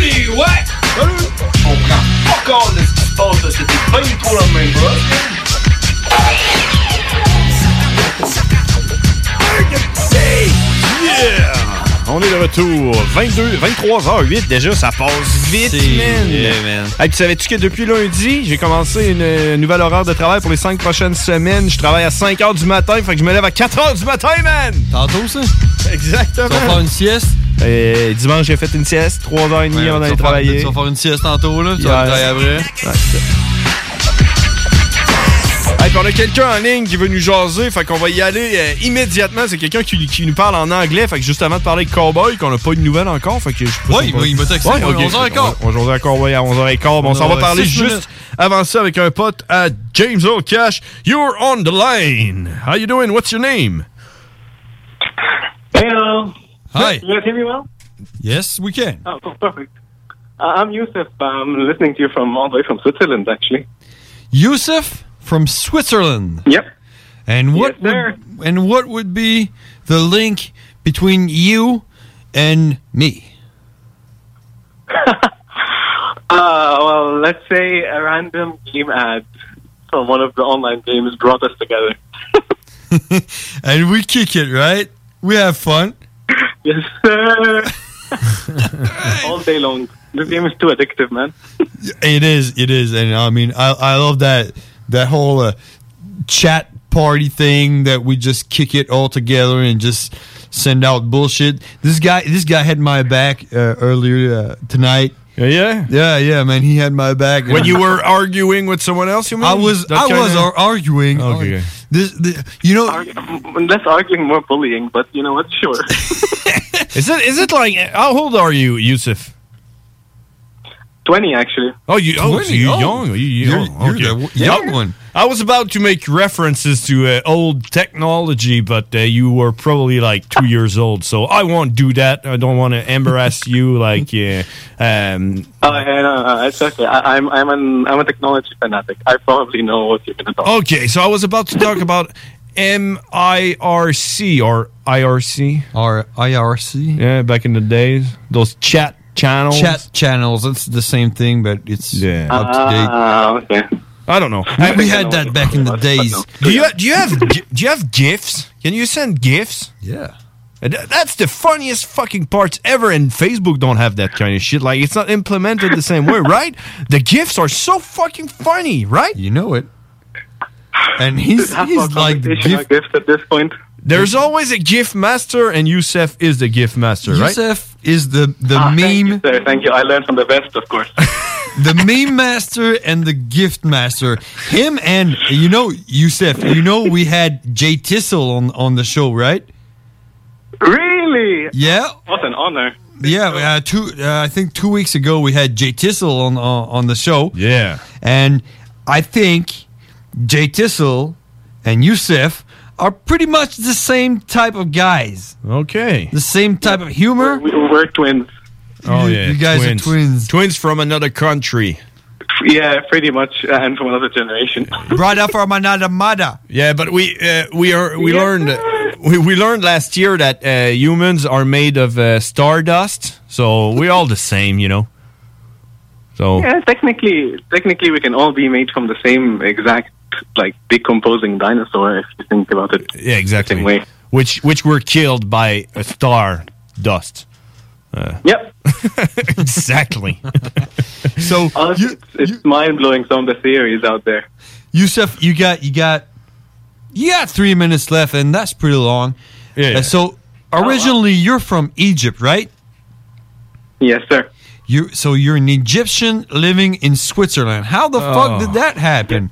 Speaker 10: les ouais! Salut!
Speaker 33: On prend pas compte de ce qui se passe, là. c'était pas du tout la même chose.
Speaker 10: Yeah! On est de retour. 22, 23h08 déjà, ça passe vite,
Speaker 9: C'est-
Speaker 10: man.
Speaker 9: yeah, man.
Speaker 10: Hey, puis savais-tu que depuis lundi, j'ai commencé une euh, nouvelle horaire de travail pour les 5 prochaines semaines. Je travaille à 5 h du matin, fait que je me lève à 4 h du matin, man! Tantôt, ça? Exactement.
Speaker 9: Tu vas faire une sieste?
Speaker 10: Et dimanche, j'ai fait une sieste, 3h30,
Speaker 9: Ouais, tu
Speaker 10: on
Speaker 9: vas
Speaker 10: allait
Speaker 9: faire-
Speaker 10: travailler.
Speaker 9: Tu vas faire une sieste tantôt, là. Tu
Speaker 10: Yes.
Speaker 9: vas travailler après.
Speaker 10: Ouais, c'est ça. Hey, puis on a quelqu'un en ligne qui veut nous jaser, fait qu'on va y aller euh, immédiatement. C'est quelqu'un qui, qui nous parle en anglais, fait que juste avant de parler de Cowboy, qu'on n'a pas eu de nouvelles encore, fait que je sais pas
Speaker 9: Ouais,
Speaker 10: si on
Speaker 9: il m'a- il m'a texté,
Speaker 10: Ouais,
Speaker 9: moi,
Speaker 10: ok.
Speaker 9: 11h15.
Speaker 10: On, on jasait à Cowboy à 11h15. Bon, on s'en va
Speaker 9: a
Speaker 10: parler
Speaker 9: Euh, six
Speaker 10: juste
Speaker 9: minutes.
Speaker 10: avant ça avec un pote à James O'Cash. You're on the line. How you doing? What's your name?
Speaker 34: Hello.
Speaker 9: Hi.
Speaker 34: You guys hear me well?
Speaker 9: Yes, we can.
Speaker 34: Oh, cool, perfect. Uh, I'm Yusuf. I'm listening to you from all the way from Switzerland, actually.
Speaker 9: Yusuf from Switzerland.
Speaker 34: Yep.
Speaker 9: And what would, and what would be the link between you and me? <laughs>
Speaker 34: Uh, well, let's say a random game ad from one of the online games brought us together. <laughs>
Speaker 9: And we kick it, right? We have fun.
Speaker 34: Yes,
Speaker 9: <laughs>
Speaker 34: sir. all day long. This game is too addictive, man.
Speaker 9: It is, it is, and I mean, I I love that that whole uh, chat party thing that we just kick it all together and just send out bullshit. This guy, this guy had my back uh, earlier uh, tonight.
Speaker 10: Yeah,
Speaker 9: yeah, yeah, man. He had my back
Speaker 10: When you
Speaker 9: <laughs>
Speaker 10: were arguing with someone else, you mean?
Speaker 9: I was,
Speaker 10: That
Speaker 9: I was
Speaker 10: kinda-
Speaker 9: ar- arguing. Okay. This, the, you know,
Speaker 34: Less arguing, more bullying, but you know what? Sure. <laughs>
Speaker 10: Is it is it like how old are you, Yusuf?
Speaker 34: 20, actually.
Speaker 10: Oh, you oh,
Speaker 34: 20,
Speaker 10: so you're
Speaker 34: oh.
Speaker 10: young. You young.
Speaker 34: You're- you're
Speaker 10: okay.
Speaker 34: the young
Speaker 10: Yeah.
Speaker 34: one.
Speaker 10: I was about to make references to uh, old technology, but uh, you were probably like two years old, so I won't do that. I don't want to embarrass you. Like, yeah, um,
Speaker 34: Oh, yeah, no, no, it's okay. I, I'm, I'm, an, I'm a technology fanatic. I probably know what you're going to talk
Speaker 10: Okay, so I was about to talk about MIRC or IRC
Speaker 9: or IRC.
Speaker 10: Yeah, back in the days, those chat channels.
Speaker 9: chat channels. It's the same thing, but it's up to date.
Speaker 10: Ah. I don't know.
Speaker 9: We, we had that back in the days.
Speaker 10: Do you do you have gi- do you have gifts? Can you send gifts?
Speaker 9: Yeah.
Speaker 10: That's the funniest fucking parts ever, and Facebook don't have that kind of shit. Like it's not implemented the same way, right? The gifts are so fucking funny, right?
Speaker 9: You know it. And he's, he's like the
Speaker 34: about.
Speaker 9: gift.
Speaker 34: Gifts at this point.
Speaker 10: There's always a gift master, and Youssef is the gift master, right?
Speaker 9: Youssef is the the
Speaker 10: Ah,
Speaker 9: meme
Speaker 34: Sir, Ah, thank you. I learned from the best,
Speaker 9: <laughs>
Speaker 34: of course.
Speaker 9: the meme master and the gift master. Him and you know Youssef. You know we had Jay Tissel on on the show, right?
Speaker 34: really?
Speaker 9: Yeah.
Speaker 34: What an honor.
Speaker 9: Yeah, uh, two. Uh, I think two weeks ago we had Jay Tissel on on on the show.
Speaker 10: Yeah,
Speaker 9: and I think Jay Tissel and Youssef are pretty much the same type of guys.
Speaker 10: Okay,
Speaker 9: the same type of humor.
Speaker 34: We were twins.
Speaker 10: Oh
Speaker 9: You-
Speaker 10: yeah,
Speaker 9: you guys are twins.
Speaker 10: Twins from another country.
Speaker 34: Yeah, pretty much. uh, And from another generation.
Speaker 9: Brada from another mother.
Speaker 10: Yeah, but we uh, we are we learned we, we learned last year that uh, humans are made of uh, stardust, so we're all the same, you know.
Speaker 9: Oh.
Speaker 10: So
Speaker 34: Yeah, technically, technically, we can all be made from the same exact, like, decomposing dinosaur, if you think about it.
Speaker 10: yeah, exactly. Which which were killed by a star dust. Uh, <laughs>
Speaker 34: yep.
Speaker 10: exactly.
Speaker 9: <laughs>
Speaker 10: <laughs>
Speaker 9: so,
Speaker 34: Honestly, Uh, it's, it's mind blowing some of the theories out there.
Speaker 9: Youssef, you got you got you got three minutes left, and that's pretty long.
Speaker 10: Yeah.
Speaker 9: Uh, so originally, you're from Egypt, right?
Speaker 34: Yes, sir.
Speaker 9: You so you're an Egyptian living in Switzerland. How the fuck
Speaker 34: Oh.
Speaker 9: did that happen?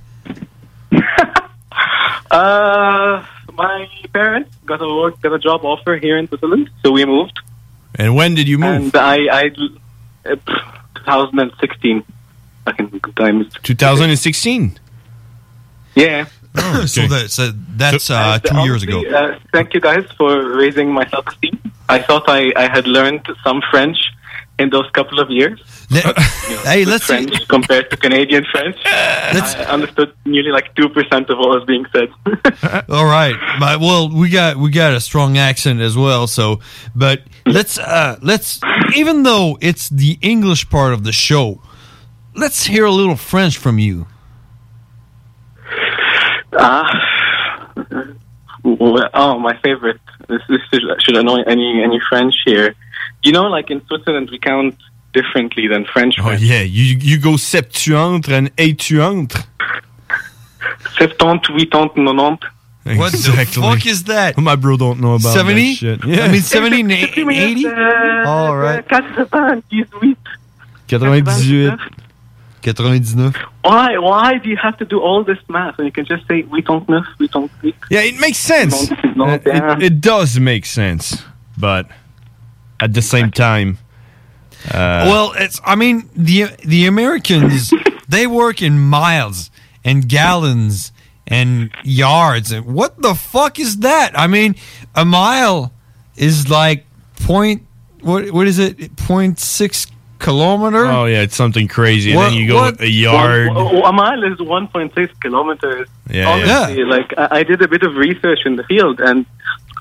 Speaker 34: Uh, my parents got a work, got a job offer here in Switzerland, so we moved.
Speaker 10: And when did you move?
Speaker 34: And I, I uh, pff, 2016. Fucking good times.
Speaker 10: 2016.
Speaker 34: Yeah.
Speaker 9: Oh, <clears throat> so, that, so that's uh, two years
Speaker 34: <laughs>
Speaker 9: ago.
Speaker 34: Honestly, Uh, thank you guys for raising my self esteem. I thought I, I had learned some French in those couple of years.
Speaker 9: <laughs> hey, let's
Speaker 34: French compared to Canadian French.
Speaker 9: <laughs>
Speaker 34: I understood nearly like two percent of what was being said.
Speaker 9: All right. But, well, we got we got a strong accent as well. So, but let's uh let's even though it's the English part of the show, let's hear a little French from you.
Speaker 34: Ah, well, oh, my favorite. This, this should- should annoy any any French here. You know, like in Switzerland, we count differently than French.
Speaker 10: Oh yeah, you you go septuantre and eightuantre.
Speaker 34: Septante, huitante, nonante.
Speaker 9: What
Speaker 10: Exactly.
Speaker 9: the fuck is that?
Speaker 10: My bro don't know
Speaker 9: 70?
Speaker 10: about that
Speaker 34: <laughs>
Speaker 10: shit.
Speaker 9: I mean, 70, 80?
Speaker 34: uh,
Speaker 9: All right.
Speaker 10: 98.
Speaker 9: 99.
Speaker 34: Why? Why do you have to do all this math when you can just say we don't know, we don't know?
Speaker 10: Yeah, it makes sense. Uh, it, it does make sense, but at the same time, uh,
Speaker 9: Ah. well, it's I mean the the Americans they work in miles and gallons and yards. And what the fuck is that? I mean, a mile is like point what what is it? Point six kilometer.
Speaker 10: oh yeah, it's something crazy. And then you go a yard.
Speaker 34: Well, well, a mile Oh, is 1.6 kilometers.
Speaker 10: Yeah,
Speaker 34: Honestly, like I, I did a bit of research in the field, and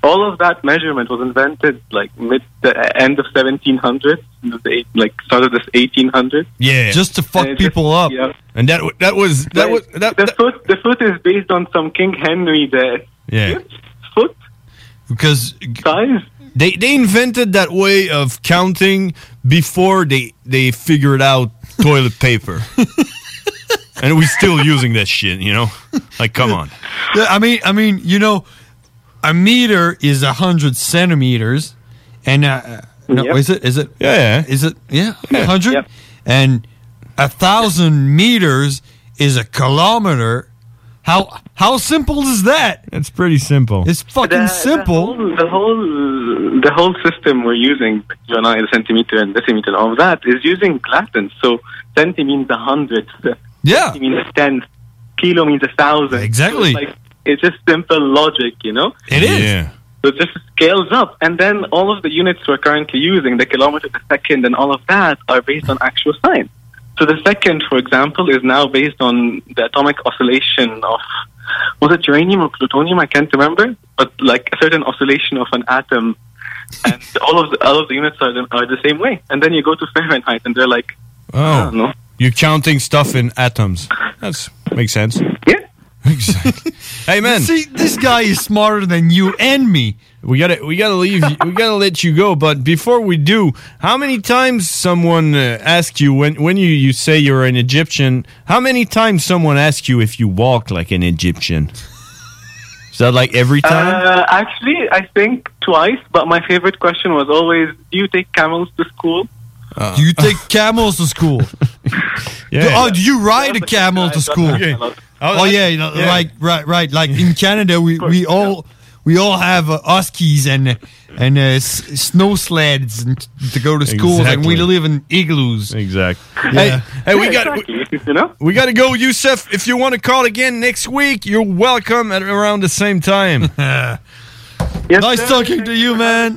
Speaker 34: all of that measurement was invented like mid the end of 1700s, the eight- like start of this 1800s.
Speaker 10: Yeah,
Speaker 9: just to fuck people up.
Speaker 10: And that that was
Speaker 34: that was the foot. The foot is based on some King Henry there.
Speaker 10: Yeah.
Speaker 34: Foot
Speaker 9: Because
Speaker 34: size.
Speaker 10: They they invented that way of counting before they they figured out toilet <laughs> paper. and we're still using that shit, you know? Like come on.
Speaker 9: Yeah, I mean, I mean, you know, a meter is a hundred centimeters, and uh, no,
Speaker 10: Yep.
Speaker 9: is it? Is it?
Speaker 10: Yeah,
Speaker 9: Is it? Yeah, a hundred. And a thousand meters is a kilometer. How how simple is that?
Speaker 10: It's pretty simple.
Speaker 9: It's fucking simple.
Speaker 34: The whole the whole system we're using, you and I, the centimeter and decimeter, and all of that is using Latin. So centi means a hundred.
Speaker 9: Yeah.
Speaker 34: Centi means a tenth. Kilo means a thousand.
Speaker 9: Exactly.
Speaker 34: So it's, like, it's just simple logic, you know.
Speaker 9: It is.
Speaker 34: So it just scales up, and then all of the units we're currently using, the kilometer per second, and all of that, are based on actual science. So the second, for example, is now based on the atomic oscillation of was it uranium or plutonium? I can't remember, but like a certain oscillation of an atom, and all of the, all of the units are the, are the same way. And then you go to Fahrenheit, and they're like,
Speaker 10: Oh.
Speaker 34: no.
Speaker 10: You're counting stuff in atoms. That's makes sense.
Speaker 34: Yeah.
Speaker 10: <laughs> Exactly. hey man.
Speaker 9: See, this guy is smarter than you and me.
Speaker 10: We gotta we gotta leave you- we gotta let you go, but before we do, how many times someone uh, asks you when when you, you say you're an Egyptian, how many times someone asks you if you walk like an Egyptian? Is that like every time?
Speaker 34: Uh, actually, I think twice. But my favorite question was always, "Do you take camels to school?"
Speaker 10: Uh.
Speaker 9: Do you take camels to
Speaker 10: <laughs>
Speaker 9: school? Do- oh, do you <laughs> ride a camel to school?
Speaker 34: Okay.
Speaker 9: Oh, yeah, you know,
Speaker 34: Yeah.
Speaker 9: like right, right. Like
Speaker 10: <laughs>
Speaker 9: in Canada, we, we all we all have uh, huskies and and uh, s- snow sleds and t- to go to school, and we
Speaker 10: Exactly.
Speaker 9: live in igloos.
Speaker 10: Exactly.
Speaker 9: Yeah.
Speaker 10: Hey, hey, we got
Speaker 34: you know?
Speaker 10: we got to go, Youssef. If you want to call again next week, you're welcome at around the same time.
Speaker 9: <laughs> nice talking to you, man.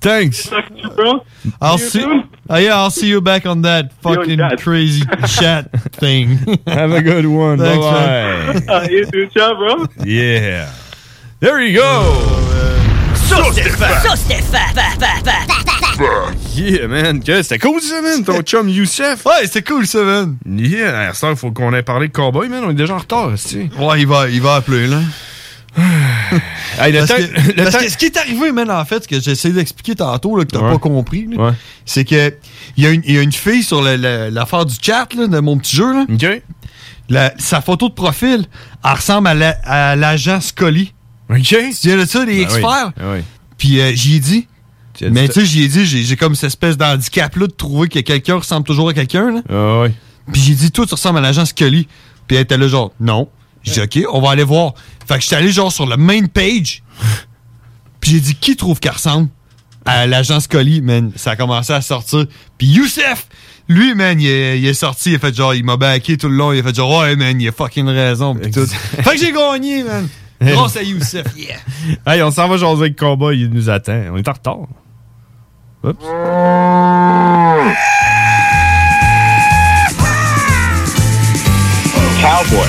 Speaker 10: Thanks.
Speaker 34: bro.
Speaker 9: I'll
Speaker 10: See you
Speaker 9: see.
Speaker 10: soon.
Speaker 9: Uh, yeah, I'll see you back on that fucking
Speaker 10: <laughs>
Speaker 9: crazy chat thing.
Speaker 10: Have a good one.
Speaker 9: Thanks,
Speaker 10: Bye-bye.
Speaker 9: man. <laughs>
Speaker 34: uh, you do, ciao, bro.
Speaker 10: Yeah. There you go.
Speaker 33: Sauce
Speaker 10: Stéphane.
Speaker 33: Sauce Stéphane.
Speaker 10: Yeah, man. Que- C'était cool, ça,
Speaker 9: <laughs>
Speaker 10: man. Ton chum Youssef.
Speaker 9: Ouais, c'était cool, ça, man.
Speaker 10: Yeah. À ce temps, il faut qu'on ait parlé de cowboy, man. On est déjà en retard, tu
Speaker 9: Ouais, il va, il va appeler, là.
Speaker 10: <sighs> Hey, le
Speaker 9: parce
Speaker 10: temps-
Speaker 9: que,
Speaker 10: le
Speaker 9: parce
Speaker 10: temps-
Speaker 9: que ce qui est arrivé, man, en fait, ce que j'essaie d'expliquer tantôt, là, que t'as pas compris, là,
Speaker 10: Ouais.
Speaker 9: c'est que il y, a une- il y a une fille sur le- le- l'affaire du chat, là, de mon petit jeu, là. La- sa photo de profil, elle ressemble à la- à l'agent Scully.
Speaker 10: OK. Tu
Speaker 9: viens de ça, les experts?
Speaker 10: oui.
Speaker 9: Puis euh, j'y ai dit.
Speaker 10: as
Speaker 9: Mais
Speaker 10: dit-
Speaker 9: tu sais, j'y ai dit, j'ai j'ai comme cette espèce d'handicap-là de trouver que quelqu'un ressemble toujours à quelqu'un. là.
Speaker 10: Ah
Speaker 9: Puis j'ai dit, toi, tu ressembles à l'agent Scully. Puis elle était là, genre, non. J'ai dit, OK, on va aller voir. Fait que j'étais allé, genre, sur le main
Speaker 10: <laughs>
Speaker 9: page. Puis j'ai dit, qui trouve qu'elle ressemble à l'agent Scully, man? Ça a commencé à sortir. Puis Youssef! Lui, man, il est, il est sorti, il a fait genre, il m'a backé tout le long, il a fait genre, ouais, man, il a fucking raison, pis tout. Fait
Speaker 10: <laughs>
Speaker 9: que j'ai gagné, man! Grâce à Youssef, yeah!
Speaker 10: Hey, on s'en va jaser avec combat, il nous attend. On est en retard. Oups.
Speaker 35: Cowboy.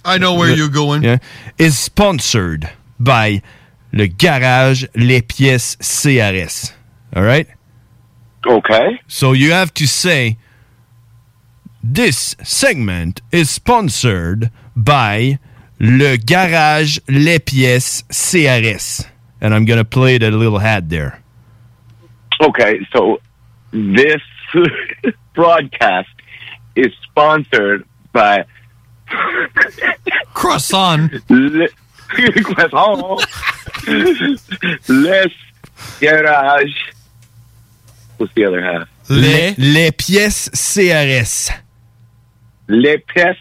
Speaker 9: I know where
Speaker 10: Le-
Speaker 9: you're going.
Speaker 10: yeah, is sponsored by le garage Les Pièces CRS. All right?
Speaker 35: Okay.
Speaker 10: So you have to say this segment is sponsored by le garage Les Pièces CRS. And I'm going to play the little hat there.
Speaker 35: Okay, so this <laughs> broadcast is sponsored by
Speaker 9: Croissant.
Speaker 35: Le, <laughs> croissant. <laughs> Les garage. What's the other half?
Speaker 10: Les, les pièces CRS.
Speaker 35: Les pièces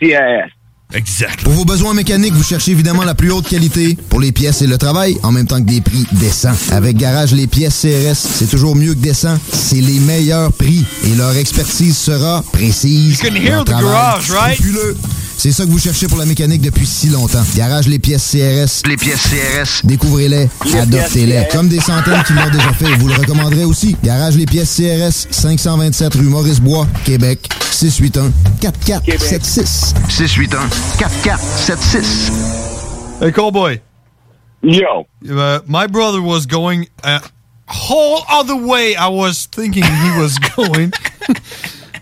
Speaker 35: CRS.
Speaker 10: Exact.
Speaker 22: Pour vos besoins mécaniques, vous cherchez évidemment la plus haute qualité pour les pièces et le travail, en même temps que des prix décents. Avec Garage Les Pièces CRS, c'est toujours mieux que décent. C'est les meilleurs prix et leur expertise sera précise.
Speaker 9: You can hear
Speaker 22: Leur
Speaker 9: the
Speaker 22: travail
Speaker 9: garage, right?
Speaker 22: scrupuleux. C'est ça que vous cherchez pour la mécanique depuis si longtemps. Garage Les Pièces CRS. Les pièces CRS. Découvrez-les,
Speaker 18: Les
Speaker 22: adoptez-les.
Speaker 18: pièces CRS.
Speaker 22: Comme des centaines qui l'ont déjà fait, vous le recommanderez aussi. Garage Les Pièces CRS, 527 rue Maurice-Bois, Québec, 681-4476. 681-4476.
Speaker 9: Hey, cowboy.
Speaker 35: Yo.
Speaker 9: Uh, my brother was going a whole other way. I was thinking he was <laughs> going,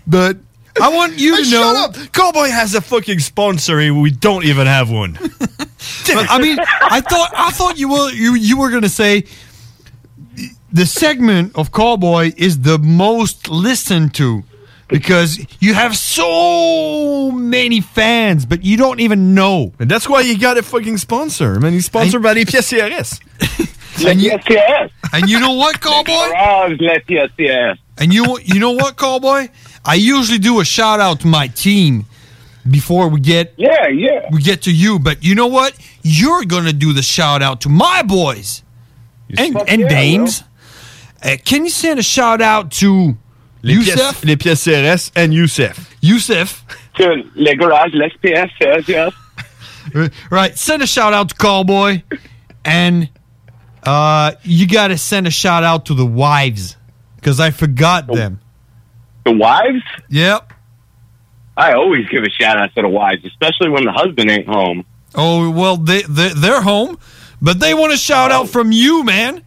Speaker 9: but I want you to know.
Speaker 10: Cowboy has a fucking sponsor and we don't even have
Speaker 9: <laughs>
Speaker 10: one.
Speaker 9: But, I mean, I thought I thought you were you you were gonna say the segment of Cowboy is the most listened to because you have so many fans, but you don't even know.
Speaker 10: And that's why you got a fucking sponsor. Man, he's sponsored by the PSCRS.
Speaker 9: and, you,
Speaker 35: CRS.
Speaker 9: and you know what,
Speaker 35: <laughs>
Speaker 9: Cowboy? And you you know what, Cowboy? I usually do a shout out to my team before we get
Speaker 35: yeah yeah
Speaker 9: we get to you, but you know what? You're gonna do the shout out to my boys and
Speaker 35: Fuck
Speaker 9: and
Speaker 35: yeah,
Speaker 9: dames. Uh, can you send a shout out to
Speaker 10: Les pièces-
Speaker 9: Youssef?
Speaker 10: les pièces CRS and Youssef.
Speaker 9: Youssef.
Speaker 35: To les garages, les pièces CRS.
Speaker 9: Uh, Right. Send a shout out to Cowboy, and uh, you gotta send a shout out to the wives because I forgot
Speaker 35: Oh.
Speaker 9: them.
Speaker 35: The wives?
Speaker 9: Yep.
Speaker 35: I always give a shout out to the wives, especially when the husband ain't home.
Speaker 9: Oh well, they, they they're home, but they want a shout out from you, man.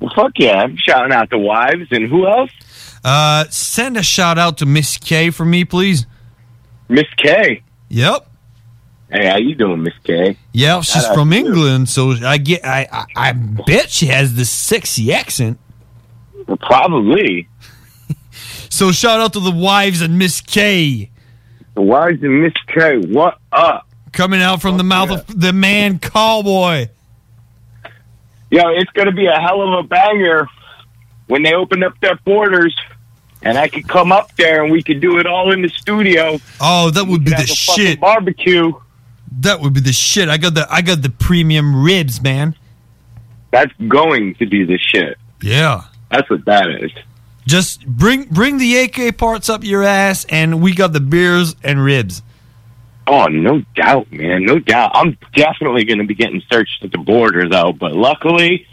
Speaker 35: Well, fuck yeah, I'm shouting out the wives and who else?
Speaker 9: Uh, send a shout out to Miss K for me, please.
Speaker 35: Miss K.
Speaker 9: Yep.
Speaker 35: Hey, how you doing, Miss K?
Speaker 9: Yeah, she's
Speaker 35: Shout out
Speaker 9: from
Speaker 35: to
Speaker 9: England, so I get I, I I bet she has this sexy accent.
Speaker 35: Well, probably.
Speaker 9: <laughs> So shout out to the wives and Miss K.
Speaker 35: The wives and Miss K, what up?
Speaker 9: Coming out from the mouth of the man cowboy.
Speaker 35: Yo, it's going to be a hell of a banger when they open up their borders and I could come up there and we could do it all in the studio.
Speaker 9: Oh, that would be the shit.
Speaker 35: Barbecue.
Speaker 9: That would be the shit. I got the I got the premium ribs, man.
Speaker 35: That's going to be the shit.
Speaker 9: Yeah.
Speaker 35: That's what that is.
Speaker 9: Just bring bring the AK parts up your ass, and we got the beers and ribs.
Speaker 35: Oh, no doubt, man. No doubt. I'm definitely going to be getting searched at the border, though. But luckily,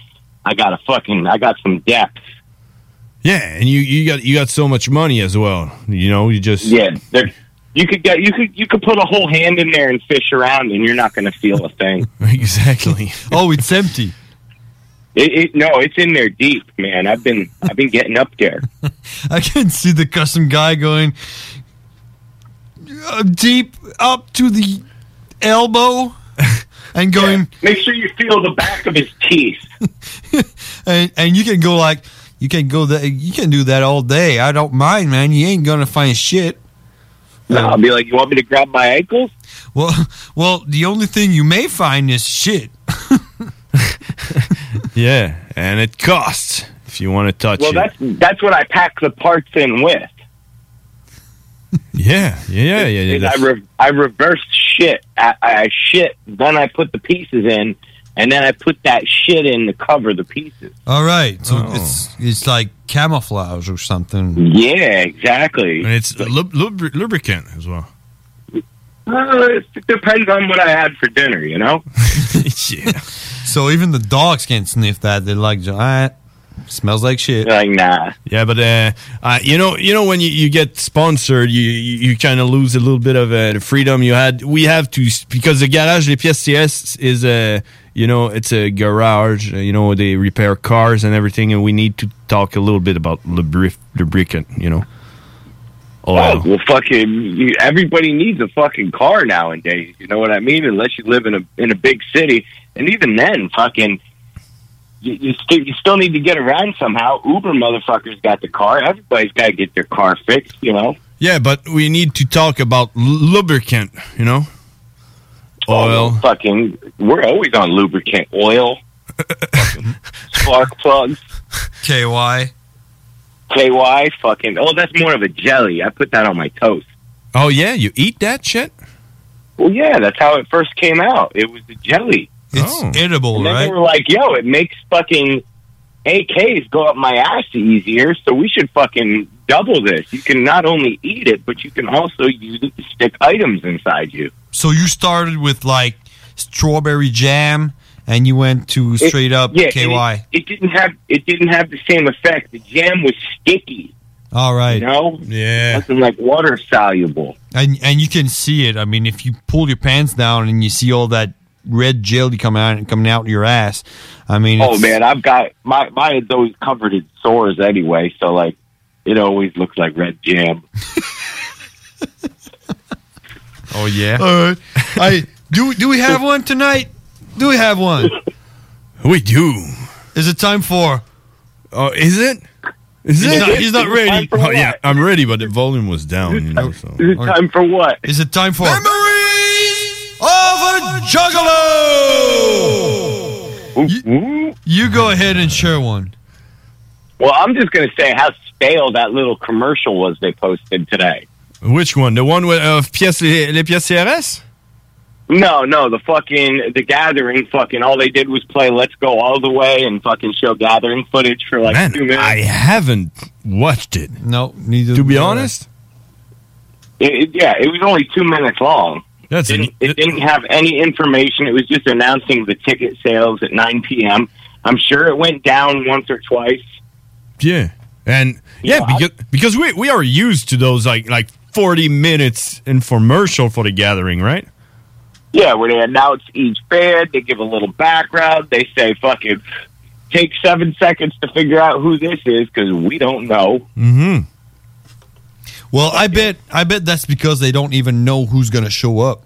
Speaker 35: I got a fucking, I got some depth.
Speaker 10: Yeah, and you, you got you got so much money as well. You know, you just
Speaker 35: Yeah, there, you could get, you could, you could put a whole hand in there and fish around, and you're not going to feel a thing.
Speaker 10: exactly.
Speaker 9: <laughs> oh, it's empty.
Speaker 35: It, it, no, it's in there deep, man. I've been, I've been getting up
Speaker 10: <laughs>
Speaker 35: there.
Speaker 9: <laughs> I can see the custom guy going uh, deep up to the elbow <laughs> and going.
Speaker 35: Make sure you feel the back of his teeth.
Speaker 9: <laughs> and and you can go like you can go that you can do that all day. I don't mind, man. You ain't gonna find shit.
Speaker 35: No, I'll be like, you want me to grab my ankles?
Speaker 9: Well, <laughs> well, the only thing you may find is shit. <laughs>
Speaker 10: yeah, and it costs if you want to touch
Speaker 35: well,
Speaker 10: it.
Speaker 35: that's that's what I pack the parts in with.
Speaker 10: yeah, yeah, yeah, yeah.
Speaker 35: is I
Speaker 10: that's-
Speaker 35: re- I reversed shit. I, I shit. Then I put the pieces in, and then I put that shit in to cover the pieces.
Speaker 9: All right, so it's it's like camouflage or something.
Speaker 35: Mm-hmm. Yeah, exactly.
Speaker 10: And it's lub- lubri- lubricant as well.
Speaker 35: Uh, it depends on what I had for dinner,
Speaker 10: <laughs>
Speaker 35: you know.
Speaker 10: yeah.
Speaker 9: So even the dogs can't sniff that. They're like, "Ah, smells like shit.
Speaker 35: Like nah.
Speaker 10: Yeah, but uh, uh, you know, you know when you, you get sponsored, you you, you kind of lose a little bit of uh, the freedom you had. We have to s- because the garage les pièces CS is a you know it's a garage. uh, You know they repair cars and everything, and we need to talk a little bit about lubri- lubricant. You know. Oh,
Speaker 35: Oh, well, fucking, you, everybody needs a fucking car nowadays. You know what I mean? Unless you live in a in a big city, and even then, fucking, you you, st- you still need to get around somehow. Uber motherfuckers got the car. Everybody's got to get their car fixed. You know.
Speaker 10: Yeah, but we need to talk about lubricant. You know, oil.
Speaker 35: fucking, we're always on lubricant,
Speaker 10: <laughs>
Speaker 35: oil, fucking spark plugs,
Speaker 9: KY,
Speaker 35: KY, fucking. Oh, that's more of a jelly. I put that on my toast.
Speaker 10: Oh yeah, you eat that shit?
Speaker 35: Well, yeah, that's how it first came out. It was the jelly.
Speaker 9: It's edible,
Speaker 35: And then
Speaker 9: right?
Speaker 35: they were like, "Yo, it makes fucking AKs go up my ass easier, so we should fucking double this. You can not only eat it, but you can also use it to stick items inside you."
Speaker 9: So you started with like strawberry jam, and you went to
Speaker 35: It-
Speaker 9: straight up
Speaker 35: yeah,
Speaker 9: KY.
Speaker 35: and It, it didn't have it didn't have the same effect. The jam was sticky,
Speaker 9: All right.
Speaker 35: you know.
Speaker 10: Yeah,
Speaker 35: nothing like water soluble.
Speaker 9: And and you can see it. I mean, if you pull your pants down and you see all that red jelly coming out coming out your ass, I mean,
Speaker 35: Oh
Speaker 9: it's- <laughs>
Speaker 35: man, I've got my mine's always covered in sores anyway, so like it always looks like red jam.
Speaker 10: Oh yeah.
Speaker 9: Uh, I do. Do we have one tonight? Do we have
Speaker 35: <laughs>
Speaker 9: one?
Speaker 10: We do.
Speaker 9: Is it time for?
Speaker 10: Oh, is it? Is
Speaker 9: he's
Speaker 10: it?
Speaker 9: Not, he's not ready.
Speaker 10: Oh yeah, I'm ready, but the volume was down. You know, so.
Speaker 35: Is it time for what?
Speaker 9: Is it time for?
Speaker 33: Of a juggalo!
Speaker 9: You, you go ahead and share one.
Speaker 35: Well, I'm just gonna say how stale that little commercial was they posted today.
Speaker 10: Which one? The one with of pièces les pièces CRS?
Speaker 35: No, no, the fucking the gathering fucking all they did was play Let's Go All the Way and fucking show gathering footage for like
Speaker 10: Man,
Speaker 35: two minutes.
Speaker 10: I haven't watched it.
Speaker 9: No, neither.
Speaker 10: To be honest,
Speaker 35: It, it- yeah, it was only two minutes long.
Speaker 10: That's
Speaker 35: didn't, it didn't have any information. It was just announcing the ticket sales at 9 p.m. I'm sure it went down once or twice.
Speaker 10: yeah, and yeah, because because we we are used to those like like 40 minutes infomercial for the gathering, right?
Speaker 35: Yeah, where they announce each band, they give a little background, they say fucking take seven seconds to figure out who this is because we don't know.
Speaker 9: Mm-hmm. Well, I bet I bet that's because they don't even know who's going to show up.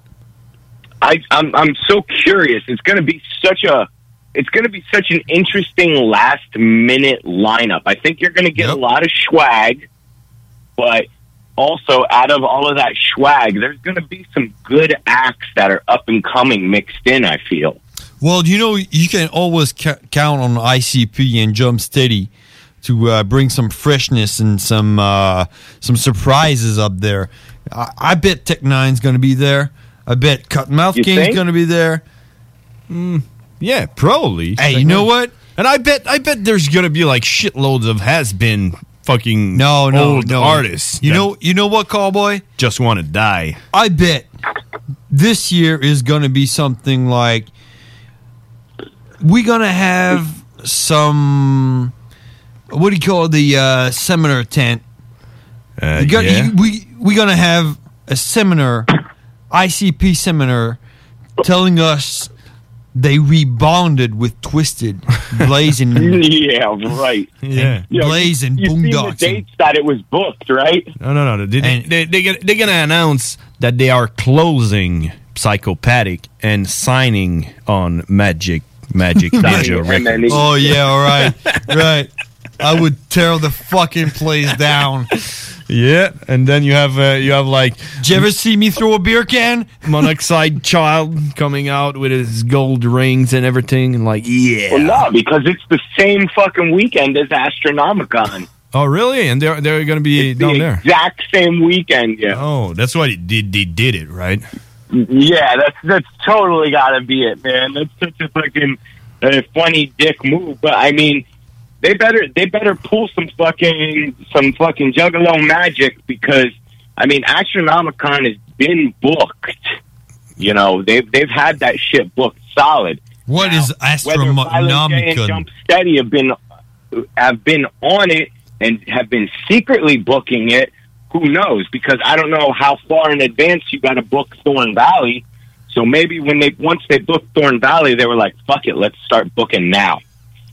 Speaker 35: I, I'm I'm so curious. It's going to be such a it's going to be such an interesting last minute lineup. I think you're going to get a lot of swag, but also out of all of that swag, there's going to be some good acts that are up and coming mixed in. I feel.
Speaker 9: Well, you know, you can always ca- count on ICP and Jump Steady to uh, bring some freshness and some uh, some surprises up there. I, I bet Tech Nine's going to be there. I bet Cutmouth
Speaker 10: You
Speaker 9: King's
Speaker 10: think?
Speaker 9: going to be there.
Speaker 10: Hmm, Yeah, probably. uh,
Speaker 9: Hey, you know what?
Speaker 10: And I bet I bet there's gonna be like shitloads of has been fucking
Speaker 9: No, no,
Speaker 10: old
Speaker 9: no.
Speaker 10: artists.
Speaker 9: You know, you know what, cowboy?
Speaker 10: Just want to die.
Speaker 9: I bet this year is going to be something like we're going to have some what do you call the uh, seminar tent?
Speaker 10: Uh,
Speaker 9: you got,
Speaker 10: yeah.
Speaker 9: you- we we're going to have a seminar, ICP seminar, telling us they rebounded with Twisted,
Speaker 35: <laughs>
Speaker 9: Blazing.
Speaker 35: yeah, right.
Speaker 10: Yeah.
Speaker 9: Blazing
Speaker 35: you, you seen the
Speaker 9: Boondocks.
Speaker 35: dates that it was booked, right?
Speaker 10: No, no, no. They, they, they, they, gonna- they're going to announce that they are closing Psychopathic and signing on Magic <laughs> Magic Ninja Records.
Speaker 9: Oh yeah, all
Speaker 35: <laughs>
Speaker 9: right, right. I would tear the fucking place down.
Speaker 10: Yeah, and then you have uh, you have like. Did
Speaker 9: you ever see me throw a beer can?
Speaker 10: Monoxide <laughs> child coming out with his gold rings and everything, and like yeah.
Speaker 35: Well, no, because it's the same fucking weekend as Astronomicon.
Speaker 10: Oh really? And they're they're going to be
Speaker 35: the
Speaker 10: down there.
Speaker 35: exact same weekend. Yeah.
Speaker 10: Oh, that's why they did they did it right.
Speaker 35: Yeah, that's that's totally got to be it, man. That's such a fucking uh, funny dick move. But I mean, they better they better pull some fucking some fucking juggalo magic because I mean, Astronomicon has been booked. You know, they've they've had that shit booked solid.
Speaker 9: What is
Speaker 35: Whether Violent J and Jump Steady have been have been on it and have been secretly booking it. Who knows? Because I don't know how far in advance you got to book Thorn Valley. So maybe when they once they booked Thorn Valley, they were like, "Fuck it, let's start booking now."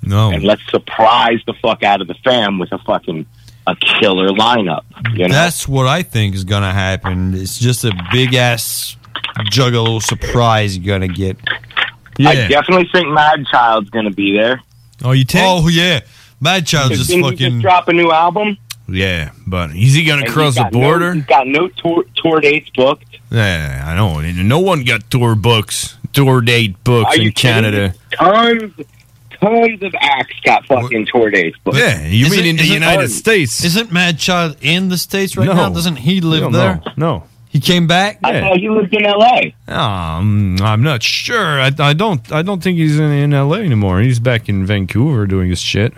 Speaker 10: No,
Speaker 35: and let's surprise the fuck out of the fam with a fucking a killer lineup. You know,
Speaker 9: That's what I think is gonna happen. It's just a big ass juggalo surprise you're gonna get.
Speaker 35: I definitely think Mad Child's going to be there.
Speaker 10: Oh, you
Speaker 9: take? Oh yeah, Mad Child just
Speaker 35: Didn't he
Speaker 9: fucking.
Speaker 35: drop a new album.
Speaker 10: Yeah, but is he going
Speaker 35: And
Speaker 10: to
Speaker 35: he's
Speaker 10: cross the
Speaker 35: got no-
Speaker 10: border?
Speaker 35: he's got no tour, tour dates booked.
Speaker 10: Yeah, I know. No one got tour books, tour date
Speaker 35: Are
Speaker 10: books
Speaker 35: you
Speaker 10: in Canada.
Speaker 35: Tons, tons of acts got fucking tour dates booked.
Speaker 10: Yeah, you mean in the United States?
Speaker 9: Isn't Mad Child in the States right
Speaker 10: No.
Speaker 9: now? Doesn't he
Speaker 10: No,
Speaker 9: live
Speaker 10: no,
Speaker 9: there?
Speaker 10: No.
Speaker 9: He came back.
Speaker 10: I thought
Speaker 35: he lived in L.A.
Speaker 10: Um, I'm not sure. I, I don't. I don't think he's in, in LA anymore. He's back in Vancouver doing his shit.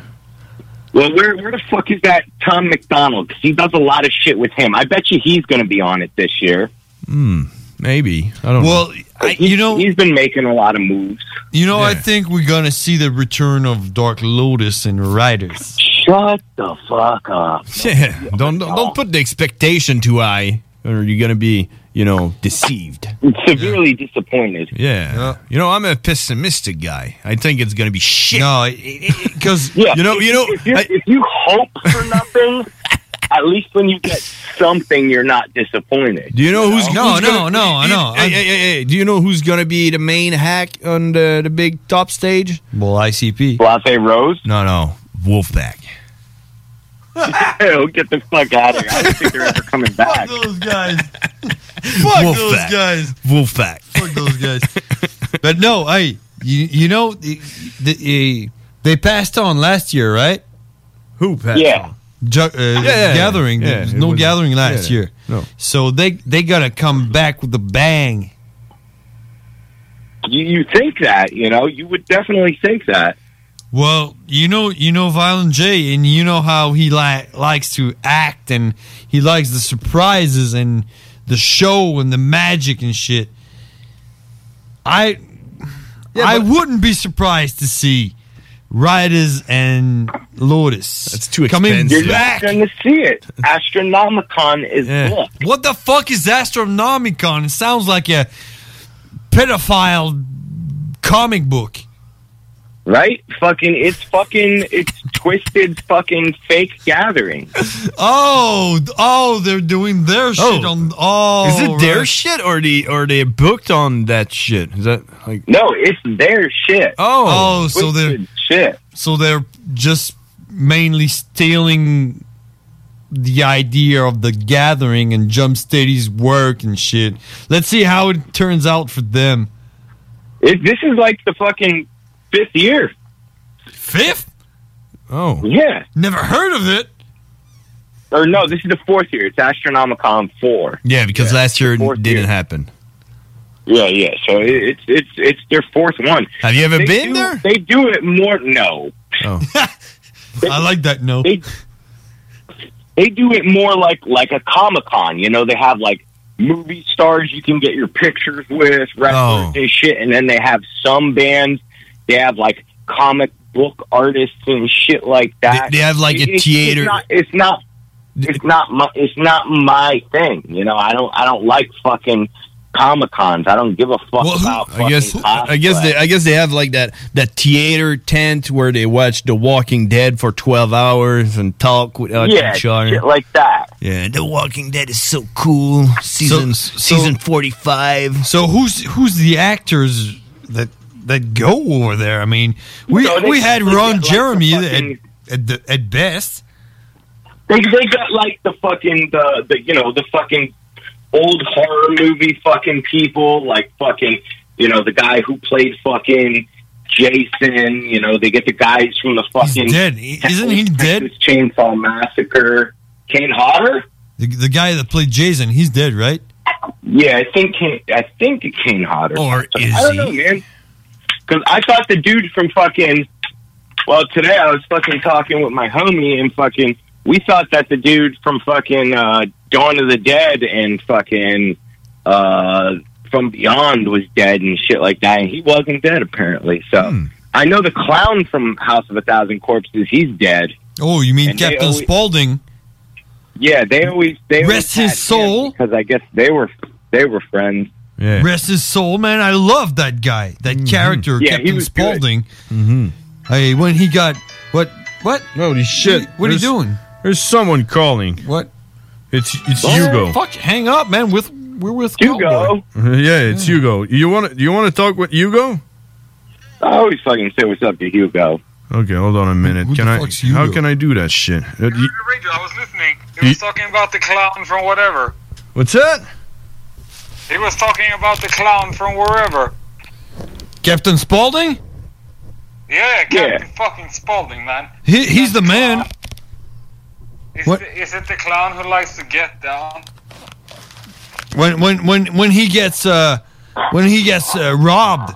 Speaker 35: Well, where where the fuck is that Tom McDonald? 'Cause he does a lot of shit with him. I bet you he's going to be on it this year.
Speaker 10: Hmm. Maybe I don't.
Speaker 9: Well,
Speaker 35: you know, he's been making a lot of moves.
Speaker 9: You know, I think we're gonna see the return of Dark Lotus and Riders.
Speaker 35: Shut the fuck up.
Speaker 10: Yeah. Don't <laughs> don't, don't put the expectation too high, or you're gonna be you know deceived.
Speaker 35: Severely disappointed.
Speaker 10: Yeah. You know, I'm a pessimistic guy. I think it's gonna be shit.
Speaker 9: No, because
Speaker 35: Yeah,
Speaker 10: you know,
Speaker 35: if-
Speaker 10: you know,
Speaker 35: if you, if you hope for nothing, <laughs> at least when you get something, you're not disappointed.
Speaker 10: Do you know who's
Speaker 35: No,
Speaker 10: who's
Speaker 35: no,
Speaker 10: gonna-
Speaker 35: no,
Speaker 10: you-
Speaker 35: no,
Speaker 10: Hey, hey, hey, hey, do you know who's gonna be the main hack on the, the big top stage?
Speaker 9: Well, ICP.
Speaker 35: Blase Rose.
Speaker 10: No, no,
Speaker 35: <laughs>
Speaker 10: Wolfpack.
Speaker 35: Ew, get the fuck out of here. I don't think they're
Speaker 10: <laughs>
Speaker 35: ever coming back.
Speaker 9: Those guys. Fuck those
Speaker 10: Wolfpack.
Speaker 9: guys.
Speaker 10: Wolfpack.
Speaker 9: Fuck those guys. but no, hey, you, you know, the, the, they passed on last year, right?
Speaker 10: Who passed
Speaker 35: Yeah. on?
Speaker 9: Ju- uh,
Speaker 10: yeah,
Speaker 9: gathering.
Speaker 10: yeah.
Speaker 9: There was
Speaker 10: It
Speaker 9: no
Speaker 10: was-
Speaker 9: gathering last
Speaker 10: yeah,
Speaker 9: year.
Speaker 10: no.
Speaker 9: So they they gotta come back with a bang.
Speaker 35: You, you think that, you know? You would definitely think that.
Speaker 9: Well, you know, you know Violent J, and you know how he li- likes to act, and he likes the surprises and the show and the magic and shit. I, I wouldn't be surprised to see Riders and Lotus. That's too
Speaker 35: You're
Speaker 9: Coming
Speaker 35: not
Speaker 9: back.
Speaker 35: going to see it. Astronomicon is booked.
Speaker 9: What the fuck is Astronomicon? It sounds like a pedophile comic book.
Speaker 35: Right? Fucking, it's fucking, it's twisted fucking fake gathering.
Speaker 9: Oh, d- oh, they're doing their shit on. Oh,
Speaker 10: Is it their
Speaker 9: right.
Speaker 10: shit or the or they booked on that shit? Is that like
Speaker 35: No, it's their shit.
Speaker 10: Oh,
Speaker 9: oh, so they're
Speaker 35: shit.
Speaker 9: So they're just mainly stealing the idea of the gathering and Jump Steady's work and shit. Let's see how it turns out for them.
Speaker 35: It, this is like the fucking fifth year.
Speaker 9: Fifth?
Speaker 10: Oh.
Speaker 35: Yeah.
Speaker 9: Never heard of it.
Speaker 35: Or no, this is the fourth year. It's Astronomicon 4.
Speaker 10: Yeah, because last year it didn't happen.
Speaker 35: Yeah, yeah. So it, it's it's it's their fourth one.
Speaker 10: Have you ever
Speaker 35: They
Speaker 10: been
Speaker 35: do-
Speaker 10: there?
Speaker 35: <laughs> They do it more. No.
Speaker 10: Oh.
Speaker 9: <laughs> I like that. No.
Speaker 35: They, They do it more like like a Comic Con. You know, they have like movie stars you can get your pictures with, wrestlers and shit, and then they have some bands. They have like comic book artists and shit like that.
Speaker 1: They- they have, like, a
Speaker 35: It- it's-
Speaker 1: theater.
Speaker 35: It's not. It's not, it's not my. It's not my thing. You know, I don't. I don't like fucking Comic Cons. I don't give a fuck about.
Speaker 10: I guess I guess they I guess they have like that that theater tent where they watch The Walking Dead for twelve hours and talk with uh,
Speaker 1: Yeah,
Speaker 10: each other.
Speaker 1: shit
Speaker 35: like that.
Speaker 10: Yeah,
Speaker 1: The Walking Dead is so cool. Season season forty five.
Speaker 9: So who's who's the actors that that go over there? I mean, we
Speaker 35: No, they-
Speaker 9: we had
Speaker 35: they get,
Speaker 9: Ron
Speaker 35: like, the
Speaker 9: Jeremy
Speaker 35: fucking-
Speaker 9: at, at, the, at best.
Speaker 35: They they got like the fucking the, the you know the fucking old horror movie fucking people like fucking you know the guy who played fucking Jason. You know they get the guys from the fucking
Speaker 9: dead. Isn't he dead?
Speaker 35: Texas Chainsaw Massacre. Kane Hodder.
Speaker 9: The, the guy that played Jason, he's dead, right?
Speaker 35: Yeah, I think Kane, I think Kane Hodder.
Speaker 9: Or
Speaker 35: I don't know, man. Because I thought the dude from fucking. Well, today I was fucking talking with my homie and fucking. We thought that the dude from fucking uh, Dawn of the Dead and fucking uh, from Beyond was dead and shit like that, and he wasn't dead apparently. So
Speaker 9: Hmm.
Speaker 35: I know the clown from House of a Thousand Corpses, he's dead.
Speaker 9: Oh, you mean
Speaker 35: And they
Speaker 9: Captain
Speaker 35: always-
Speaker 9: Spaulding?
Speaker 35: Yeah, they always they rest his soul because I guess they were they were friends.
Speaker 9: Rest his soul, man. I love that guy, that character,
Speaker 35: Yeah, he
Speaker 9: Captain
Speaker 35: was good.
Speaker 9: Spaulding. Mm-hmm. Hey, when he got what? What?
Speaker 10: Holy shit!
Speaker 9: What are you
Speaker 10: There's-
Speaker 9: doing?
Speaker 10: There's someone calling.
Speaker 9: What?
Speaker 10: It's it's
Speaker 9: Oh,
Speaker 10: Hugo.
Speaker 9: Fuck, hang up, man. With we're with
Speaker 35: Hugo.
Speaker 10: <laughs> Yeah, it's Hugo. You want to you want to talk with Hugo?
Speaker 35: I always fucking say what's up to Hugo.
Speaker 10: Okay, hold on a minute. can I? How can I do that shit? Uh, you-
Speaker 36: I was listening. He was talking about the clown from whatever.
Speaker 10: what's that?
Speaker 36: He was talking about the clown from wherever.
Speaker 9: Captain Spaulding?
Speaker 36: Yeah, Captain fucking Spaulding, man.
Speaker 9: He, he's the man.
Speaker 36: Is,
Speaker 9: What?
Speaker 36: the- is it the clown who likes to get down?
Speaker 9: When when when when he gets uh when he gets uh, robbed,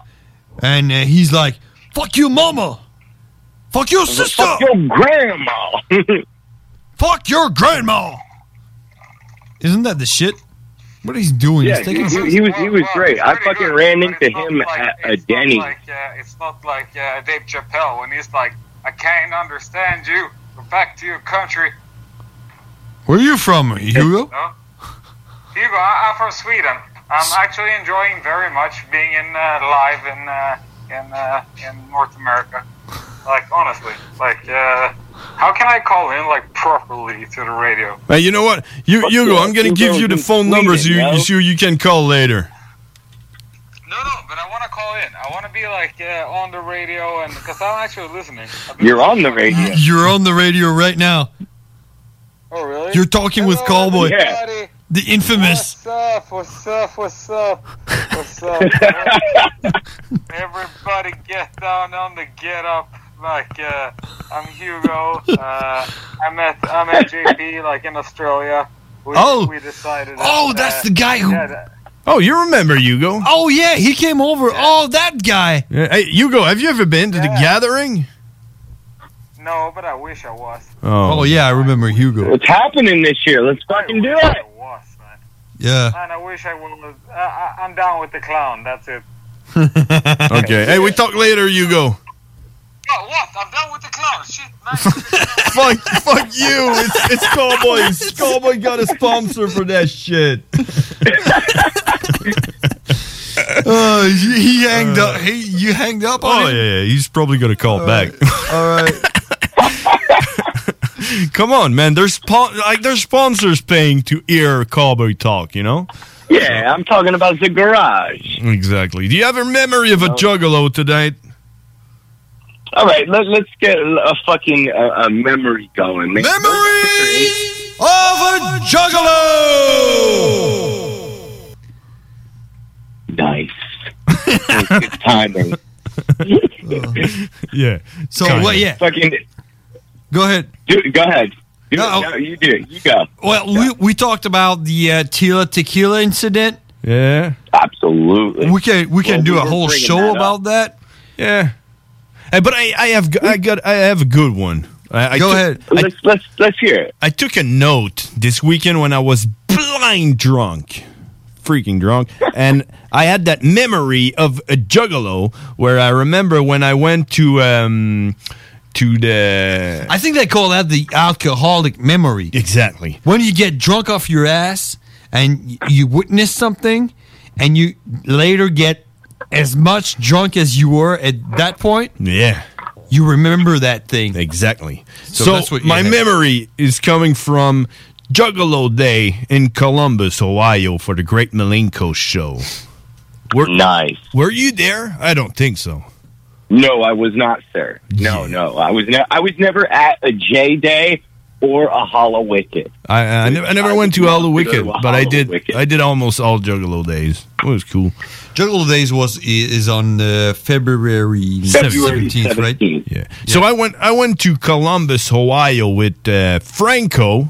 Speaker 9: and uh, he's like, "Fuck you, mama. Fuck your sister. Fuck
Speaker 35: your grandma. <laughs>
Speaker 9: Fuck your grandma." Isn't that the shit? What he's doing?
Speaker 35: Yeah,
Speaker 9: he's
Speaker 35: he,
Speaker 9: taking
Speaker 35: he- he was he was great. I fucking ran into him at a Denny.
Speaker 36: Yeah, it's not like uh, Dave Chappelle when he's like, I can't understand you. Go back to your country.
Speaker 9: Where are you from, Hugo?
Speaker 36: No? Hugo, I, I'm from Sweden. I'm actually enjoying very much being in uh, live in uh, in uh, in North America. Like honestly, like uh, how can I call in like properly to the radio?
Speaker 10: Hey, you know what? You,
Speaker 36: Fuck
Speaker 10: Hugo,
Speaker 36: yeah,
Speaker 10: I'm gonna
Speaker 36: Hugo
Speaker 10: give you
Speaker 36: is
Speaker 10: the
Speaker 36: in
Speaker 10: phone
Speaker 36: Sweden,
Speaker 10: numbers. You,
Speaker 36: yo.
Speaker 10: you see, you can call later.
Speaker 36: I want to be like uh, on the radio, and because I'm actually listening.
Speaker 35: You're on the radio.
Speaker 9: You're on the radio right now.
Speaker 36: Oh really?
Speaker 9: You're talking with Cowboy,
Speaker 36: everybody.
Speaker 9: the infamous.
Speaker 36: What's up? What's up? What's up? What's
Speaker 10: <laughs>
Speaker 36: up? man? Everybody get down on the get up. Like uh, I'm Hugo. Uh, I'm at I'm at JP like in Australia. We,
Speaker 10: Oh.
Speaker 36: we decided.
Speaker 10: Oh,
Speaker 36: that,
Speaker 10: that's
Speaker 36: uh,
Speaker 10: the guy who-
Speaker 36: yeah, that-
Speaker 10: Oh, you remember Hugo?
Speaker 9: Oh yeah, he came over. Oh, that guy.
Speaker 10: Hey, Hugo, have you ever been to the gathering?
Speaker 9: <laughs>
Speaker 36: no, but I wish I was.
Speaker 10: Oh.
Speaker 9: yeah, I remember Hugo.
Speaker 35: It's happening this year. Let's fucking do it.
Speaker 9: Yeah.
Speaker 36: Man, I wish I was. I, I, I'm down with the clown. That's it.
Speaker 10: okay. Hey, we talk later, Hugo. fuck,
Speaker 9: <laughs>
Speaker 10: fuck you! It's, it's Cowboy. It's Cowboy got a sponsor for that shit.
Speaker 9: <laughs> Uh, he he hanged up. Uh, He you hanged up on
Speaker 10: Oh
Speaker 9: him.
Speaker 10: yeah, yeah, he's probably gonna call back.
Speaker 9: All right.
Speaker 10: Come on, man. There's spo- like there's sponsors paying to hear Cowboy talk. You know.
Speaker 35: Yeah, I'm talking about the garage.
Speaker 10: Exactly. Do you have a memory of a juggalo tonight?
Speaker 35: All right, let, let's get a fucking uh, a memory going. man.
Speaker 9: Of a juggalo.
Speaker 35: Nice. Good <laughs> timing.
Speaker 10: <laughs> yeah.
Speaker 9: So, what- <laughs> yeah.
Speaker 35: Fucking.
Speaker 9: Go ahead.
Speaker 35: Do, go ahead. Do
Speaker 9: No.
Speaker 35: it. No, you do it. You go.
Speaker 9: Well, we, we talked about the uh, Tila Tequila incident.
Speaker 10: Yeah.
Speaker 35: Absolutely.
Speaker 9: We can we can
Speaker 10: Well,
Speaker 9: do
Speaker 10: we
Speaker 9: a
Speaker 10: were
Speaker 9: whole
Speaker 10: bringing
Speaker 9: show
Speaker 10: that up.
Speaker 9: about that.
Speaker 10: Yeah. Hey, but I, I have I got I have a good one. I, I
Speaker 1: Go
Speaker 10: took-
Speaker 1: ahead.
Speaker 10: I-
Speaker 1: Let's-
Speaker 10: I took a note this weekend when I was blind drunk, freaking <laughs> drunk, and I had that memory of a juggalo where I remember when I went to um to the.
Speaker 9: I think they call that the alcoholic memory.
Speaker 10: Exactly.
Speaker 9: When you get drunk off your ass and y- you witness something and you later get as much drunk as you were at that point.
Speaker 10: Yeah.
Speaker 9: You remember that thing.
Speaker 10: Exactly.
Speaker 9: So
Speaker 10: So,
Speaker 9: that's what you
Speaker 10: my
Speaker 9: had.
Speaker 10: memory is coming from Juggalo Day in Columbus, Ohio, for the Great Malenko Show.
Speaker 35: Oh.
Speaker 10: Were,
Speaker 35: <laughs> nice.
Speaker 10: Were you there? I don't think so.
Speaker 35: No, I was not, sir. No, no, I was. Ne- I was never at a J Day or a Hollow Wicked.
Speaker 10: I, I, never, I never went to all the Wicked,
Speaker 35: to a
Speaker 10: but I
Speaker 35: Hollow
Speaker 10: did.
Speaker 35: Wicked.
Speaker 10: I did almost all Juggalo Days. It was cool.
Speaker 9: Juggalo Days was i- is on uh, February
Speaker 10: February
Speaker 9: seventeenth, right?
Speaker 10: Yeah. So I went. I went to Columbus, Ohio, with uh, Franco,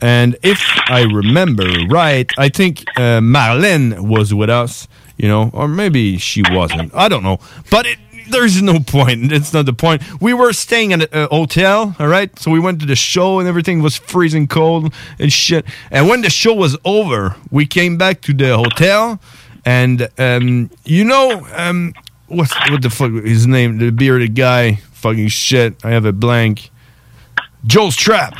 Speaker 10: and if I remember right, I think uh, Marlene was with us. You know, or maybe she wasn't. I don't know. But it, there's no point. It's not the point. We were staying at a, a hotel. All right. So we went to the show, and everything was freezing cold and shit. And when the show was over, we came back to the hotel, and um, you know, um, what what the fuck his name? The bearded guy. Fucking shit. I have a blank. Joel Strap.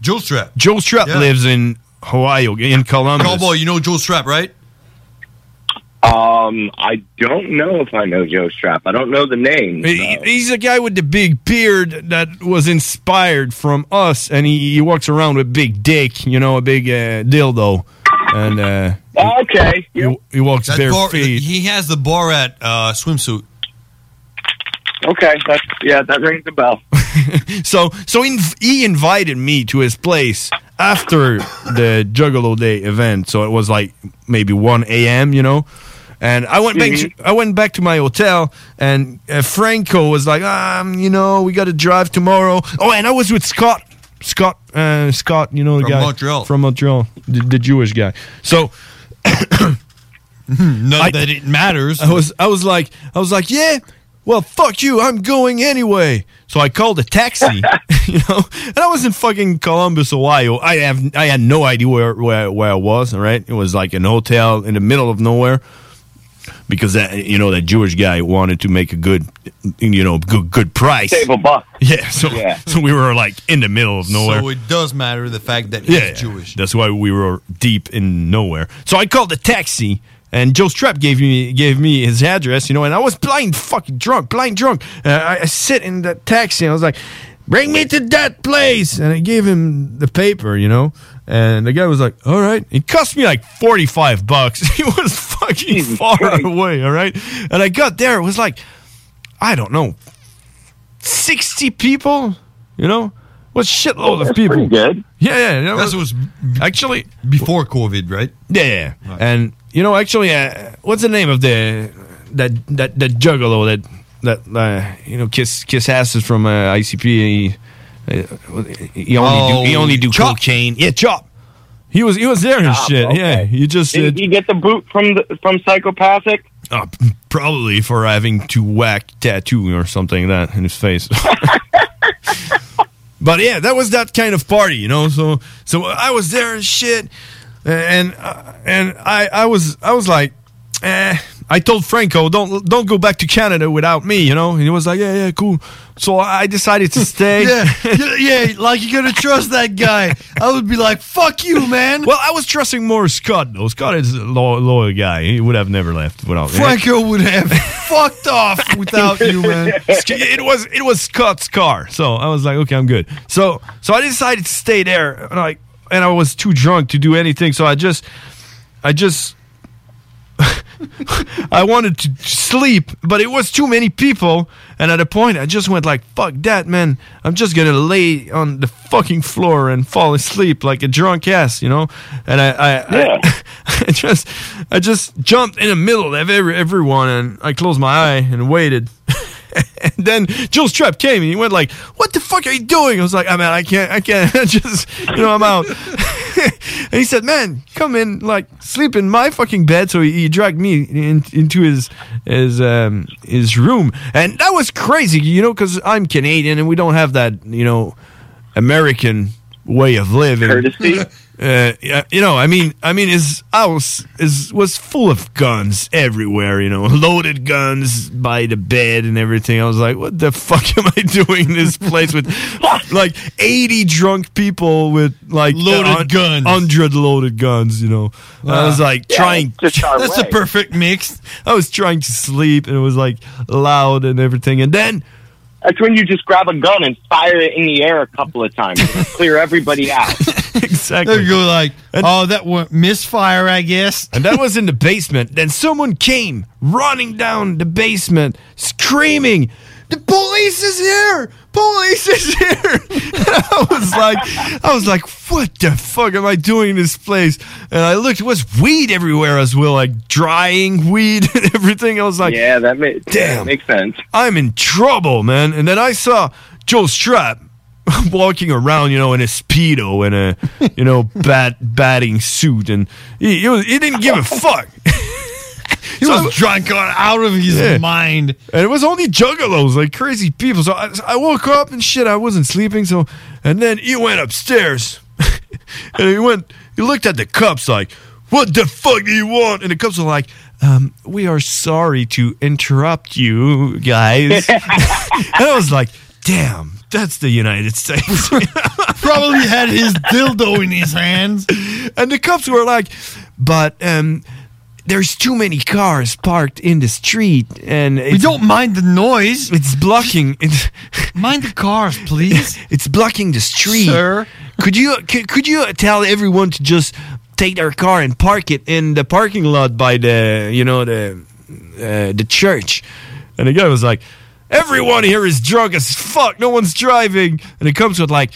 Speaker 9: Joel Strap.
Speaker 10: Joel Strap
Speaker 9: Yeah.
Speaker 10: lives in Ohio, in Columbus.
Speaker 9: Cowboy, you know Joel Strap, right?
Speaker 35: Um, I don't know if I know Joe Strap. I don't know the name.
Speaker 10: He- He's a guy with the big beard that was inspired from us, and he, he walks around with big dick, you know, a big uh, dildo, and uh,
Speaker 35: okay,
Speaker 10: he, he walks
Speaker 9: That
Speaker 10: bare
Speaker 9: bar-
Speaker 10: feet.
Speaker 9: He has the Borat uh, swimsuit.
Speaker 35: Okay, that's yeah, that rings a bell.
Speaker 10: So, so inv- he invited me to his place after the Juggalo Day event. So it was like maybe one a.m. You know, and I went back.
Speaker 9: Mm-hmm.
Speaker 10: To, I went back to my hotel, and uh, Franco was like, um, you know, we got to drive tomorrow. Oh, and I was with Scott. Scott, uh, Scott, you know the
Speaker 9: From
Speaker 10: guy
Speaker 9: Montreal.
Speaker 10: from Montreal, the, the Jewish guy. So
Speaker 9: Not Mm-hmm. that it matters.
Speaker 10: I was I was like I was like, yeah, well fuck you, I'm going anyway. So I called a taxi,
Speaker 9: <laughs>
Speaker 10: <laughs> you know, and I was in fucking Columbus, Ohio. I have I had no idea where where, where I was. All right, it was like an hotel in the middle of nowhere because that you know that Jewish guy wanted to make a good you know good good price
Speaker 35: Save a buck.
Speaker 10: <laughs> Yeah, so so we were like in the middle of nowhere.
Speaker 9: So it does matter the fact that he's
Speaker 10: Yeah, yeah.
Speaker 9: Jewish.
Speaker 10: That's why we were deep in nowhere. So I called a taxi, and Joe Strap gave me gave me his address, you know, and I was blind fucking drunk, blind drunk. Uh, I, I sit in that taxi, and I was like, "Bring me to that place," and I gave him the paper, you know. And the guy was like, "All right." It cost me like forty-five bucks. <laughs> He was fucking far away, all right. And I got there. It was like, I don't know, sixty people, you know, what shitload of people.
Speaker 35: good.
Speaker 10: Yeah, yeah. You know,
Speaker 9: That's was
Speaker 10: actually
Speaker 9: before COVID, right?
Speaker 10: Yeah, yeah. yeah. And you know, actually, uh, what's the name of the that that that juggalo that that uh, you know kiss kiss asses from uh, ICP? He, uh, he only do he
Speaker 9: Oh,
Speaker 10: only do
Speaker 9: Chop.
Speaker 10: cocaine. Yeah, chop. He was he was there and
Speaker 35: Chop,
Speaker 10: shit.
Speaker 35: okay.
Speaker 10: Yeah, you just uh,
Speaker 35: Did you get the boot from the, from psychopathic?
Speaker 10: uh, probably for having to whack tattoo or something like that in his face. <laughs> but yeah, that was that kind of party, you know. So so I was there and shit, and uh, and I I was I was like, eh. I told Franco, don't don't go back to Canada without me, you know. And he was like, yeah, yeah, cool. So I decided to stay.
Speaker 9: <laughs>
Speaker 10: <laughs>
Speaker 9: Yeah, yeah, yeah, like you're gonna trust that guy. I would be like, fuck you, man.
Speaker 10: Well, I was trusting more Scott though. Scott is a lo- loyal guy. He would have never left without me.
Speaker 9: Franco would have
Speaker 10: <laughs>
Speaker 9: fucked off without you, <laughs> man.
Speaker 10: it was it was Scott's car, so I was like, okay, I'm good. So so I decided to stay there, and like, and I was too drunk to do anything, so I just, I just, I wanted to sleep, but it was too many people, and at a point, I just went like, fuck that, man. I'm just gonna lay on the fucking floor and fall asleep like a drunk ass, you know. And I, I, I, <laughs> I just, I just jumped in the middle of every, everyone, and I closed my eye and waited. <laughs> and then Joe Strap came and he went like, "What the fuck are you doing?" I was like, "I mean, I can't, I can't, <laughs> I just, you know, I'm out." <laughs> and he said, "Man, come in, like sleep in my fucking bed." So he, he dragged me in, into his his um, his room, and that was crazy, you know, because I'm Canadian and we don't have that, you know, American way of living.
Speaker 35: Courtesy.
Speaker 10: <laughs> Uh, yeah, you know, I mean, I mean, his house is was full of guns everywhere. You know, <laughs> loaded guns by the bed and everything. I was like, what the fuck am I doing in this place with <laughs> like eighty drunk people with like
Speaker 9: Loaded guns.
Speaker 10: hundred loaded guns? You know, I was
Speaker 9: Ah.
Speaker 10: like
Speaker 9: Yeah,
Speaker 10: trying.
Speaker 9: it's just our That's the way.
Speaker 10: perfect mix. I was trying to sleep and it was like loud and everything, and then.
Speaker 35: That's when you just grab a gun and fire it in the air a couple of times. clear everybody out.
Speaker 10: exactly.
Speaker 9: They go like, oh, that were misfire, I guess.
Speaker 10: And that was in the basement. Then someone came running down the basement, screaming, "The police is here! Police is here!" <laughs> I was like, I was like, what the fuck am I doing in this place? And I looked, it was weed everywhere as well, like drying weed <laughs> and everything. I was like,
Speaker 35: yeah, that makes
Speaker 10: damn
Speaker 35: makes sense.
Speaker 10: I'm in trouble, man. And then I saw Joe Strap <laughs> walking around, you know, in a speedo and a you know <laughs> bat batting suit, and he he, was, he didn't give a fuck. He was drunk on out of his mind. And it was only juggalos, like crazy people. So I, I woke up and shit, I wasn't sleeping. So, and then he went upstairs <laughs> and he went, he looked at the cops like, what the fuck do you want? And the cops were like, um, we are sorry to interrupt you guys. <laughs> and I was like, damn, that's the United States. <laughs> Probably had his dildo in his hands. And the cops were like, but, um, there's too many cars parked in the street, and we don't mind the noise. It's blocking. <laughs> It's, mind the cars, please. <laughs> It's blocking the street. Sir, could you could, could you tell everyone to just take their car and park it in the parking lot by the you know the uh, the church? And the guy was like, "Everyone here is drunk as fuck. No one's driving." And it comes with like,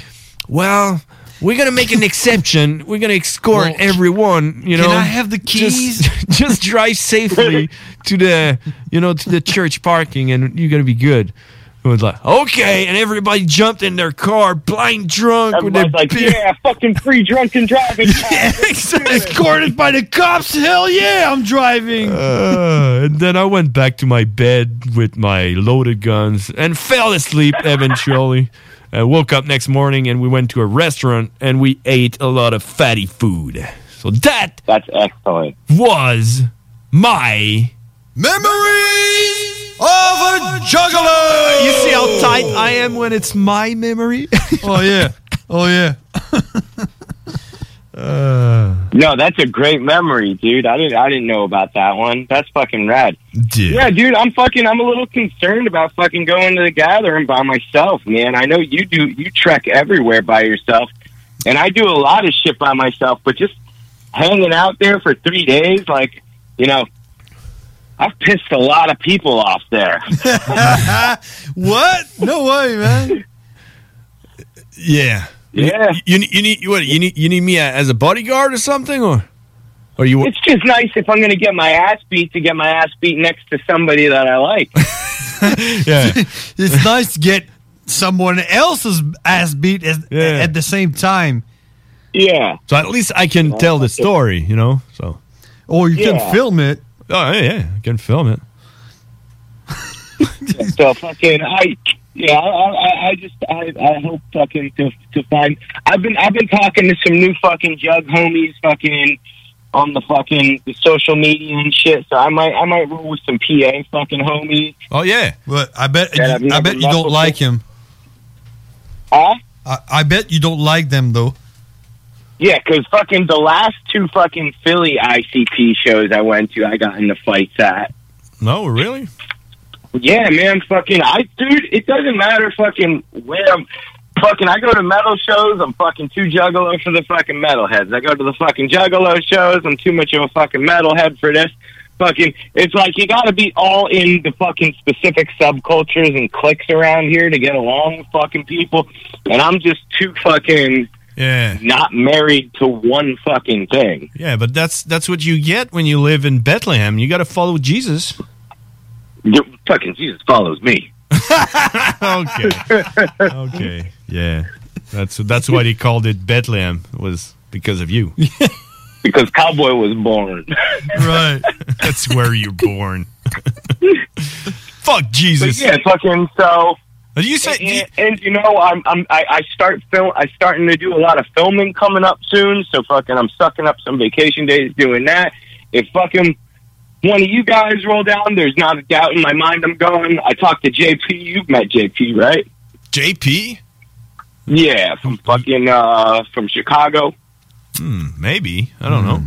Speaker 10: "Well." We're
Speaker 9: <laughs>
Speaker 10: gonna make an exception. We're gonna escort everyone. You know.
Speaker 9: can I have the
Speaker 10: Just-
Speaker 9: keys?
Speaker 10: <laughs> just drive safely to the you know to the church parking and you're gonna be good it was like okay and everybody jumped in their car blind drunk with their
Speaker 35: Everybody's like, "Yeah,
Speaker 10: fucking free drunken <laughs> driving
Speaker 9: Escorted by the cops. Hell yeah, I'm driving.
Speaker 10: Uh, and then i went back to my bed with my loaded guns and fell asleep eventually i woke up next morning and we went to a restaurant and we ate a lot of fatty food so that
Speaker 35: that's excellent
Speaker 10: was my Memories of a juggler. You see how tight I am when it's my memory?
Speaker 9: oh, yeah. Oh, yeah. <laughs>
Speaker 10: Uh.
Speaker 35: no, that's a great memory, dude. I didn't I didn't know about that one. That's fucking rad.
Speaker 10: Dude.
Speaker 35: Yeah, dude, I'm fucking I'm a little concerned about fucking going to the gathering by myself, man. I know you do you trek everywhere by yourself and I do a lot of shit by myself, but just hanging out there for three days, like, you know, I've pissed a lot of people off there.
Speaker 10: what? No way, man. <laughs> Yeah. Yeah. You, you, need you- what? You need you need me as a bodyguard or something, or or you?
Speaker 35: It's just nice if I'm going to get my ass beat to get my ass beat next to somebody that I like.
Speaker 9: <laughs>
Speaker 10: Yeah.
Speaker 9: it's nice to get someone else's ass beat as, at the same time.
Speaker 35: Yeah.
Speaker 10: So at least I can tell the story, you know. So.
Speaker 9: Or you
Speaker 35: Yeah.
Speaker 9: can film it.
Speaker 10: <laughs> Oh yeah, yeah, I can film it.
Speaker 35: so fucking I yeah I, I, I just I, I hope fucking to to find I've been I've been talking to some new fucking jug homies fucking on the fucking the social media and shit so I might I might roll with some PA fucking homies
Speaker 10: Oh yeah.
Speaker 9: But I bet
Speaker 35: Yeah, I've
Speaker 9: you, I
Speaker 35: never
Speaker 9: bet you
Speaker 35: met
Speaker 9: don't
Speaker 35: before.
Speaker 9: like him.
Speaker 35: Huh?
Speaker 9: I, I bet you don't like them though.
Speaker 35: yeah because fucking the last two fucking Philly ICP shows I went to I got into fights at
Speaker 10: No, really?
Speaker 35: Yeah, man, fucking, I, dude, it doesn't matter fucking where I'm, fucking, I go to metal shows, I'm fucking too juggalo for the fucking metalheads. I go to the fucking juggalo shows, I'm too much of a fucking metalhead for this. Fucking, it's like you gotta be all in the fucking specific subcultures and cliques around here to get along with fucking people, and I'm just too fucking
Speaker 10: Yeah.
Speaker 35: not married to one fucking thing.
Speaker 10: Yeah, but that's that's what you get when you live in Bethlehem. You got to follow Jesus. <laughs>
Speaker 35: You- Fucking Jesus follows me.
Speaker 10: okay. Okay. Yeah. That's that's why they called it Bethlehem was because
Speaker 9: <laughs>
Speaker 10: of you.
Speaker 35: because Cowboy was born.
Speaker 10: <laughs> right. That's where you're born. Fuck Jesus.
Speaker 35: But yeah, fucking so.
Speaker 10: you say,
Speaker 35: and, and, you know, I'm, I'm I, I start film. I starting to do a lot of filming coming up soon. So fucking, I'm sucking up some vacation days doing that. If fucking one of you guys roll down, there's not a doubt in my mind. I'm going. I talked to JP. You've met JP, right?
Speaker 10: JP.
Speaker 35: Yeah, from fucking uh, from Chicago.
Speaker 10: Hmm, maybe. I don't know.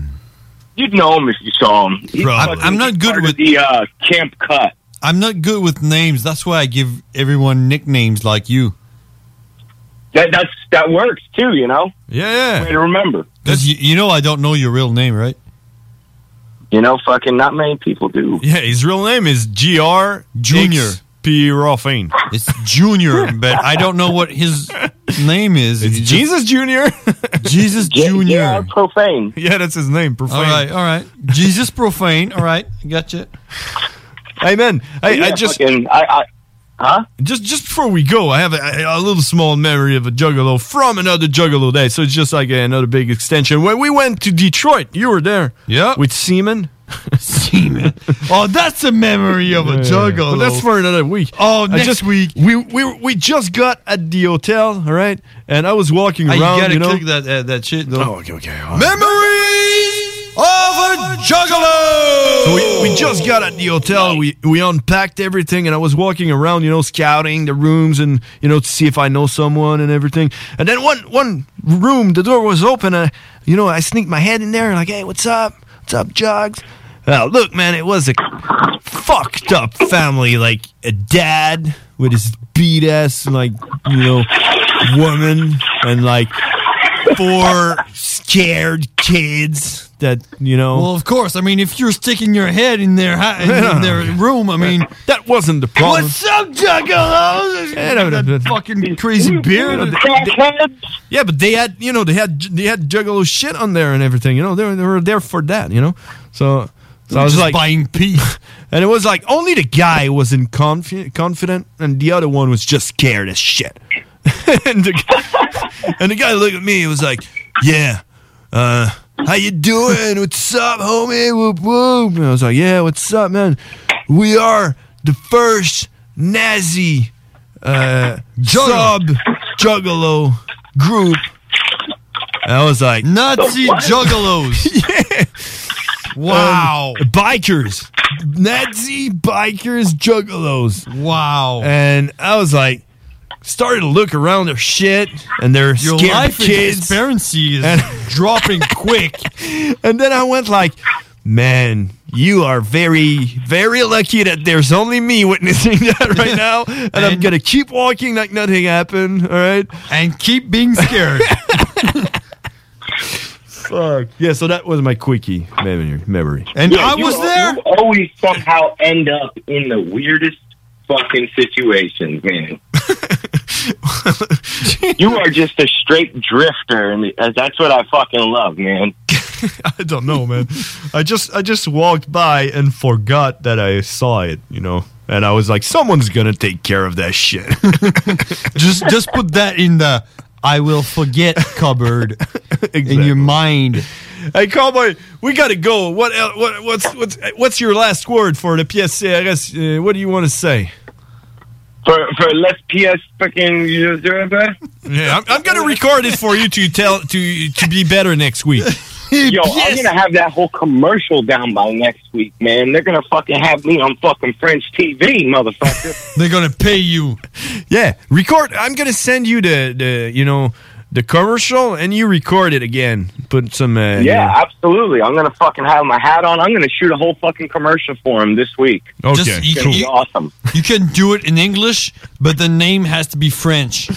Speaker 35: You'd know him if you saw him. He's
Speaker 9: Probably.
Speaker 35: fucking-
Speaker 9: I'm not
Speaker 35: he's
Speaker 9: good
Speaker 35: part
Speaker 9: with-
Speaker 35: of the uh, camp cut.
Speaker 9: I'm not good with names. That's why I give everyone nicknames like you.
Speaker 35: That that's that works too. You know.
Speaker 10: Yeah.
Speaker 35: Way to remember.
Speaker 9: Because you, you know I don't know your real name, right?
Speaker 35: You know, fucking not many people do.
Speaker 10: Yeah, his real name is Gr Junior P E Rolfane.
Speaker 9: It's
Speaker 10: <laughs>
Speaker 9: Junior, but I don't know what his name is. It's
Speaker 10: <laughs> Jesus Junior. <laughs>
Speaker 9: Jesus Junior.
Speaker 35: profane.
Speaker 10: Yeah, that's his name. Profane.
Speaker 9: All right, all right. Jesus profane. All right, gotcha.
Speaker 10: Amen. Hey,
Speaker 9: Yeah,
Speaker 10: I just
Speaker 35: fucking- I, I, huh?
Speaker 10: Just just before we go, I have a, a little small memory of a Juggalo from another Juggalo day. So it's just like another big extension. When we went to Detroit, you were there. Yeah, with Seaman. <laughs> Seaman.
Speaker 9: Oh, that's a memory of a juggalo.
Speaker 10: But that's for another week.
Speaker 9: Oh, next
Speaker 10: week. We we we just got at the hotel, all right, and I was walking
Speaker 9: Hey, you
Speaker 10: around.
Speaker 9: gotta
Speaker 10: know, Oh,
Speaker 9: click that uh, that shit. Though.
Speaker 10: okay, okay.
Speaker 9: Memories of a juggalo.
Speaker 10: So we, we just got at the hotel. We we unpacked everything, and I was walking around, you know, scouting the rooms and you know to see if I know someone and everything. And then one one room, the door was open. And, you know, I sneaked my head in there, like, hey, what's up? What's up, Jugs? Oh, look, man, it was a fucked up family, like a dad with his beat ass, like you know, woman, and like four scared kids that you know.
Speaker 9: Well, of course. I mean, if you're sticking your head in their hi-
Speaker 10: <laughs>
Speaker 9: in their room, I mean,
Speaker 10: that wasn't the problem.
Speaker 9: What's up, juggalos?
Speaker 10: Yeah, no, no, no.
Speaker 9: That fucking crazy beard.
Speaker 10: Yeah, but they had you know they had they had Juggalo shit on there and everything. You know they were, they were there for that. You know, so
Speaker 9: They
Speaker 10: so
Speaker 9: were
Speaker 10: I was
Speaker 9: just
Speaker 10: like
Speaker 9: buying peace.
Speaker 10: <laughs> And it was like only the guy wasn't confi- confident, and the other one was just scared as shit. <laughs> and, the, guy- and the guy looked at me. He was like, "Yeah, uh, how you doing? What's up, homie? Whoop whoop." And I was like, "Yeah, what's up, man? We are the first Nazi uh, sub juggalo group." And I was like,
Speaker 9: Nazi
Speaker 10: "What?" <laughs>
Speaker 9: juggalos.
Speaker 10: yeah.
Speaker 9: Wow.
Speaker 10: Um, bikers. Nazi bikers juggalos.
Speaker 9: Wow.
Speaker 10: And I was like, started to look around their shit and their
Speaker 9: Your
Speaker 10: scared
Speaker 9: life
Speaker 10: kids.
Speaker 9: transparency is <laughs> dropping quick.
Speaker 10: <laughs> and then I went like, man, you are very, very lucky that there's only me witnessing <laughs> that
Speaker 9: <laughs>
Speaker 10: right now. And, I'm going to keep walking like nothing happened. All right.
Speaker 9: And keep being scared.
Speaker 10: Fuck. Yeah, so that was my quickie memory. memory.
Speaker 35: Yeah, you al- You always somehow end up in the weirdest fucking
Speaker 10: <laughs>
Speaker 35: situations, man. you are just a straight drifter, and that's what I fucking
Speaker 10: <laughs>
Speaker 35: love, man.
Speaker 10: I don't know, man. I just I just walked by and forgot that I saw it, you know. And I was like, someone's gonna take care of that shit.
Speaker 9: <laughs>
Speaker 10: <laughs>
Speaker 9: just just put that in the I will forget
Speaker 10: <laughs>
Speaker 9: cupboard in your mind.
Speaker 10: hey, cowboy, Oh, we gotta go. What el- what what's what's what's your last word for the PSCRS? Uh, what do you want to say?
Speaker 35: For for let's PS fucking you just doing that?
Speaker 10: Yeah, I'm, I'm gonna record it for you to tell to to be better next week.
Speaker 35: Yo, I'm gonna have that whole commercial down by next week, man. They're gonna fucking have me on fucking French TV, motherfucker.
Speaker 9: They're gonna pay you.
Speaker 10: Yeah, record. I'm gonna send you the the you know the commercial, and you record it again. Put some uh,
Speaker 35: yeah, absolutely. I'm gonna fucking have my hat on. I'm gonna shoot a whole fucking commercial for him this week.
Speaker 10: Okay,
Speaker 9: Just-
Speaker 35: it's gonna be
Speaker 9: cool.
Speaker 35: awesome.
Speaker 9: You can do it in English, but the name has to be French.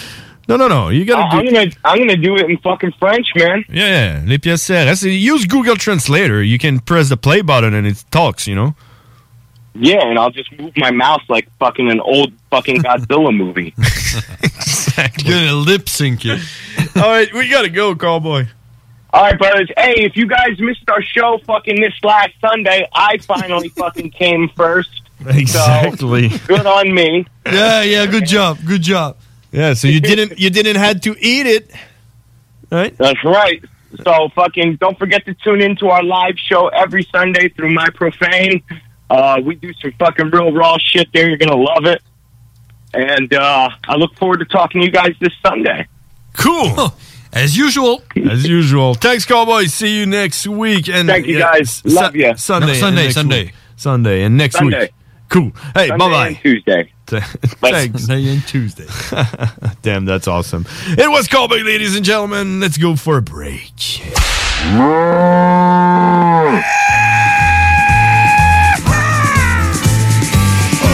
Speaker 10: No, no, no. Oh, You
Speaker 35: I- I'm gonna I'm gonna do it in fucking French, man.
Speaker 10: Yeah, yeah. Les pièces CRS. Use Google Translator. You can press the play button and it talks, you know?
Speaker 35: Yeah, and I'll just move my mouth like fucking an old
Speaker 10: <laughs>
Speaker 35: fucking Godzilla movie.
Speaker 10: exactly.
Speaker 9: You're gonna lip sync it.
Speaker 10: All right, we gotta go, cowboy.
Speaker 35: All right, brothers. Hey,
Speaker 10: <laughs>
Speaker 35: if you guys missed our show fucking this last Sunday, I finally fucking came first.
Speaker 10: Exactly.
Speaker 35: Good on me.
Speaker 37: Yeah, yeah, good job, good job.
Speaker 10: Yeah, so you didn't you didn't had to eat it.
Speaker 35: Right? That's right. So fucking don't forget to tune in to our live show every Sunday through My Profane. Uh, we do some fucking real raw shit there. You're gonna love it. And uh, I look forward to talking to you guys this Sunday.
Speaker 10: <laughs> Cool. As usual. As usual. Thanks, Cowboy. See you next week. And
Speaker 35: Thank you,
Speaker 10: yeah,
Speaker 35: guys.
Speaker 10: Su-
Speaker 35: Love ya.
Speaker 10: Sunday.
Speaker 35: No,
Speaker 10: and
Speaker 35: Sunday,
Speaker 10: next
Speaker 35: Sunday.
Speaker 10: week. Sunday and next
Speaker 35: Sunday.
Speaker 10: week. Cool. Hey,
Speaker 35: Sunday
Speaker 10: bye bye.
Speaker 35: and Tuesday.
Speaker 10: <laughs> Thanks. Sunday and Tuesday. Damn, <laughs> that's awesome. It was Cowboy, ladies and gentlemen. Let's go for a break.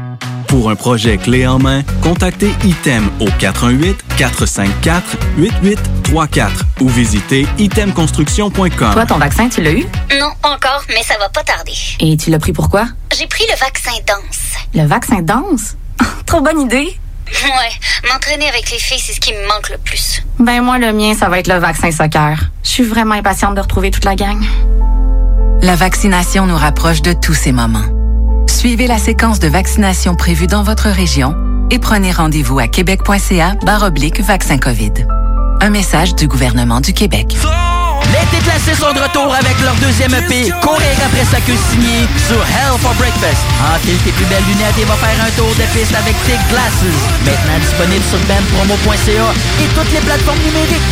Speaker 1: Pour un projet clé en main, contactez ITEM au 418-454-8834 ou visitez itemconstruction.com.
Speaker 2: Toi, ton vaccin, tu l'as eu?
Speaker 3: Non, pas encore, mais ça va pas tarder.
Speaker 2: Et tu l'as pris pourquoi?
Speaker 3: J'ai pris le vaccin danse.
Speaker 2: Le vaccin danse? <laughs> Trop bonne idée!
Speaker 3: Ouais, m'entraîner avec les filles, c'est ce qui me manque le plus.
Speaker 2: Ben moi, le mien, ça va être le vaccin soccer.
Speaker 4: Je suis vraiment impatiente de retrouver toute la gang. La vaccination nous rapproche de tous ces moments. Suivez la séquence de vaccination prévue dans votre région et prenez rendez-vous à québec.ca barre oblique vaccin COVID. Un message du gouvernement du Québec.
Speaker 14: Les déplacés sont de retour avec leur deuxième EP, Courir après sa queue signée sur Hell for Breakfast. Enfile tes plus belles lunettes et va faire un tour de piste avec tes glasses. Maintenant disponible sur benpromo.ca et toutes les plateformes numériques.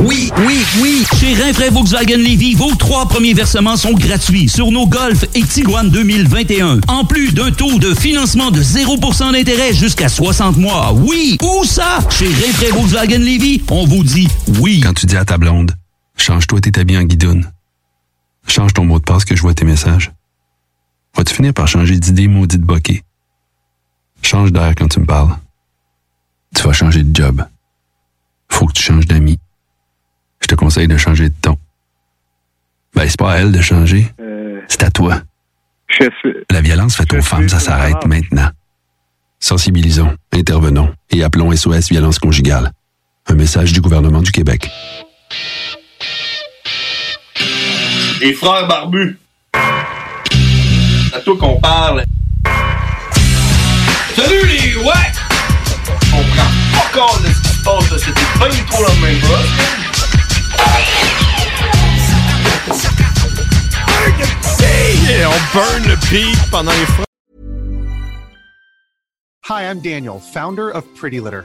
Speaker 21: Oui, oui, oui. Chez Rainfray Volkswagen Levy, vos trois premiers versements sont gratuits sur nos Golf et Tiguan 2021. En plus d'un taux de financement de 0% d'intérêt jusqu'à 60 mois. Oui, où ça? Chez Rainfray Volkswagen Levy, on vous dit oui.
Speaker 5: Quand tu dis à ta blonde, change-toi tes habits en guidoune. Change ton mot de passe que je vois tes messages. Vas-tu finir par changer d'idée maudite bokeh? Change d'air quand tu me parles. Tu vas changer de job. Faut que tu changes d'amis. Je te conseille de changer de ton. Ben, c'est pas à elle de changer. C'est à toi. La violence faite aux femmes, ça s'arrête maintenant. Sensibilisons, intervenons et appelons SOS Violence Conjugale. Un message du gouvernement du Québec.
Speaker 7: Les frères barbus. C'est à toi qu'on parle. Salut les ouais! On prend pas compte de ce qui se passe, là. c'était pas du tout la même chose.
Speaker 10: Yeah, on burn le beat pendant les fr-
Speaker 38: Hi, I'm Daniel, founder of Pretty Litter.